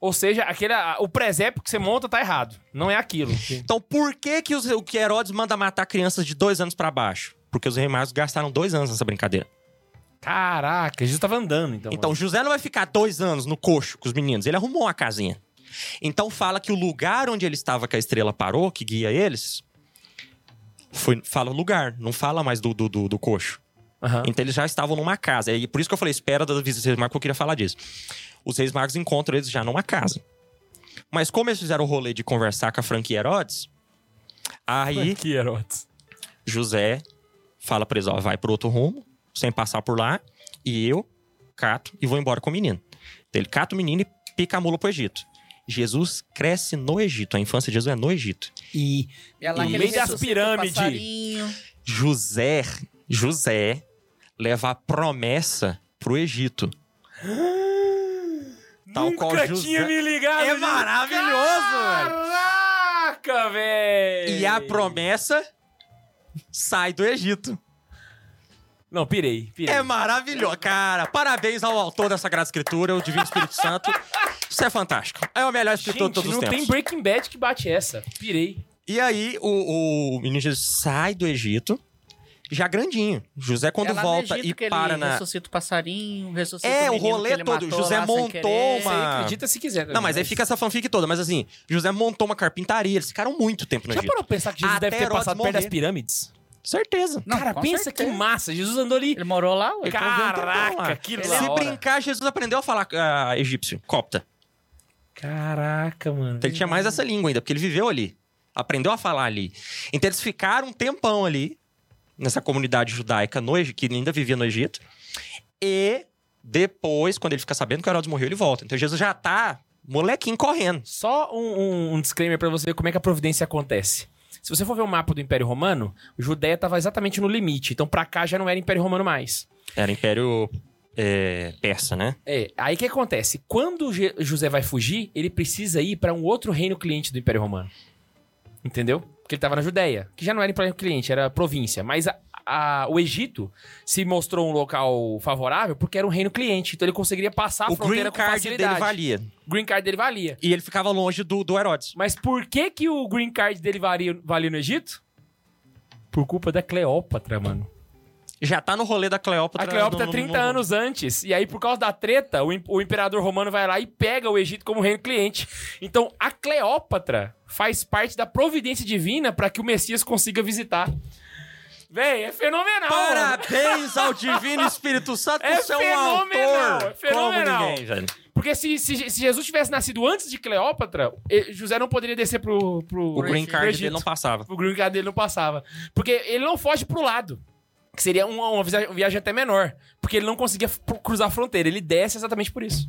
Ou seja, aquele, a- o presépio que você monta tá errado. Não é aquilo.
Então por que que, os, que Herodes manda matar crianças de dois anos pra baixo? Porque os reis magos gastaram dois anos nessa brincadeira.
Caraca, Jesus tava andando, então.
Então José não vai ficar dois anos no coxo com os meninos. Ele arrumou uma casinha. Então fala que o lugar onde ele estava que a estrela parou, que guia eles, foi, fala o lugar, não fala mais do, do, do, do coxo.
Aham.
Então eles já estavam numa casa. E por isso que eu falei, espera da visita dos reis magos, porque eu queria falar disso. Os reis magos encontram eles já numa casa. Mas como eles fizeram o rolê de conversar com a franquia Herodes, aí
Que Herodes.
José fala pra eles, ó, vai pro outro rumo, sem passar por lá, e eu cato e vou embora com o menino. Então, ele cata o menino e pica a mula pro Egito. Jesus cresce no Egito. A infância de Jesus é no Egito. E
E é lá
No
que ele
meio das
ressuscita o
pirâmides.
passarinho.
José, José leva a promessa pro Egito. Tal
Nunca
qual José.
tinha me ligado.
É
nisso.
maravilhoso,
Caraca, velho!
E a promessa sai do Egito.
Não, pirei, pirei.
É maravilhoso, cara. Parabéns ao autor da Sagrada Escritura, o Divino Espírito Santo. Isso é fantástico. É o melhor escritor de
Gente,
todos os
não
tempos.
tem Breaking Bad que bate essa. Pirei.
E aí o, o menino Jesus sai do Egito, já grandinho. José, quando
É lá no
volta
Egito
e
que ele
para na.
Ressuscita o passarinho, ressuscita
É,
o
o
menino
rolê
que ele
todo.
matou
José
lá sem
montou
querer.
Você
uma-
acredita se quiser.
Ah.
né?
Não, mas é aí fica essa fanfic toda. Mas assim, José montou uma carpintaria, eles ficaram muito tempo no
Já
Egito.
parou pra pensar que Jesus
Até
deve ter
Herodes
passado perto
morrer.
das pirâmides?
Certeza.
Não,
Cara,
com
pensa
certeza.
que massa. Jesus andou ali.
Ele morou lá, ué.
Caraca, que
Ele
da
é
Se
hora.
brincar, Jesus aprendeu a falar ah, egípcio, copta.
Caraca, mano.
Então ele tinha mais essa língua ainda, porque ele viveu ali. Aprendeu a falar ali. Então eles ficaram um tempão ali, nessa comunidade judaica no Egito, que ainda vivia no Egito. E depois, quando ele fica sabendo que Herodes morreu, ele volta. Então Jesus já tá molequinho correndo.
Só um, um- um disclaimer pra você ver como é que a providência acontece. Se você for ver o mapa do Império Romano, Judéia tava exatamente no limite. Então pra cá já não era Império Romano mais.
Era Império é, Persa, né?
É, aí o que acontece? Quando Je- José vai fugir, ele precisa ir pra um outro reino cliente do Império Romano. Entendeu? Porque ele tava na Judéia, que já não era império cliente, era província. Mas a- a- o Egito se mostrou um local favorável porque era um reino cliente. Então ele conseguiria passar a
o
fronteira
green
com
card
facilidade.
dele valia.
O green card dele valia.
E ele ficava longe do, do Herodes.
Mas por que que o green card dele valia, valia no Egito? Por culpa da Cleópatra, mano.
Já tá no rolê da Cleópatra.
A Cleópatra
no- no-
30
no-
anos antes. E aí, por causa da treta, o, im- o imperador romano vai lá e pega o Egito como reino cliente. Então, a Cleópatra faz parte da providência divina para que o Messias consiga visitar. Véi, é fenomenal! mano.
Parabéns ao Divino Espírito Santo
É
por ser um
fenomenal,
autor.
é fenomenal.
Como ninguém, velho.
Porque se, se- se Jesus tivesse nascido antes de Cleópatra, eh, José não poderia descer pro, pro,
O green
pro
card
Egito.
dele não passava.
o green card dele não passava. Porque ele não foge pro lado. Que seria uma, uma visa- uma viagem até menor. Porque ele não conseguia f- cruzar a fronteira. Ele desce exatamente por isso.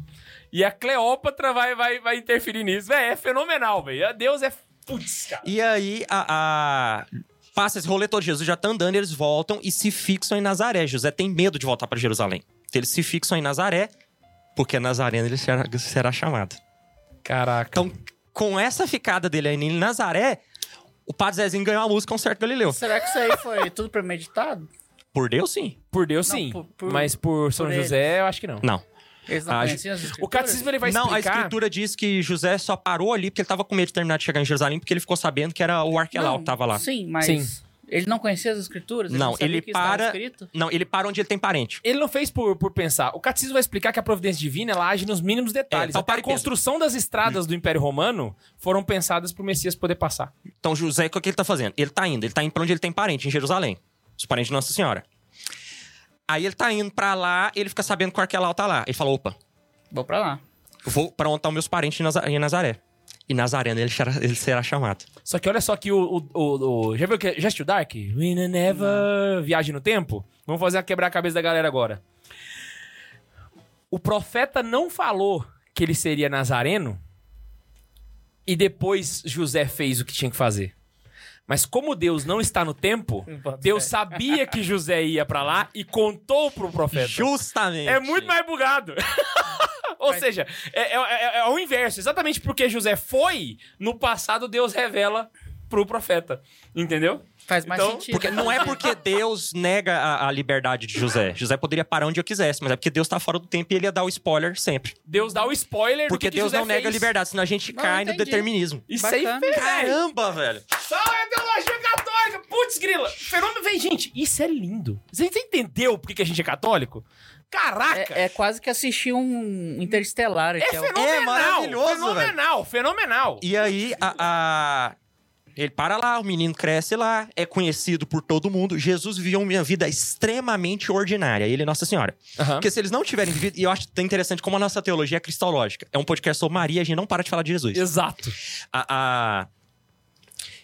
E a Cleópatra vai, vai, vai interferir nisso. Véi, é fenomenal, velho. A Deus é. Putz, cara.
E aí, a, a- passa esse rolê todo. Jesus já tá andando, eles voltam e se fixam em Nazaré. José tem medo de voltar pra Jerusalém. Então, eles se fixam em Nazaré, porque Nazaré ele será, será chamado.
Caraca.
Então, com essa ficada dele aí em Nazaré, o Padre Zezinho ganhou a música Concerto Galileu.
Será que isso aí foi tudo premeditado?
Por Deus, sim.
Por Deus,
Não,
sim.
por- por-
Mas por São
por eles.
José, eu acho que não.
Não.
Eles não
Ah,
conheciam as
O
escrituras?
catecismo ele vai
não, a
explicar.
escritura diz que José só parou ali porque ele tava com medo de terminar de chegar em Jerusalém, porque ele ficou sabendo que era o Arquelau
Não,
que tava lá.
Sim, mas
Sim.
ele não conhecia as escrituras?
Não,
sabia
ele
que estava
para-
Escrito?
Não, ele para onde ele tem parente.
Ele não fez por, por pensar. O catecismo vai explicar que a providência divina ela age nos mínimos detalhes.
então
Até
para
a
e pensa.
construção das estradas do Império Romano foram pensadas pro Messias poder passar.
Então, José, o que ele tá fazendo? Ele tá indo, ele tá indo pra onde ele tem parente, em Jerusalém. Os parentes de Nossa Senhora. Aí ele tá indo pra lá, ele fica sabendo que o Arquelau tá lá. Ele fala: opa,
Vou pra lá.
eu vou pra onde estão meus parentes em Naza- em Nazaré. E Nazareno ele será, ele será chamado.
Só que olha só que o. o- o- o- já viu que já assistiu Dark? We never. Viagem no tempo? Vamos fazer a quebrar-cabeça da galera agora. O profeta não falou que ele seria nazareno. E depois José fez o que tinha que fazer. Mas como Deus não está no tempo, Deus sabia que José ia pra lá e contou pro profeta.
Justamente.
É muito mais bugado. Ou seja, é, é- é- é o inverso. Exatamente porque José foi, no passado Deus revela pro profeta. Entendeu?
Faz mais
Então,
sentido.
Porque não é porque Deus nega a, a liberdade de José. José poderia parar onde eu quisesse, mas é porque Deus tá fora do tempo e ele ia dar o spoiler sempre.
Deus dá o spoiler
Porque
do que
Deus
que José
não nega a
fez.
liberdade, senão a gente
Não,
cai no
entendi.
determinismo.
Isso aí
Bacana.
fez, velho.
Caramba, velho.
Salve a teologia católica! Putz, grila! Fenômeno. Vem, gente, isso é lindo. Você você entendeu por que que a gente é católico? Caraca!
É, é quase que assistir um Interestelar. que é o-
fenomenal!
maravilhoso, velho.
fenomenal, fenomenal.
E aí, a, a- ele para lá, o menino cresce lá, é conhecido por todo mundo. Jesus viveu uma vida extremamente ordinária, ele e Nossa Senhora.
Aham.
Porque se eles não tiverem vivido, e eu acho tão interessante como a nossa teologia é cristológica. É um podcast sobre Maria, a gente não para de falar de Jesus.
Exato.
A- a-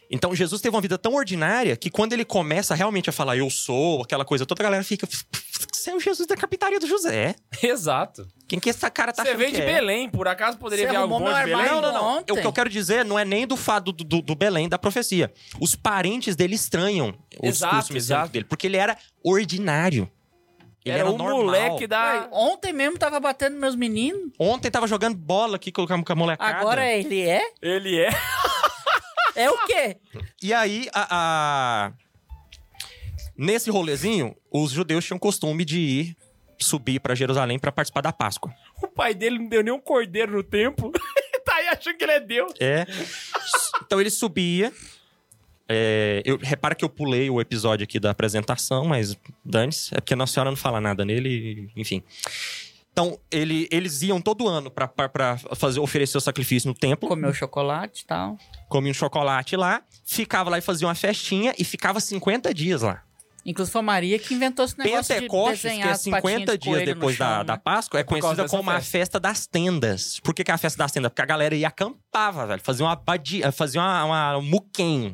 Então, Jesus teve uma vida tão ordinária que quando ele começa realmente a falar, eu sou, aquela coisa toda, a galera fica. Você é o Jesus da capitaria do José.
Exato.
Quem que essa cara tá
Você
achando
veio
que
de
é?
Belém, por acaso poderia
Você
vir algum
arrumou
de
meu
Belém?
armário
Não, não, não.
Ontem.
O que eu quero dizer não é nem do fado do, do- do Belém, da profecia. Os parentes dele estranham o
Exato,
discurso messiânico
exato.
dele, porque ele era ordinário. Ele
Era,
era,
o
normal.
moleque
Ué,
da...
Ontem mesmo tava batendo meus meninos,
Ontem tava jogando bola aqui com a com a molecada.
agora ele é?
Ele é.
É o quê?
E aí, a, a- nesse rolezinho, os judeus tinham costume de ir subir pra Jerusalém pra participar da Páscoa.
O pai dele não deu nem um cordeiro no tempo. tá aí achando que ele é Deus.
É. então ele subia. É, eu, repara que eu pulei o episódio aqui da apresentação, mas dane-se. É porque a Nossa Senhora não fala nada nele, e- enfim. Então, ele- eles iam todo ano pra- pra pra fazer oferecer o sacrifício no templo.
Comeu chocolate e tal.
Comia um chocolate lá, ficava lá e fazia uma festinha e ficava 50 dias lá.
Inclusive foi a Maria que inventou esse negócio de
Pentecostes, que
desenhar
é
as patinhas
50
de
dias
coelho no
depois da,
chão,
da
né?
Páscoa, é
causa
conhecida
dessa
como a
festa.
festa das tendas. Por que, que é a festa das tendas? Porque a galera ia acampava, velho. Fazia uma badia, fazia uma, uma muquem.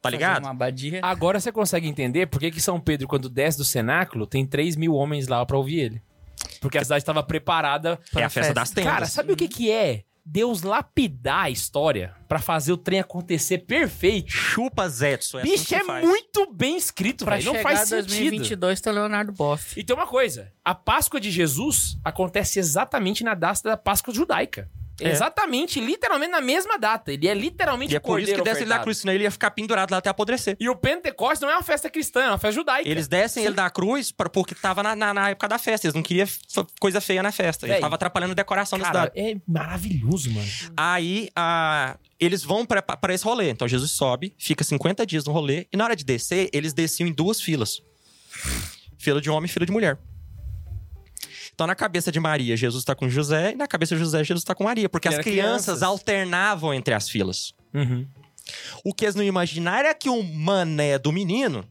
Tá
Fazer
ligado?
Uma abadia.
Agora você consegue entender por que, que São Pedro, quando desce do cenáculo, tem 3 mil homens lá pra ouvir ele. Porque a cidade estava preparada pra
É a festa das tendas.
Cara, sabe o que que é? Deus lapidar a história pra fazer o trem acontecer perfeito.
Chupa Zetsu. assim que
Bicho,
se
é
faz.
muito bem escrito,
Pra
velho. Não
chegar
faz
em
sentido.
2022 tem o Leonardo Boff.
E tem uma coisa: a Páscoa de Jesus acontece exatamente na data da Páscoa judaica.
É.
Exatamente, literalmente na mesma data. Ele é literalmente
E é por isso que
cordeiro
desce ele da
ofertado.
cruz, senão ele ia ficar pendurado lá até apodrecer.
E o Pentecostes não é uma festa cristã, é uma festa judaica.
Eles descem ele da cruz pra- porque tava na, na- na época da festa. Eles não queriam f- coisa feia na festa. Ele
Véi.
tava atrapalhando a decoração da cidade.
Cara, é maravilhoso, mano.
Aí a- eles vão pra- pra esse rolê. Então Jesus sobe, fica 50 dias no rolê, e na hora de descer, eles desciam em duas filas: fila de homem e fila de mulher. Então, na cabeça de Maria, Jesus tá com José, e na cabeça de José, Jesus tá com Maria, porque as
Que era
crianças,
crianças. Uhum.
alternavam entre as filas. O que eles não imaginaram é que o mané do menino,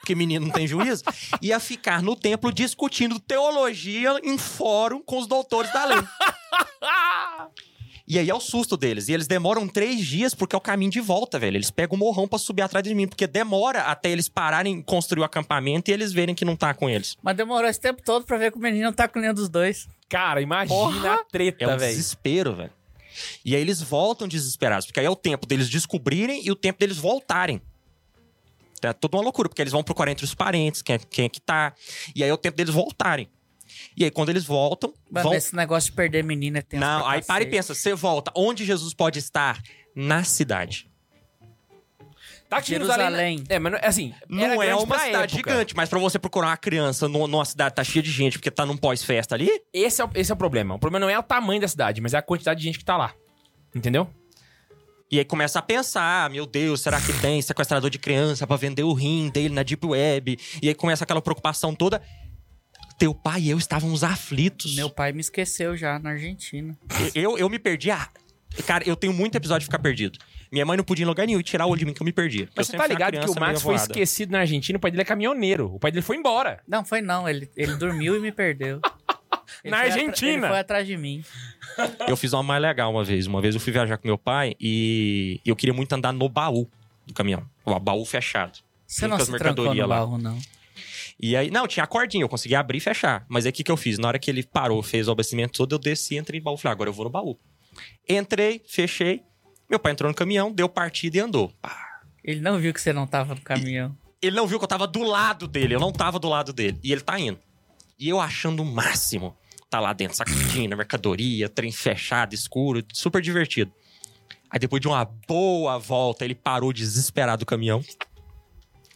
porque menino não tem juízo, ia ficar no templo discutindo teologia em fórum com os doutores da lei. E aí é o susto deles. E eles demoram três dias porque é o caminho de volta, velho. Eles pegam o morrão pra subir atrás de mim, porque demora até eles pararem, construir o acampamento e eles verem que não tá com eles.
Mas demorou esse tempo todo pra ver que o menino tá com nenhum dos dois.
Cara, imagina a treta,
É um
velho.
desespero, velho. E aí eles voltam desesperados, porque aí é o tempo deles descobrirem e o tempo deles voltarem. Então É toda uma loucura, porque eles vão procurar entre os parentes, quem é, quem é que tá. E aí é o tempo deles voltarem. E aí quando eles voltam,
Mas
vão...
esse negócio de perder menino é tenso.
Não,
pra
aí para e
cacete.
pensa, você volta. Onde Jesus pode estar? Na cidade.
Tá que Jerusalém.
Jerusalém.
É, mas não- assim, era
Não é
grande
uma
pra
cidade
época.
gigante, mas pra você procurar uma criança nu- numa cidade que tá cheia de gente porque tá num pós-festa ali,
Esse é, o- esse é o problema. O problema não é o tamanho da cidade, mas é a quantidade de gente que tá lá. Entendeu?
e aí começa a pensar: "Ah, meu Deus, será que tem sequestrador de criança pra vender o rim dele na Deep Web? E aí começa aquela preocupação toda. Teu pai e eu estávamos aflitos.
Meu pai me esqueceu já na Argentina.
Eu, eu me perdi. Ah, cara, eu tenho muito episódio de ficar perdido. Minha mãe não podia ir em lugar nenhum e tirar o olho de mim que eu me perdi.
Mas
eu
você
sempre
tá
fui uma
ligado que o
criança
Max
meio
foi
avoada.
esquecido na Argentina, o pai dele é caminhoneiro. O pai dele foi embora.
Não, foi não. Ele, ele dormiu e me perdeu. Ele
Na
foi atra-
Argentina.
Ele foi atrás de mim.
Eu fiz uma mais legal uma vez. Uma vez eu fui viajar com meu pai e eu queria muito andar no baú do caminhão. O baú fechado.
Você não
Muitas
se trancou
mercadoria
no
lá.
barro, não.
E aí, não, tinha a cordinha, eu conseguia abrir e fechar. Mas aí o que, que eu fiz? Na hora que ele parou, fez o abastecimento todo, eu desci, entrei no baú. Falei, "Ah, agora eu vou no baú. Entrei, fechei. Meu pai entrou no caminhão, deu partida e andou. Pá.
Ele não viu que você não tava no caminhão.
Ele não viu que eu tava do lado dele, eu não tava do lado dele. E ele tá indo. E eu achando o máximo. Tá lá dentro, sacudindo, mercadoria, trem fechado, escuro, super divertido. Aí depois de uma boa volta, ele parou desesperado o caminhão.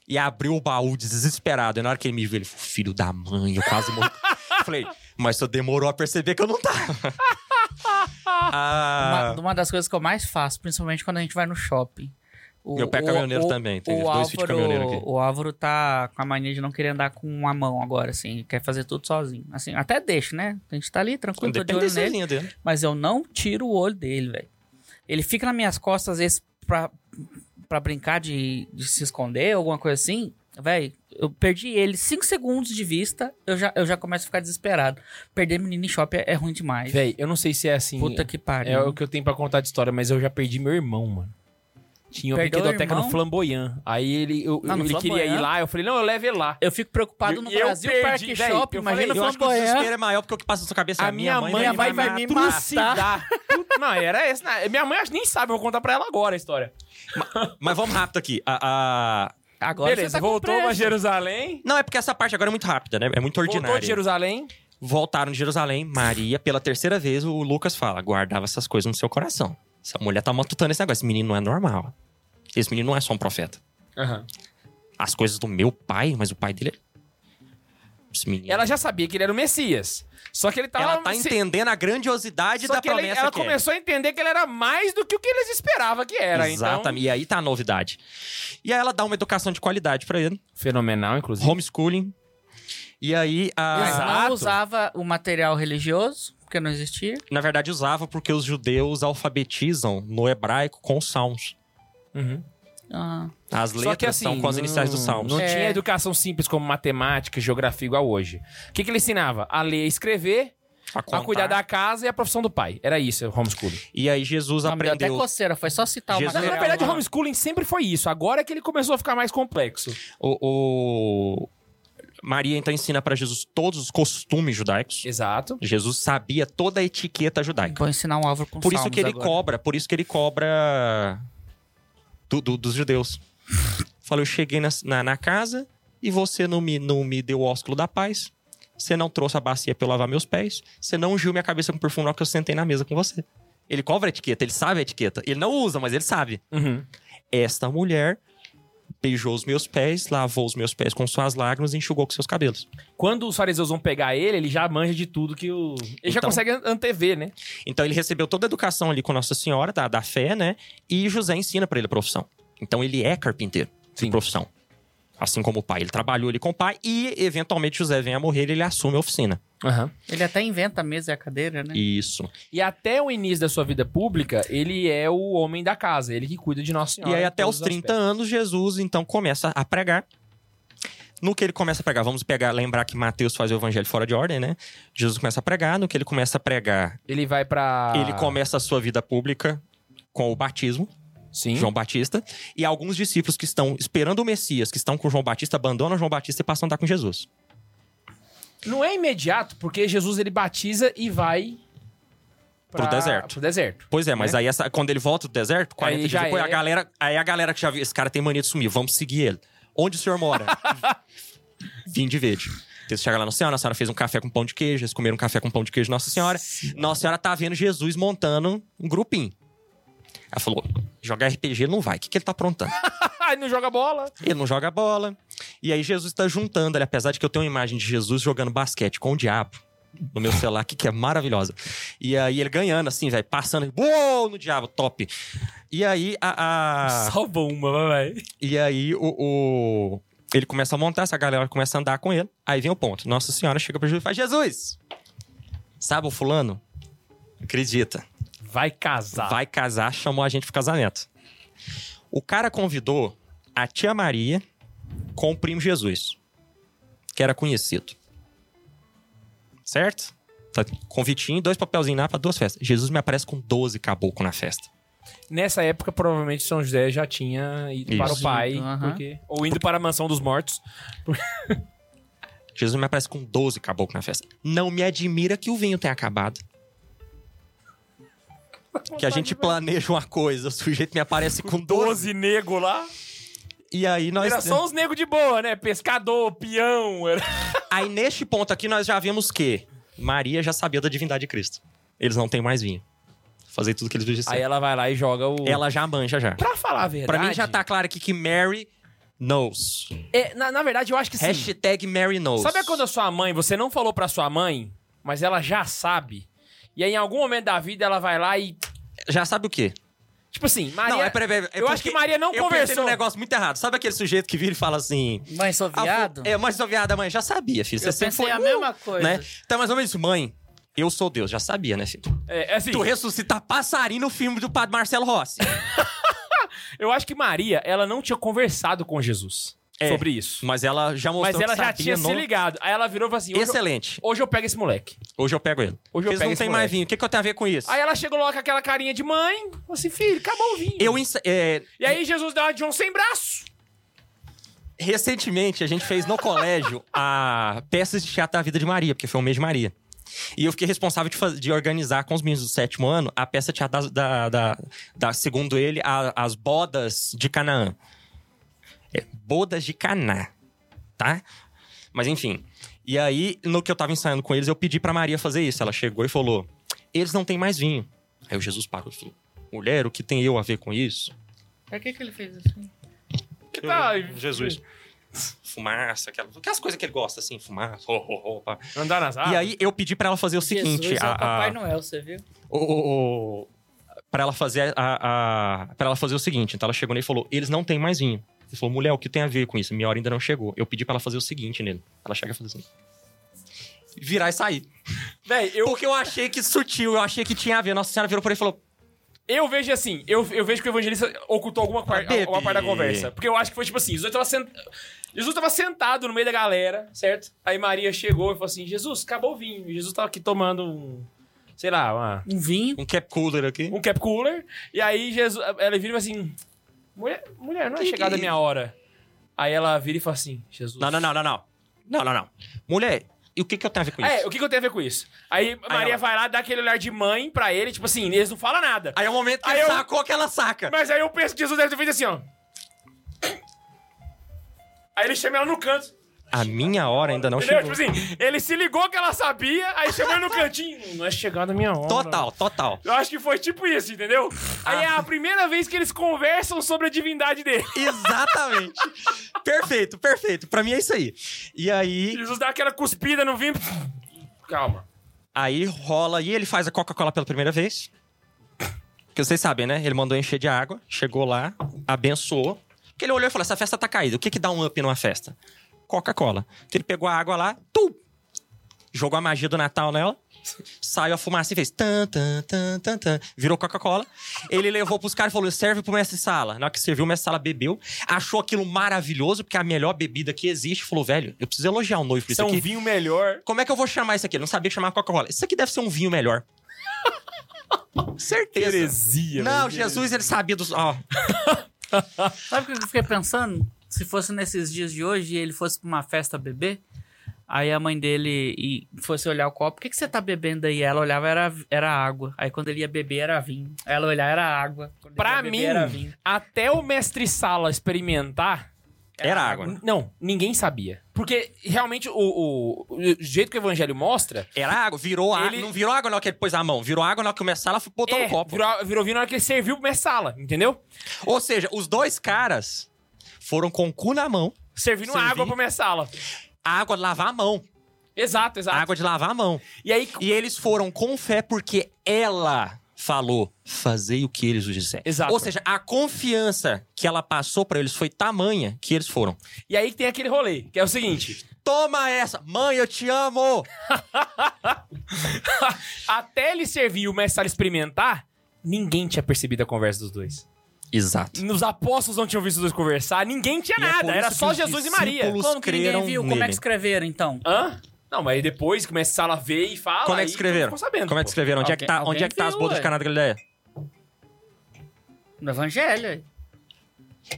E abriu o baú desesperado. E na hora que ele me viu, ele falou, filho da mãe, eu quase morri. Falei, mas só demorou a perceber que eu não tava.
Uma,
Ah,
uma das coisas que eu mais faço, principalmente quando a gente vai no shopping. O-
Meu pé é
o-
caminhoneiro
o-
também, tem
o
dois filhos de
Álvaro-
caminhoneiro aqui.
O Álvaro tá com a mania de não querer andar com uma mão agora, assim. Quer fazer tudo sozinho. Assim, até deixa, né? A gente tá ali tranquilo, tô de olho
né?
nele.
Independência dele.
mas eu não tiro o olho dele, velho. Ele fica nas minhas costas, às vezes, pra, pra brincar de, de se esconder, alguma coisa assim. Velho, eu perdi ele 5 segundos de vista, eu já, eu já começo a ficar desesperado. Perder menino em shopping é, é ruim demais.
Véi, eu não sei se é assim.
Puta que pariu.
é o que eu tenho pra contar de história, mas eu já perdi meu irmão, mano. Tinha uma
Perdeu o
brinquedoteca no
irmão?
Flamboyant. Aí ele, eu-
Não, no
ele queria ir
Flamboyant. É,
lá, eu falei, não, eu levo ele lá.
Eu fico preocupado no
E eu
Brasil
perdi,
Parque
velho.
Shopping.
Eu falei,
Imagina
eu
o
acho que o
Flamboyant.
desespero é maior porque o que passa na sua cabeça é
A minha mãe,
minha
vai,
mãe vai
me
me
trucidar. Puta, Não, era essa. né? Minha mãe acho que nem sabe, eu vou contar pra ela agora a história.
Mas vamos rápido aqui. A, a-
Agora
Beleza,
você tá com
voltou
pressa.
pra Jerusalém.
Não, é porque essa parte agora é muito rápida, né? É muito
Voltou de
ordinária.
Jerusalém.
Voltaram de Jerusalém, Maria, pela terceira vez, o Lucas fala: guardava essas coisas no seu coração. Essa mulher tá matutando esse negócio. Esse menino não é normal. Esse menino não é só um profeta. As coisas do meu pai, mas o pai dele é. Esse menino.
Ela já sabia que ele era o Messias. Só que ele tava.
Ela tá
se-
entendendo a grandiosidade
Só
da
que ele-
promessa
ela
que é.
começou a entender que ele era mais do que o que eles esperavam que era. então-
Exatamente. E aí tá a novidade. E aí ela dá uma educação de qualidade pra ele.
Então... Fenomenal, inclusive.
Homeschooling. E aí a.
Mas
Exato.
não usava o material religioso, porque não existia.
Na verdade, usava porque os judeus alfabetizam no hebraico com salmos.
Uhum.
Ah,
As letras
Só que assim,
são com as iniciais
não-
dos salmos.
Não
É.
tinha educação simples como matemática, geografia igual hoje. O que, que ele ensinava? A ler, e escrever,
A
a
contar.
cuidar da casa e a profissão do pai. Era isso, o homeschooling.
E aí Jesus
não, me deu até
aprendeu.
coceira, foi só citar
Jesus-
o
Na,
material.
na verdade, o
lá.
homeschooling sempre foi isso. Agora é que ele começou a ficar mais complexo.
O, o- Maria então ensina pra Jesus todos os costumes judaicos.
Exato.
Jesus sabia toda a etiqueta judaica.
Vou ensinar um Álvaro com
Por isso que ele
salmos agora.
cobra, por isso que ele cobra do- do- dos judeus. Fala, eu cheguei na, na- na casa e você não me, não me deu o ósculo da paz. Você não trouxe a bacia pra eu lavar meus pés. Você não ungiu minha cabeça com perfume na hora que eu sentei na mesa com você. Ele cobra a etiqueta, ele sabe a etiqueta. Ele não usa, mas ele sabe.
Uhum.
Esta mulher beijou os meus pés, lavou os meus pés com suas lágrimas e enxugou com seus cabelos.
Quando os fariseus vão pegar ele, ele já manja de tudo que o. Ele já
Então.
consegue antever, né?
Então ele recebeu toda a educação ali com Nossa Senhora, da, da fé, né? E José ensina pra ele a profissão. Então ele é carpinteiro
Sim.
de profissão. Assim como o pai. Ele trabalhou ali com o pai e, eventualmente, José vem a morrer ele assume a oficina.
Ele até inventa a mesa e a cadeira, né?
Isso.
E até o início da sua vida pública, ele é o homem da casa, ele que cuida de Nossa Senhora.
e aí,
em
até
todos
os 30 anos, Jesus, então, começa a pregar. No que ele começa a pregar, vamos pegar, lembrar que Mateus faz o evangelho fora de ordem, né? Jesus começa a pregar. No que ele começa a pregar,
Ele vai pra.
ele começa a sua vida pública com o batismo.
Sim.
João Batista, e alguns discípulos que estão esperando o Messias, que estão com João Batista, abandonam João Batista e passam a andar com Jesus.
Não é imediato, porque Jesus ele batiza e vai.
Pro deserto.
Pro deserto.
Pois é, mas aí essa- quando ele volta do deserto, 40
Aí já
dias depois,
é.
a galera, aí a galera que já viu, esse cara tem mania de sumir, vamos seguir ele. Onde o senhor mora? Vim de verde. Eles chegam lá na senhora, a senhora fez um café com pão de queijo, eles comeram um café com pão de queijo, Nossa Senhora. Nossa Senhora tá vendo Jesus montando um grupinho. Ela falou, jogar RPG ele não vai, o que, que ele tá aprontando?
Ah, ele não joga bola.
Ele não joga bola. E aí Jesus está juntando ali, apesar de que eu tenho uma imagem de Jesus jogando basquete com o diabo no meu celular aqui, que é maravilhosa. E aí ele ganhando, assim, velho, passando. Uou, no diabo, top. E aí a. a-
Salva uma, vai, vai.
e aí o, o- Ele começa a montar, essa galera começa a andar com ele. Aí vem o ponto. Nossa Senhora chega pra Jesus e fala: Jesus! Sabe o fulano? Acredita.
Vai casar.
Vai casar, chamou a gente pro casamento. O cara convidou a tia Maria com o primo Jesus, que era conhecido. Certo? Tá convitinho, dois papelzinhos lá pra duas festas. Jesus me aparece com 12 caboclo na festa.
Nessa época, provavelmente São José já tinha ido
Isso.
para o pai.
Ido, aham.
porque- Ou indo para a mansão dos mortos.
Jesus me aparece com 12 caboclo na festa. Não me admira que o vinho tenha acabado. Que a gente planeja uma coisa, o sujeito me aparece com 12.
nego lá.
E aí nós.
Era só os nego de boa, né? Pescador, peão. era-
Aí neste ponto aqui nós já vimos que Maria já sabia da divindade de Cristo. Eles não têm mais vinho. Fazer tudo que eles
Aí
disseram.
ela vai lá e joga o.
Ela já manja já.
Pra falar a verdade.
Pra mim já tá claro aqui que Mary knows.
é, na, na verdade, eu acho que sim.
Hashtag Mary knows.
Sabe quando a sua mãe, você não falou pra sua mãe, mas ela já sabe? E aí, em algum momento da vida, ela vai lá e.
Já sabe o quê?
Tipo assim, Maria.
Não, é, peraí, peraí, é
eu acho
porque
que Maria não
eu pensei
conversou.
num negócio muito errado. Sabe aquele sujeito que vira e fala assim...
Mãe, sou
"Ah,
viado?
É, mas sua viada, mãe. Já sabia, filho. Você
Eu
sempre
pensei
foi...
a
uh,
mesma coisa.
Né? Então, mais ou menos isso. Mãe, eu sou Deus. Já sabia, né, filho?
É, é assim,
Tu ressuscitar passarinho no filme do padre Marcelo Rossi.
eu acho que Maria, ela não tinha conversado com Jesus.
É.
sobre isso.
Mas ela já mostrou
Mas ela
que
já
sabia
tinha
no-
se ligado. Aí ela virou e falou assim: hoje, eu,
Excelente.
hoje eu pego esse moleque.
Hoje eu pego ele.
Hoje eu
Vocês
pego
não
esse
tem mais
moleque.
vinho. O que, que eu tenho a ver com isso?
Aí ela chegou lá com aquela carinha de mãe, falou assim: filho, acabou o vinho.
Eu ensa- é,
E aí Jesus deu uma de João sem braço.
recentemente a gente fez no colégio a peças de teatro da vida de Maria, porque foi um mês de Maria. E eu fiquei responsável de, faz- de organizar com os meninos do sétimo ano a peça de teatro da, da, da- da- segundo ele, a- as bodas de Canaã. É, bodas de Caná, tá? Mas enfim. E aí, no que eu tava ensaiando com eles, eu pedi pra Maria fazer isso. Ela chegou e falou: Eles não têm mais vinho. Aí o Jesus parou e falou: Mulher, o que tem eu a ver com isso?
Pra que, que ele fez assim?
Que tá-
Jesus. Fumaça, aquela- aquelas, coisas que ele gosta, assim, fumaça, ho, ho, ho, pá.
Andar nas águas.
E aí eu pedi pra ela fazer o seguinte:
Jesus é
a-
o Papai
a-
Noel, você viu?
o, o- o- pra ela fazer a, a- pra ela fazer o seguinte. Então ela chegou nele e falou: eles não têm mais vinho. Ele falou, mulher, o que tem a ver com isso? Minha hora ainda não chegou. Eu pedi pra ela fazer o seguinte nele. Ela chega e fala assim. Virar e sair.
Véi, eu,
Porque eu achei que sutil, eu achei que tinha a ver. Nossa senhora virou pra ele e falou:
eu vejo assim, eu, eu vejo que o evangelista ocultou alguma, par-
bebê.
alguma parte da conversa. Porque eu acho que foi tipo assim, Jesus tava, sent- Jesus tava sentado no meio da galera, certo? Aí Maria chegou e falou assim, Jesus, acabou o vinho. E Jesus tava aqui tomando um, sei lá, uma-
Um vinho.
um cap cooler aqui.
um cap cooler. E aí Jesus, ela vira e fala assim, mulher, mulher não é chegada a minha hora. Aí ela vira e fala assim, Jesus...
Não, não, não, não, não. Não, não, não. Mulher, e o que, que eu tenho a ver com isso?
É, o que, que eu tenho a ver com isso? Aí Maria
ela-
vai lá, dá aquele olhar de mãe pra ele, tipo assim, eles não falam nada.
Aí é o momento que
Aí
ele
eu-
sacou que ela saca.
Mas aí eu penso que Jesus deve ter feito assim, ó. Aí ele chama ela no canto.
A minha hora ainda não
Entendeu?
chegou.
Tipo assim, ele se ligou que ela sabia, aí chamou ela no cantinho. Não é chegada a minha hora.
Total, total.
Eu acho que foi tipo isso, entendeu? Aí é a primeira vez que eles conversam sobre a divindade dele.
Exatamente. perfeito, perfeito. Pra mim é isso aí. E aí,
Jesus dá aquela cuspida no vinho. Calma.
aí rola e ele faz a Coca-Cola pela primeira vez. Que vocês sabem, né? Ele mandou encher de água, chegou lá, abençoou. Que ele olhou e falou: essa festa tá caída. O que que dá um up numa festa? Coca-Cola. Então ele pegou a água lá, tum, jogou a magia do Natal nela, saiu a fumaça e fez tan, tan, tan, tan, tan, virou Coca-Cola. Ele levou pros caras e falou: serve pro mestre sala. Na hora que serviu, o mestre sala bebeu, achou aquilo maravilhoso, porque é a melhor bebida que existe. Falou: velho, eu preciso elogiar o noivo por isso aqui.
é um vinho melhor.
Como é que eu vou chamar isso aqui? Ele não sabia chamar Coca-Cola. Isso aqui deve ser um vinho melhor. Certeza.
Heresia.
Não, Jesus, ele sabia dos. Ó,
Sabe o que eu fiquei pensando? Se fosse nesses dias de hoje e ele fosse pra uma festa beber, aí a mãe dele e fosse olhar o copo, o que, que você tá bebendo aí? Ela olhava, era, era água. Aí quando ele ia beber, era vinho. Aí Ela olhava, era água. Quando ele
Pra
ia beber,
mim,
era vinho.
até o mestre Sala experimentar,
era água. né?
Não, ninguém sabia. Porque realmente o, o- o jeito que o evangelho mostra.
Era água, virou água.
Ele-
Não virou água na hora que ele pôs a mão, virou água na hora que o Messala botou
é,
Tá no copo.
Virou, virou vinho na hora que ele serviu pro mestre sala, entendeu?
Ou seja, os dois caras foram com o cu na mão,
Servindo
Servi.
água pro mestre sala.
a água de lavar a mão,
Exato,
a
exato.
água de lavar a mão.
Tá. E aí.
E eles foram com fé porque ela falou: fazei o que eles os disserem.
Exato.
Ou seja, a confiança que ela passou pra eles foi tamanha que eles foram.
E aí que tem aquele rolê, que é o seguinte:
Toma essa! Mãe, eu te amo!
até ele servir e o mestre sala experimentar, ninguém tinha percebido a conversa dos dois.
Exato.
Os apóstolos não tinham visto os dois conversar, ninguém tinha
E é
nada.
por
Era
isso
só
que os
Jesus e Maria.
discípulos-
Como que ninguém
creram
viu? Como é
nele.
que escreveram, então?
Hã? Não, mas aí depois que o mestre sala vê e fala.
Como é
aí
que escreveram?
ficou sabendo,
Como é que
pô.
escreveram? Onde é que tá,
Alguém-
onde é que tá as
alguém
bodas
viu,
de Caná da Galileia?
No evangelho. aí.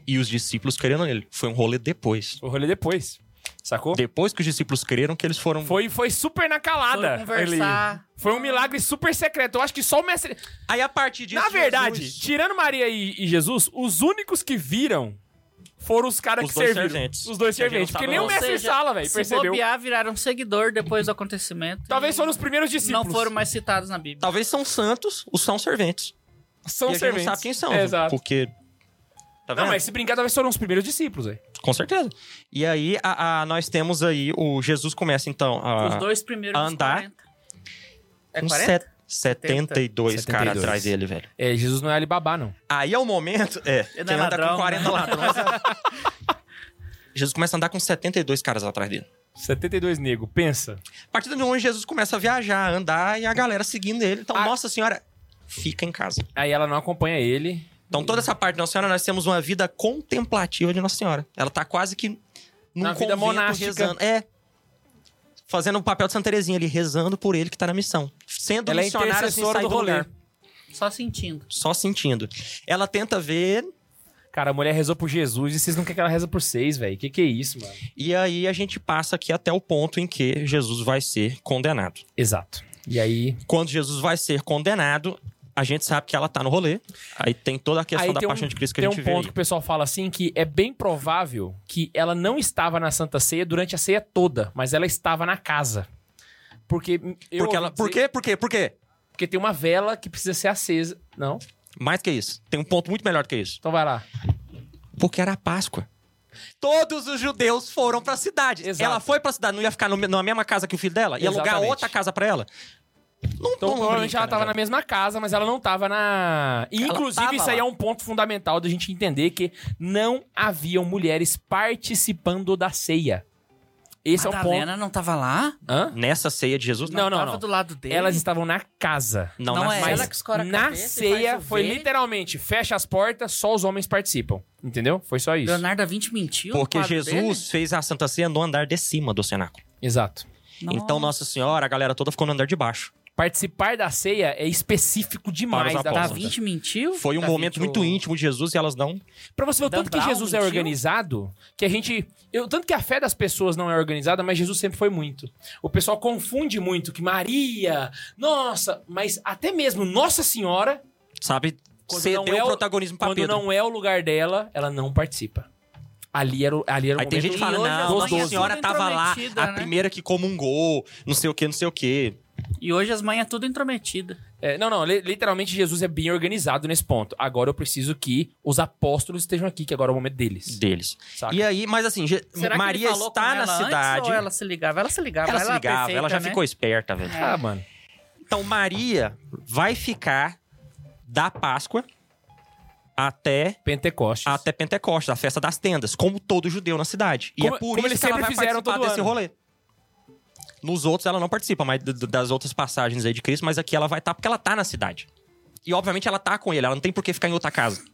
E os discípulos creram nele. Foi um rolê depois.
O rolê depois. Sacou?
Depois que os discípulos creram que eles foram...
Foi, foi super na calada.
Foi conversar.
ali. Foi um milagre super secreto. Eu acho que só o mestre.
Aí a partir disso...
na verdade,
Jesus-
tirando Maria e, e Jesus, os únicos que viram foram os caras
Os
que
dois
serviram.
serventes.
Os dois
Que a gente
serventes.
não
Porque
sabe
nem o
não.
Ou
mestre
seja,
sala, velho,
se
percebeu.
bobear, viraram seguidor depois do acontecimento.
Talvez foram os primeiros
e
discípulos.
Não foram mais citados na Bíblia.
Talvez são santos, os são serventes.
São
e a gente
serventes.
não sabe quem são.
É, Exato.
Porque... Tá vendo?
Não, mas se brincar, talvez foram os primeiros discípulos, velho.
Com certeza. E aí, a, a- nós temos aí... O Jesus começa, então, a...
Os dois primeiros dos
andar.
40. É
uns
40?
set- 72, caras
72.
atrás dele, velho.
É, Jesus não é Alibabá, não.
Aí é o momento. É,
Ele
quem anda
é ladrão,
com 40
né?
ladrões. Jesus começa a andar com 72 caras atrás dele.
72 nego, pensa.
A partir de onde Jesus começa a viajar, andar e a galera seguindo ele. Então, Nossa Senhora, fica em casa.
Aí ela não acompanha ele.
Então, toda essa parte de Nossa Senhora, nós temos uma vida contemplativa de Nossa Senhora. Ela tá quase que num
Na vida
convento
monástica.
rezando. É. Fazendo o papel de Santa Terezinha ali, rezando por ele que tá na missão. Sendo
Ela é
missionária sem
intercessora
sair
do
do
rolê.
lugar.
Só sentindo.
Só sentindo. Ela tenta ver
Cara, a mulher rezou por Jesus e vocês não querem que ela reza por vocês, velho. Que que é isso, mano?
E aí a gente passa aqui até o ponto em que Jesus vai ser condenado.
Exato. E aí,
Quando Jesus vai ser condenado, a gente sabe que ela tá no rolê. Aí tem toda a questão
Aí
da
tem um-
paixão de Cristo que a
tem
gente
um
vê
ponto
aí.
que o pessoal fala assim que é bem provável que ela não estava na Santa Ceia durante a ceia toda, mas ela estava na casa. Porque eu
Porque
ouvi
ela...
dizer-
Por quê? Por quê? Por quê?
porque tem uma vela que precisa ser acesa. Não?
Mais que isso. Tem um ponto muito melhor do que isso.
Então vai lá.
Porque era a Páscoa. Todos os judeus foram pra cidade.
Exato.
Ela foi pra cidade, não ia ficar no- na mesma casa que o filho dela? Ia alugar
Exatamente.
outra casa pra ela? Não,
Então
não
provavelmente
brinca,
ela
né,
estava
velho?
na mesma casa, mas ela não estava na. E,
Ela
inclusive
tava
isso aí
lá.
é um ponto fundamental da gente entender que não haviam mulheres participando da ceia. Esse é um ponto.
Madalena não tava lá?
Hã?
Nessa ceia de Jesus?
Não, não,
tava
não.
do lado dele.
Elas estavam na casa.
Não,
Não
na ceia.
é
Mas
ela que escora a
na
cabeça e
ceia
faz
foi
chover?
literalmente fecha as portas, só os homens participam. Entendeu? Foi só isso.
Leonardo da Vinci mentiu? no
Porque
quadro
Jesus
dele?
fez a Santa Ceia no andar de cima do cenáculo.
Exato.
Então Nossa Senhora, a galera toda ficou no andar de baixo.
Participar da ceia é específico demais
Para os
da
Da
apóstolos.
Davi.
Vinci mentiu?
Foi um
Tá,
momento
gente,
muito
o-
íntimo de Jesus e elas não.
Pra você ver o
Dan
tanto que
Brown
Jesus é
mentiu?
organizado, que a gente. Eu, tanto que a fé das pessoas não é organizada, mas Jesus sempre foi muito. O pessoal confunde muito que Maria, nossa, mas até mesmo Nossa Senhora,
Sabe?
Quando
Cedeu
não é
o
o-
protagonismo pra
quando
Pedro.
não é o lugar dela, ela não participa. Ali era, o- ali era o
Aí tem
momento
gente que
E
fala,
hoje
não,
as
mães
Nossa
são
Senhora
tudo
tava lá,
intrometida,
a
né?
primeira que comungou, não sei o que, não sei o que.
E hoje as mães é tudo intrometida.
É, não, não, li- literalmente Jesus é bem organizado nesse ponto. Agora eu preciso que os apóstolos estejam aqui, que agora é o momento deles.
Deles.
Saca?
E aí, mas assim, Je-
Será que
Maria
ele falou
está
com
na
ela
cidade.
Antes, ou ela se ligava? Ela se ligava.
Ela se
era
ligava, ela
perfeita,
já
né?
ficou esperta, velho.
Ah, mano.
Então Maria vai ficar da Páscoa até
Pentecostes.
até Pentecostes, a festa das tendas, como todo judeu na cidade. E
Como-
é por
como
isso
eles
que ela
sempre
vai
fizeram
participar
todo
desse
ano.
rolê. Nos outros ela não participa, mas d- d- das outras passagens aí de Cristo, mas aqui ela vai estar porque ela tá na cidade. E obviamente ela tá com ele, ela não tem por que ficar em outra casa.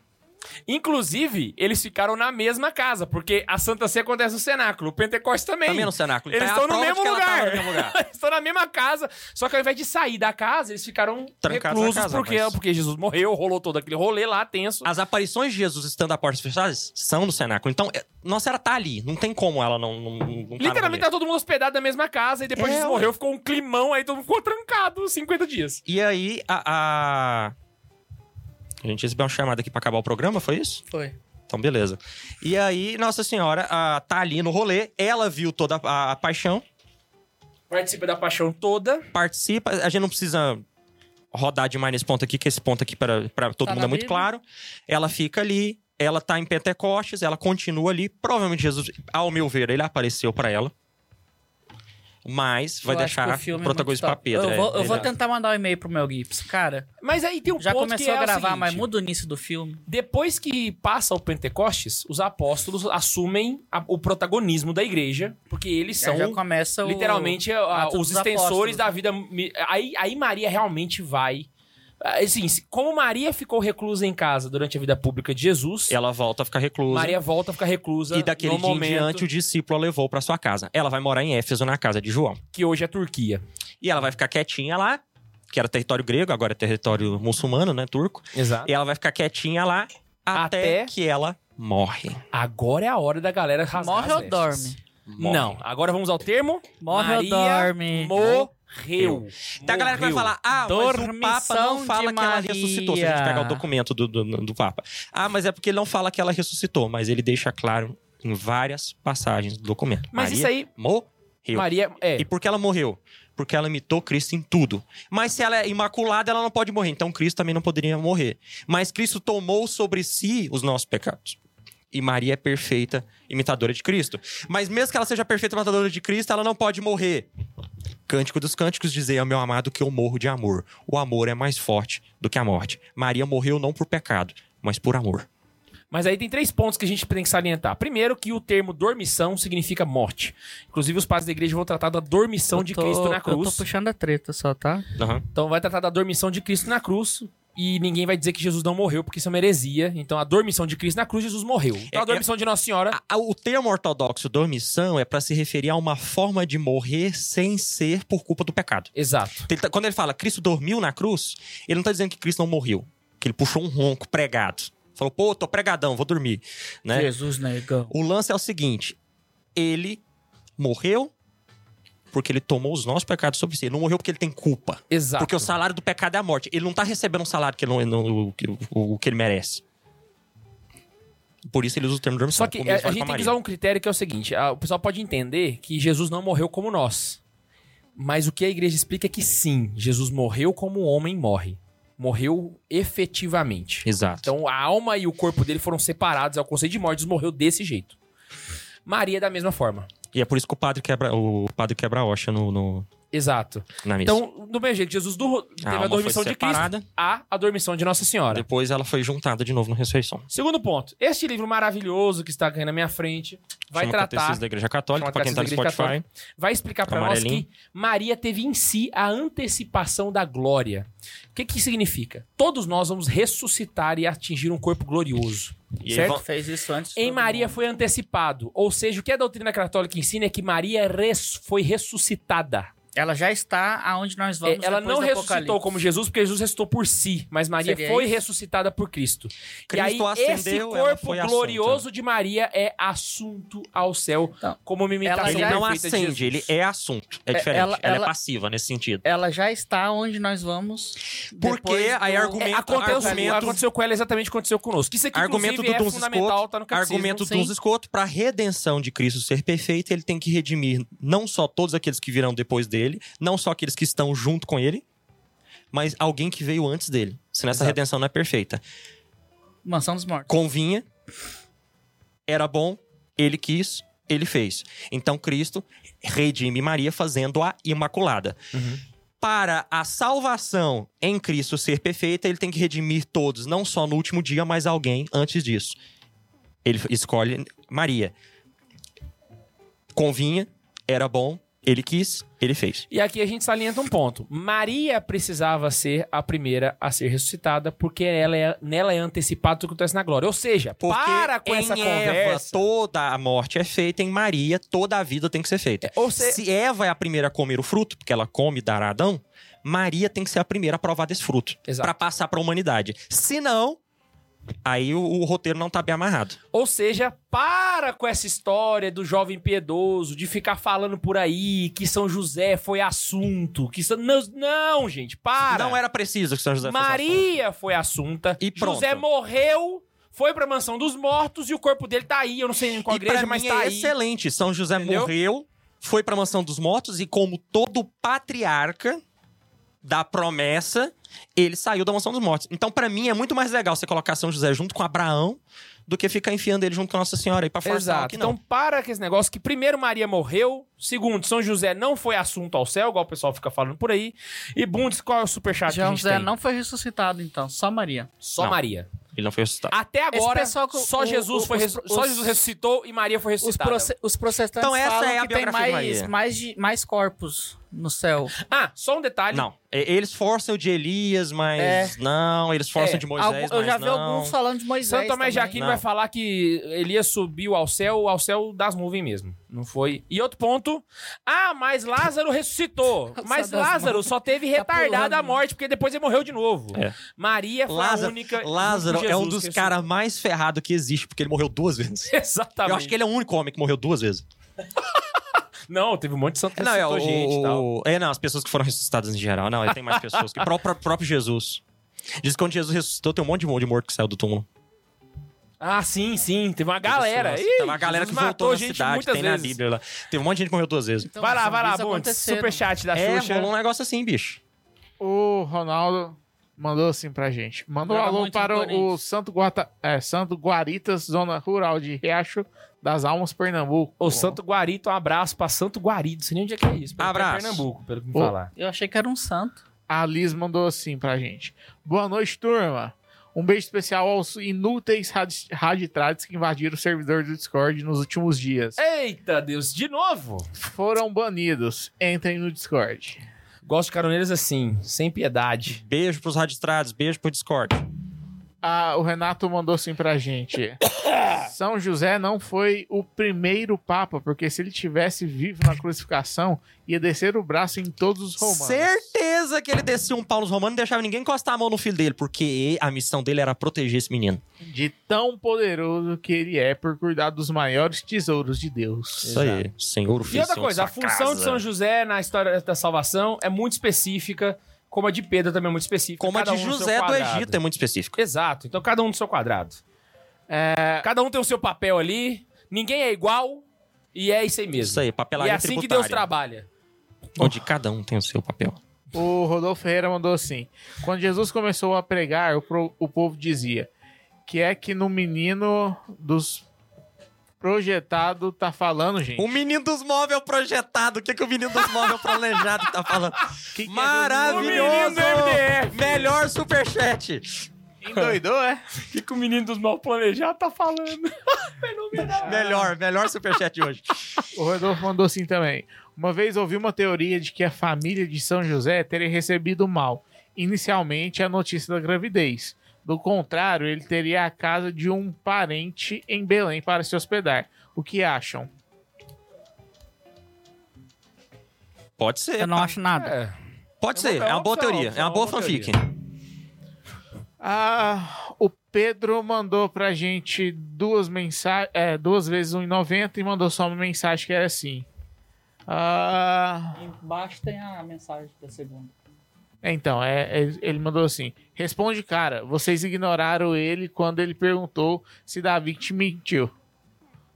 Inclusive, eles ficaram na mesma casa, porque a Santa Ceia acontece no cenáculo, o Pentecostes também.
Também no cenáculo.
Eles
Tá a
estão no
prova de
mesmo
que ela tava
lugar.
no mesmo lugar.
Eles estão na mesma casa, só que ao invés de sair da casa, eles ficaram
Trancados na
reclusos
casa,
porque,
mas- Ah, tá
porque Jesus morreu, rolou todo aquele rolê lá tenso.
As aparições de Jesus estando a portas fechadas são no cenáculo. Então, é- nossa, ela tá ali. Não tem como ela não. não, não tá no
Literalmente
rolê.
tá todo mundo hospedado na mesma casa e depois
É,
Jesus
ué.
morreu, ficou um climão aí, todo mundo ficou trancado 50 dias.
E aí, a, a. A gente recebeu uma chamada aqui pra acabar o programa, foi isso?
Foi.
Então, beleza. E aí, Nossa Senhora ah, tá ali no rolê, ela viu toda a, a paixão,
Participa da paixão toda.
participa. A gente não precisa rodar demais nesse ponto aqui, que esse ponto aqui para todo
Tá
mundo
na
é muito
Bíblia.
claro. Ela fica ali, ela tá em Pentecostes, ela continua ali. Provavelmente Jesus, ao meu ver, ele apareceu pra ela. Mas vai
Eu acho
deixar
que
o,
o filme é
protagonista pra
muito top.
Pedro.
Eu
é,
vou, eu
ele-
vou tentar mandar um e-mail pro Mel Gibson. Cara,
Mas aí tem um
já
ponto que
começou
é
a
o
gravar,
seguinte,
mas muda o É, início do filme.
Depois que passa o Pentecostes, os apóstolos assumem a- o protagonismo da igreja, porque eles
Aí já
são
começa o...
literalmente a-
Atos
os
dos
extensores
Apóstolos,
da
né?
vida. mi- Aí, aí Maria realmente vai. Assim, se- como Maria ficou reclusa em casa durante a vida pública de Jesus,
É
Ela volta a ficar reclusa.
Maria volta a ficar reclusa
E daquele
Então, no
dia
momento
em diante, o discípulo a levou pra sua casa. Ela vai morar em Éfeso, na casa de João.
que hoje é Turquia.
E ela vai ficar quietinha lá, que era território grego, agora é território muçulmano, né, turco.
Exato.
E ela vai ficar quietinha lá até,
Até-
que ela morre.
Agora é a hora da galera rasgar as
Morre ou
vestes.
dorme?
Morre.
Não, agora vamos ao termo.
Morre
Maria
ou dorme?
Morreu.
Tem a galera que vai
Morreu.
falar, ah, mas o Papa
Dormição
não
de
fala que ela
Maria.
ressuscitou. Se a gente pegar o documento do, do, do Papa. Ah, mas é porque ele não fala que ela ressuscitou, mas ele deixa claro em várias passagens do documento.
Mas
Maria
isso aí,
morreu.
Maria. É.
E por que ela morreu? Porque ela imitou Cristo em tudo. Mas se ela é imaculada, ela não pode morrer. Então Cristo também não poderia morrer. Mas Cristo tomou sobre si os nossos pecados. E Maria é perfeita imitadora de Cristo. Mas mesmo que ela seja perfeita imitadora de Cristo, ela não pode morrer. Cântico dos Cânticos dizer ao meu amado que eu morro de amor. O amor é mais forte do que a morte. Maria morreu não por pecado, mas por amor.
Mas aí tem três pontos que a gente tem que salientar. Primeiro, que o termo dormição significa morte. Inclusive, os padres da igreja vão tratar da dormição
Eu
de
tô-
Cristo na
Eu tô
cruz.
puxando a treta só, tá?
Aham.
Então, vai tratar da dormição de Cristo na cruz. E ninguém vai dizer que Jesus não morreu, porque isso é uma heresia. Então, a dormição de Cristo na cruz, Jesus morreu. Então, a
É-
dormição de Nossa Senhora
A- a- O termo ortodoxo dormição é pra se referir a uma forma de morrer sem ser por culpa do pecado.
Exato.
Ele tá- quando ele fala Cristo dormiu na cruz, ele não tá dizendo que Cristo não morreu, que ele puxou um ronco pregado. Falou, pô, tô pregadão, vou dormir. Né?
Jesus negão.
O lance é o seguinte: ele morreu porque ele tomou os nossos pecados sobre si. Ele não morreu porque ele tem culpa.
Exato.
Porque o salário do pecado é a morte. Ele não tá recebendo um salário que ele não, não- o, que- o- o que ele merece. Por isso ele usa o termo dormição.
Só que
como
a,
ele
a
faz
gente
com
tem que
Maria.
usar um critério que é o seguinte: a- o pessoal pode entender que Jesus não morreu como nós. Mas o que a igreja explica é que sim, Jesus morreu como o homem morre. Morreu efetivamente.
Exato.
Então a alma e o corpo dele foram separados. É o conceito de morte, Jesus morreu desse jeito. Maria é da mesma forma.
E é por isso que o padre quebra o padre quebra a hoxa no, no-
Exato.
na missa.
Então, do mesmo jeito, Jesus do, teve
a
a,
alma foi
dormição de Cristo,
separada,
a adormição de Nossa Senhora.
depois ela foi juntada de novo na ressurreição.
Segundo ponto, este livro maravilhoso que está aqui na minha frente vai
Chama
tratar
Catecismo da Igreja Católica,
Chama
pra quem tá no
Catecismo da Igreja
Spotify.
vai explicar para nós
Amarelinho.
que Maria teve em si a antecipação da glória. O que que significa? Todos nós vamos ressuscitar e atingir um corpo glorioso.
E aí
certo?
vão-
Fez isso antes. de
Em
todo
Maria
mundo.
foi antecipado, ou seja, o que a doutrina católica ensina é que Maria res- foi ressuscitada.
Ela já está aonde nós vamos.
É, Ela
depois
não
do
ressuscitou
Apocalipse.
como Jesus, porque Jesus ressuscitou por si, mas Maria
Seria
foi
isso?
ressuscitada por Cristo. e aí,
Cristo
esse
ascendeu, ela
corpo
foi assunta.
glorioso de Maria é assunto ao céu,
Não.
como uma imitação
Então, Ela
Ele
já
não
perfeita de
acende, ele
Jesus.
é assunto. É
É,
diferente.
ela-
Ela,
ela-
é passiva nesse sentido.
Ela já está onde nós vamos.
Porque
depois
aí
do-
argumenta-
É, aconteceu,
argumento-
aconteceu com ela exatamente o que aconteceu conosco. Isso aqui,
argumento do
inclusive, é
Duns
fundamental,
Escoto,
tá no catecismo.
argumento
Sim.
dos escoto, para a redenção de Cristo ser perfeita, ele tem que redimir não só todos aqueles que virão depois dele, não só aqueles que estão junto com ele, mas alguém que veio antes dele. Senão essa
Exato.
redenção não é perfeita.
Mansão dos Mortos.
Convinha, era bom, ele quis, ele fez. Então Cristo redime Maria fazendo-a imaculada.
Uhum.
Para a salvação em Cristo ser perfeita, ele tem que redimir todos, não só no último dia, mas alguém antes disso. Ele escolhe Maria. Convinha, era bom, ele quis, ele fez.
E aqui a gente salienta um ponto. Maria precisava ser a primeira a ser ressuscitada, porque ela é- nela é antecipado tudo que acontece na glória. Ou seja,
Porque
para com
em
essa
Eva,
conversa.
toda a morte é feita, em Maria, toda a vida tem que ser feita.
Ou se-
Se Eva é a primeira a comer o fruto, porque ela come e dará a Adão, Maria tem que ser a primeira a provar desse fruto.
Exato.
Pra passar pra humanidade. Se não, aí o, o roteiro não tá bem amarrado.
Ou seja, para com essa história do jovem piedoso, de ficar falando por aí que São José foi assunto, que São... Não, não, gente, para.
Não é era preciso que São José fosse
Maria foi assunta.
E pronto.
José morreu, foi pra mansão dos mortos e o corpo dele tá aí. Eu não sei em qual
assunto. E
igreja,
pra
mas
mim
tá
é
aí.
excelente. São José
Entendeu?
morreu, foi pra mansão dos mortos e como todo patriarca da promessa, ele saiu da mansão dos mortos. Então pra mim é muito mais legal você colocar São José junto com Abraão do que ficar enfiando ele junto com Nossa Senhora aí pra forçar o
Exato.
que não.
Então, para com esse negócio que primeiro Maria morreu, segundo, São José não foi assunto ao céu, igual o pessoal fica falando por aí. E Bundes, qual é o superchat que a
João
gente
José
tem?
não foi ressuscitado, então. Só Maria.
Só
Não.
Maria.
Ele não foi ressuscitado.
Até agora,
pessoal que o-
só,
o-
Jesus
o-
foi
os-
ressu- só
os-
Jesus ressuscitou e Maria foi
Os,
ressuscitada.
proce- os protestantes
Então essa
falam
é a
que tem
biografia de
mais,
Maria.
mais, de- mais corpos no céu.
Ah, só um detalhe.
Não, e- eles forçam de Elias, mas
É.
não, eles forçam
É,
de Moisés,
Algum-
mas
eu já vi
não.
alguns falando de Moisés.
Santo Tomé
é, também.
de Aquino
Não.
vai falar que Elias subiu ao céu, ao céu das nuvens mesmo. Não foi. E outro ponto. Ah, mas Lázaro ressuscitou. Mas
das
Lázaro só teve
Tá
retardada a
pulando.
morte, porque depois ele morreu de novo.
É.
Maria foi a
Lázaro,
única.
Lázaro
junto com
é um
Jesus
dos
que
caras mais ferrados que existe, porque ele morreu duas vezes.
ressuscitou. Exatamente.
Eu acho que ele é o único homem que morreu duas vezes.
Não, teve um monte de santo que
Não, é
ressuscitou
o...
gente e tal.
É, não, as pessoas que foram ressuscitadas em geral. Não, tem mais pessoas. Que... Pró- pró- próprio Jesus. Diz que quando Jesus ressuscitou, tem um monte de mo- de morto que saiu do túmulo.
Ah, sim, sim. Teve uma galera.
Teve
Ah, Ih,
uma galera que
Jesus
voltou na
matou gente
cidade,
muitas
tem na
vezes.
Bíblia lá. Teve um monte de gente que morreu duas vezes.
Então,
vai lá,
zumbi,
vai lá,
isso
Bundes.
aconteceu. né?
Superchat da
é,
Xuxa.
rolou um negócio assim, bicho.
O Ronaldo mandou assim pra gente. Mandou um
Joga
alô
muito
para
no
o
Corinthians.
Santo, Guata, é, Santo Guaritas, zona rural de Riacho das Almas, Pernambuco.
Ô, Santo Guarito, um abraço pra Santo Guarido. Não sei nem onde é que é isso. pelo que é
Abraço.
Pernambuco, pelo que me
Ô,
falar.
Eu achei que era um santo.
A Liz mandou assim pra gente. Boa noite, turma. Um beijo especial aos inúteis radi- raditrades que invadiram o servidor do Discord nos últimos
É.
dias.
Eita Deus, de novo?
Foram banidos. Entrem no Discord.
Gosto de caroneiros assim, sem piedade.
Beijo pros radistrados, beijo pro Discord.
Ah, o Renato mandou assim pra gente. São José não foi o primeiro papa, porque se ele tivesse vivo na crucificação, ia descer o braço em todos os romanos.
Certeza que ele descia um pau nos romanos e não deixava ninguém encostar a mão no filho dele, porque a missão dele era proteger esse menino.
De tão poderoso que ele é por cuidar dos maiores tesouros de Deus.
Isso aí, senhor
E outra coisa, a função de São é José na história da salvação é muito específica, como a de Pedro também é muito específica.
Como a
cada
de
um no seu
José do
quadrado.
Egito é muito específico.
Exato. Então cada um no seu quadrado. Cada um tem o seu papel ali, ninguém é igual e é isso aí mesmo.
Isso aí,
e
papelaria
é assim que
tributária.
Deus trabalha.
Onde cada um tem o seu papel.
O Rodolfo Ferreira mandou assim: Quando Jesus começou a pregar, o, pro- o povo dizia que é que no menino dos projetado tá falando, gente.
O menino dos móveis projetado. O que, que o menino dos móveis planejado tá falando?
Que que é do-
Maravilhoso! Melhor superchat.
Endoidou, é?
O que, o menino dos mal planejados tá falando?
Melhor, melhor superchat de hoje.
O Rodolfo mandou assim também. Uma vez ouvi uma teoria de que a família de São José teria recebido mal, inicialmente a notícia da gravidez. Do contrário, ele teria a casa de um parente em Belém para se hospedar. O que acham?
Pode ser.
Eu não
tá?
acho nada.
Pode
É uma-
ser.
é
É uma boa
opção,
teoria. É uma boa fanfic.
Ah, o Pedro mandou pra gente duas mensagens, duas vezes 1,90 e mandou só uma mensagem que era assim. Ah,
Embaixo tem a mensagem da segunda.
Então, é, é- ele mandou assim: responde, cara, vocês ignoraram ele quando ele perguntou se Davi te mentiu.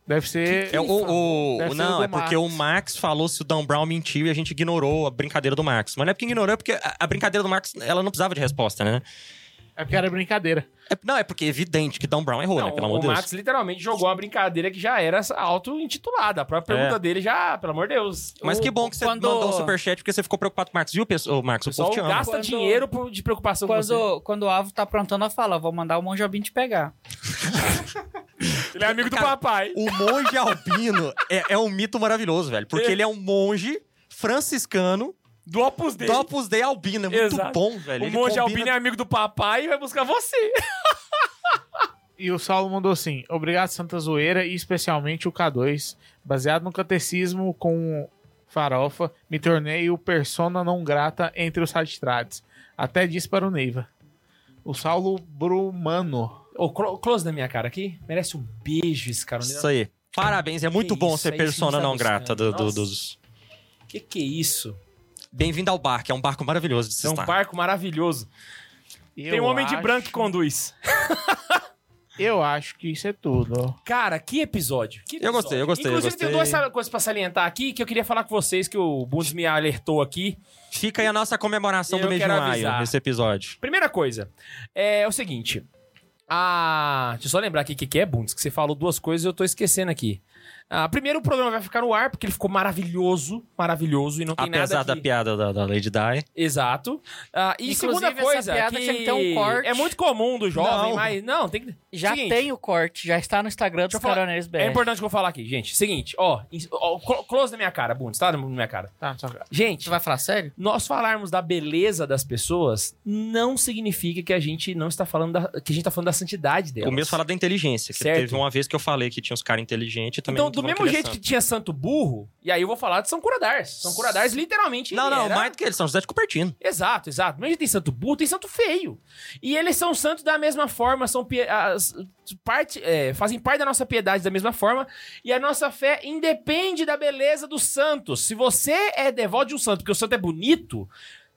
Deve ser.
É o, o-
Deve ser o
não,
do
é porque o Max falou se o Dan Brown mentiu e a gente ignorou a brincadeira do Max. Mas não é porque ignorou, é porque a, a brincadeira do Max ela não precisava de resposta, né?
É porque era brincadeira.
É- não, é porque é evidente que Dan Brown errou, né? Pelo
o
amor de Deus.
Max literalmente jogou uma brincadeira que já era auto-intitulada. A própria
É.
pergunta dele já, pelo amor de Deus.
Mas que bom que você
quando-
mandou o superchat porque você ficou preocupado com o Max. Viu, pessoa- ô, Max? O
Só
povo te ama.
gasta
Quando-
dinheiro por- de preocupação com você.
Quando, quando o Avo tá aprontando, eu falo, vou mandar o Mão Jobim te pegar.
Ele é amigo do
Cara,
papai.
O monge albino é, é um mito maravilhoso, velho. Porque ele é um monge franciscano
Do Opus dele.
do Opus Dei albino. É muito
É. Exato.
bom, velho.
O
Ele
monge
combina-
albino é amigo do papai e vai buscar você.
E o Saulo mandou assim: obrigado, Santa Zoeira, e especialmente o K2. Baseado no catecismo com farofa, me tornei o persona não grata entre os radistrades. Até disse para o Neiva. O Saulo Brumano.
Ô, clo- close na minha cara aqui. Merece um beijo esse cara.
Isso aí. Parabéns, é muito
Que
bom
isso,
ser
é isso que
persona
você tá
não grata do-
buscando.
do-
Nossa.
dos.
Que que é isso?
Bem-vindo ao barco, é um barco maravilhoso de se
É um
estar.
barco maravilhoso. Tem
Eu
um homem de
acho-
branco que conduz.
Eu acho que isso é tudo.
Cara, que episódio. que
Eu gostei, eu gostei, eu
Inclusive, tem duas
gostei.
sal- coisas pra salientar aqui que eu queria falar com vocês, que o Bundes me alertou aqui.
Fica aí a nossa comemoração
Eu
do mês de
quero
maio,
avisar.
nesse episódio.
Primeira coisa, é o seguinte. Ah, deixa eu só lembrar aqui o que, que é, Bundes, que você falou duas coisas e eu tô esquecendo aqui. Ah, primeiro, o programa vai ficar no ar, porque ele ficou maravilhoso, maravilhoso, e não tem
Apesar
nada
da
que...
piada da, da Lady Di.
Exato. Ah, e
Inclusive,
segunda
essa
coisa,
piada
que
tinha que ter um corte.
é muito comum do jovem,
Não.
mas... Não, tem que...
Já
Seguinte.
tem o corte, já está no Instagram
Deixa eu
dos
falar-
Caroneiros BR.
É importante que eu vou falar aqui, gente. Seguinte, ó, ins- ó, clo- close na minha cara, Bundes, tá? Na minha cara.
Tá, só...
Gente,
Você vai falar sério?
nós falarmos da beleza das pessoas não significa que a gente não está falando da, que a gente tá falando da santidade delas.
Começo a falar da inteligência. Que
Certo.
teve uma vez que eu falei que tinha uns caras inteligentes e também.
Então,
não
do
tava
mesmo
querendo
jeito que tinha santo burro, e aí eu vou falar de São Curadars. São Curadars literalmente
Não,
ele
não,
era-
mais do que eles são José de Cupertino.
Exato, exato. Mas tem santo burro, tem santo feio. E eles são santos da mesma forma, são pie- as- parte, é, fazem parte da nossa piedade da mesma forma. E a nossa fé independe da beleza dos santos. Se você é devoto de um santo, porque o santo é bonito,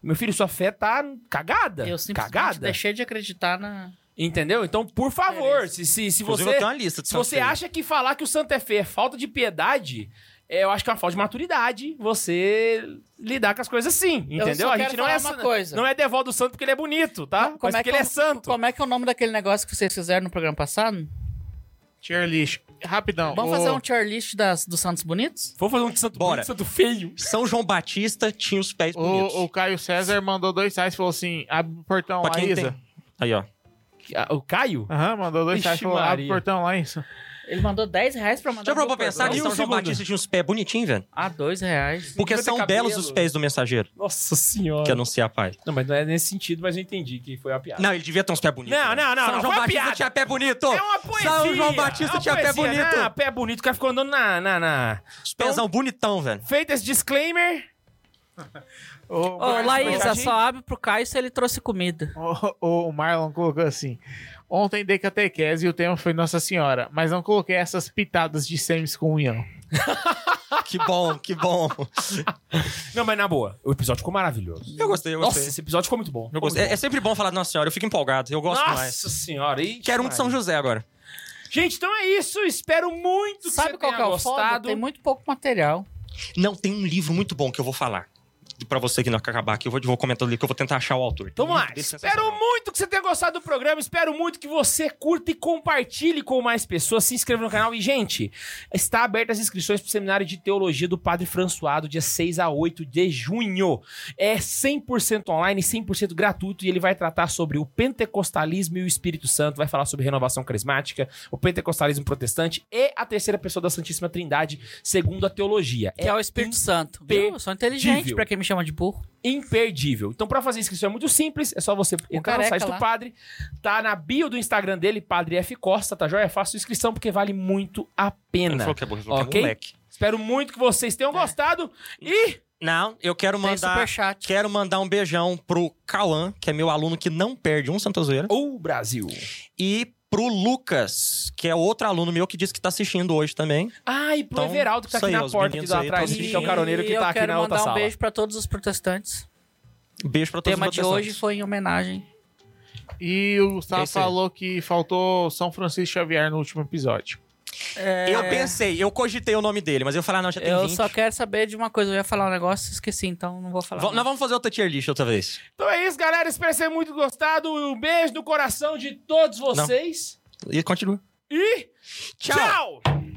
meu filho, sua fé tá cagada.
Eu simplesmente
cagada.
deixei de acreditar na...
Entendeu? Então, por favor, se, se, se
Inclusive, eu tenho
você.
uma lista de
Se
santos
você
feios.
acha que falar que o santo é feio é falta de piedade. é, Eu acho que é uma falta de maturidade você lidar com as coisas assim, entendeu?
Eu só
a
quero
gente não
falar
é
uma
san-
coisa.
não é devoto do santo porque ele é bonito, tá?
Como
Mas
é
porque
que
ele
eu-
é santo.
Como é que é o nome daquele negócio que vocês fizeram no programa passado?
Tier list. Rapidão.
Vamos
o-
fazer um tier list das, dos Santos Bonitos?
Vamos fazer um de santo
Bora.
bonito, santo feio.
São João Batista tinha os pés bonitos.
O, o Caio César mandou dois reais e falou assim: abre o portão
Pra
lá,
quem
Isa.
tem. Aí, ó.
Ah, O Caio?
Aham, mandou dois
Ixi,
reais e falou: abre o
Maria.
portão lá, Isa.
Ele mandou 10 reais pra mandar.
Já parou pra
um
pensar que
E um
bocadão.
São João
segundo?
Batista tinha uns pés bonitinhos, velho?
Ah, 2 reais.
Porque
Devia ter
são
cabelo.
belos os pés do mensageiro
Nossa senhora.
que anuncia a paz.
Não, mas não é nesse sentido, mas eu entendi que foi a piada.
Não, ele devia ter uns pés bonitos. né?
Não, não, não,
São João
não, foi uma
Batista
piada.
tinha pé bonito.
É uma poesia.
São João
é
Batista
uma
tinha pé
poesia.
bonito.
Não, pé bonito, o cara ficou andando na. na, na.
Os pezão bonitão, velho.
Feito esse disclaimer.
Ô,
Ô, Laísa,
Mercadinho?
só abre pro Caio se ele trouxe comida.
O, o- o Marlon colocou assim: Ontem dei catequese e o tema foi Nossa Senhora, mas não coloquei essas pitadas de semi-comunhão.
Que bom, que bom.
Não, mas na boa, o episódio ficou maravilhoso.
Eu gostei, eu
Nossa,
gostei.
esse episódio ficou muito bom.
Eu gostei. É, é sempre bom falar de Nossa Senhora, eu fico empolgado, eu gosto
Nossa
mais.
senhora, e
Quero um de São José agora.
Gente, então é isso. Espero muito que
Sabe
você
qual que é
tenha
o foda?
gostado.
Tem muito pouco material.
Não, tem um livro muito bom que eu vou falar. Pra você que não acabar aqui, eu vou, vou comentar o livro que eu vou tentar achar o autor. Tem
Então
um
Vamos lá.
livro desse
Espero
sensacional.
muito que você tenha gostado do programa. Espero muito que você curta e compartilhe com mais pessoas. Se inscreva no canal. E, gente, está aberta as inscrições para o Seminário de Teologia do Padre François, do dia 6 a 8 de junho. É 100% online, 100% gratuito. E ele vai tratar sobre o pentecostalismo e o Espírito Santo. Vai falar sobre renovação carismática, o pentecostalismo protestante e a terceira pessoa da Santíssima Trindade, segundo a teologia.
Que é o Espírito Santo. Viu? Eu sou inteligente
imperdível.
pra quem me chama de burro.
imperdível. Então, pra fazer inscrição é muito simples, é só você entrar no
careca
site
lá.
do Padre, tá na bio do Instagram dele, Padre F Costa, tá joia? Faça sua inscrição porque vale muito a
Ele
pena.
falou que é burro, ele falou que é
Ok?
moleque.
Espero muito que vocês
É.
tenham gostado e
Não, eu quero
Tem
mandar.
superchat.
Quero mandar um beijão pro Cauã, que é meu aluno que não perde um Santa Zoeira.
o Brasil.
E pro Lucas, que é outro aluno meu que disse que tá assistindo hoje também.
Ah, e pro
Então,
Everaldo que tá
isso
aqui
aí,
na
os
porta aqui
meninos
lá
aí
atrás,
tão
que é o caroneiro que
E
tá
eu
aqui
quero
na outra
mandar
sala.
um beijo pra todos os protestantes.
Beijo pra
O
todos
tema
os
de hoje foi em homenagem.
E o Gustavo
É isso aí.
falou que faltou São Francisco Xavier no último episódio.
Eu pensei, eu cogitei o nome dele, mas eu falei, ah, não, já tem
Eu
20.
só quero saber de uma coisa. Eu ia falar um negócio, esqueci, então não vou falar.
Va-
não.
Nós vamos fazer outra tier list outra vez.
Então é isso, galera. Espero que vocês tenham muito gostado. Um beijo no coração de todos vocês.
E continua.
E
Tchau.
tchau.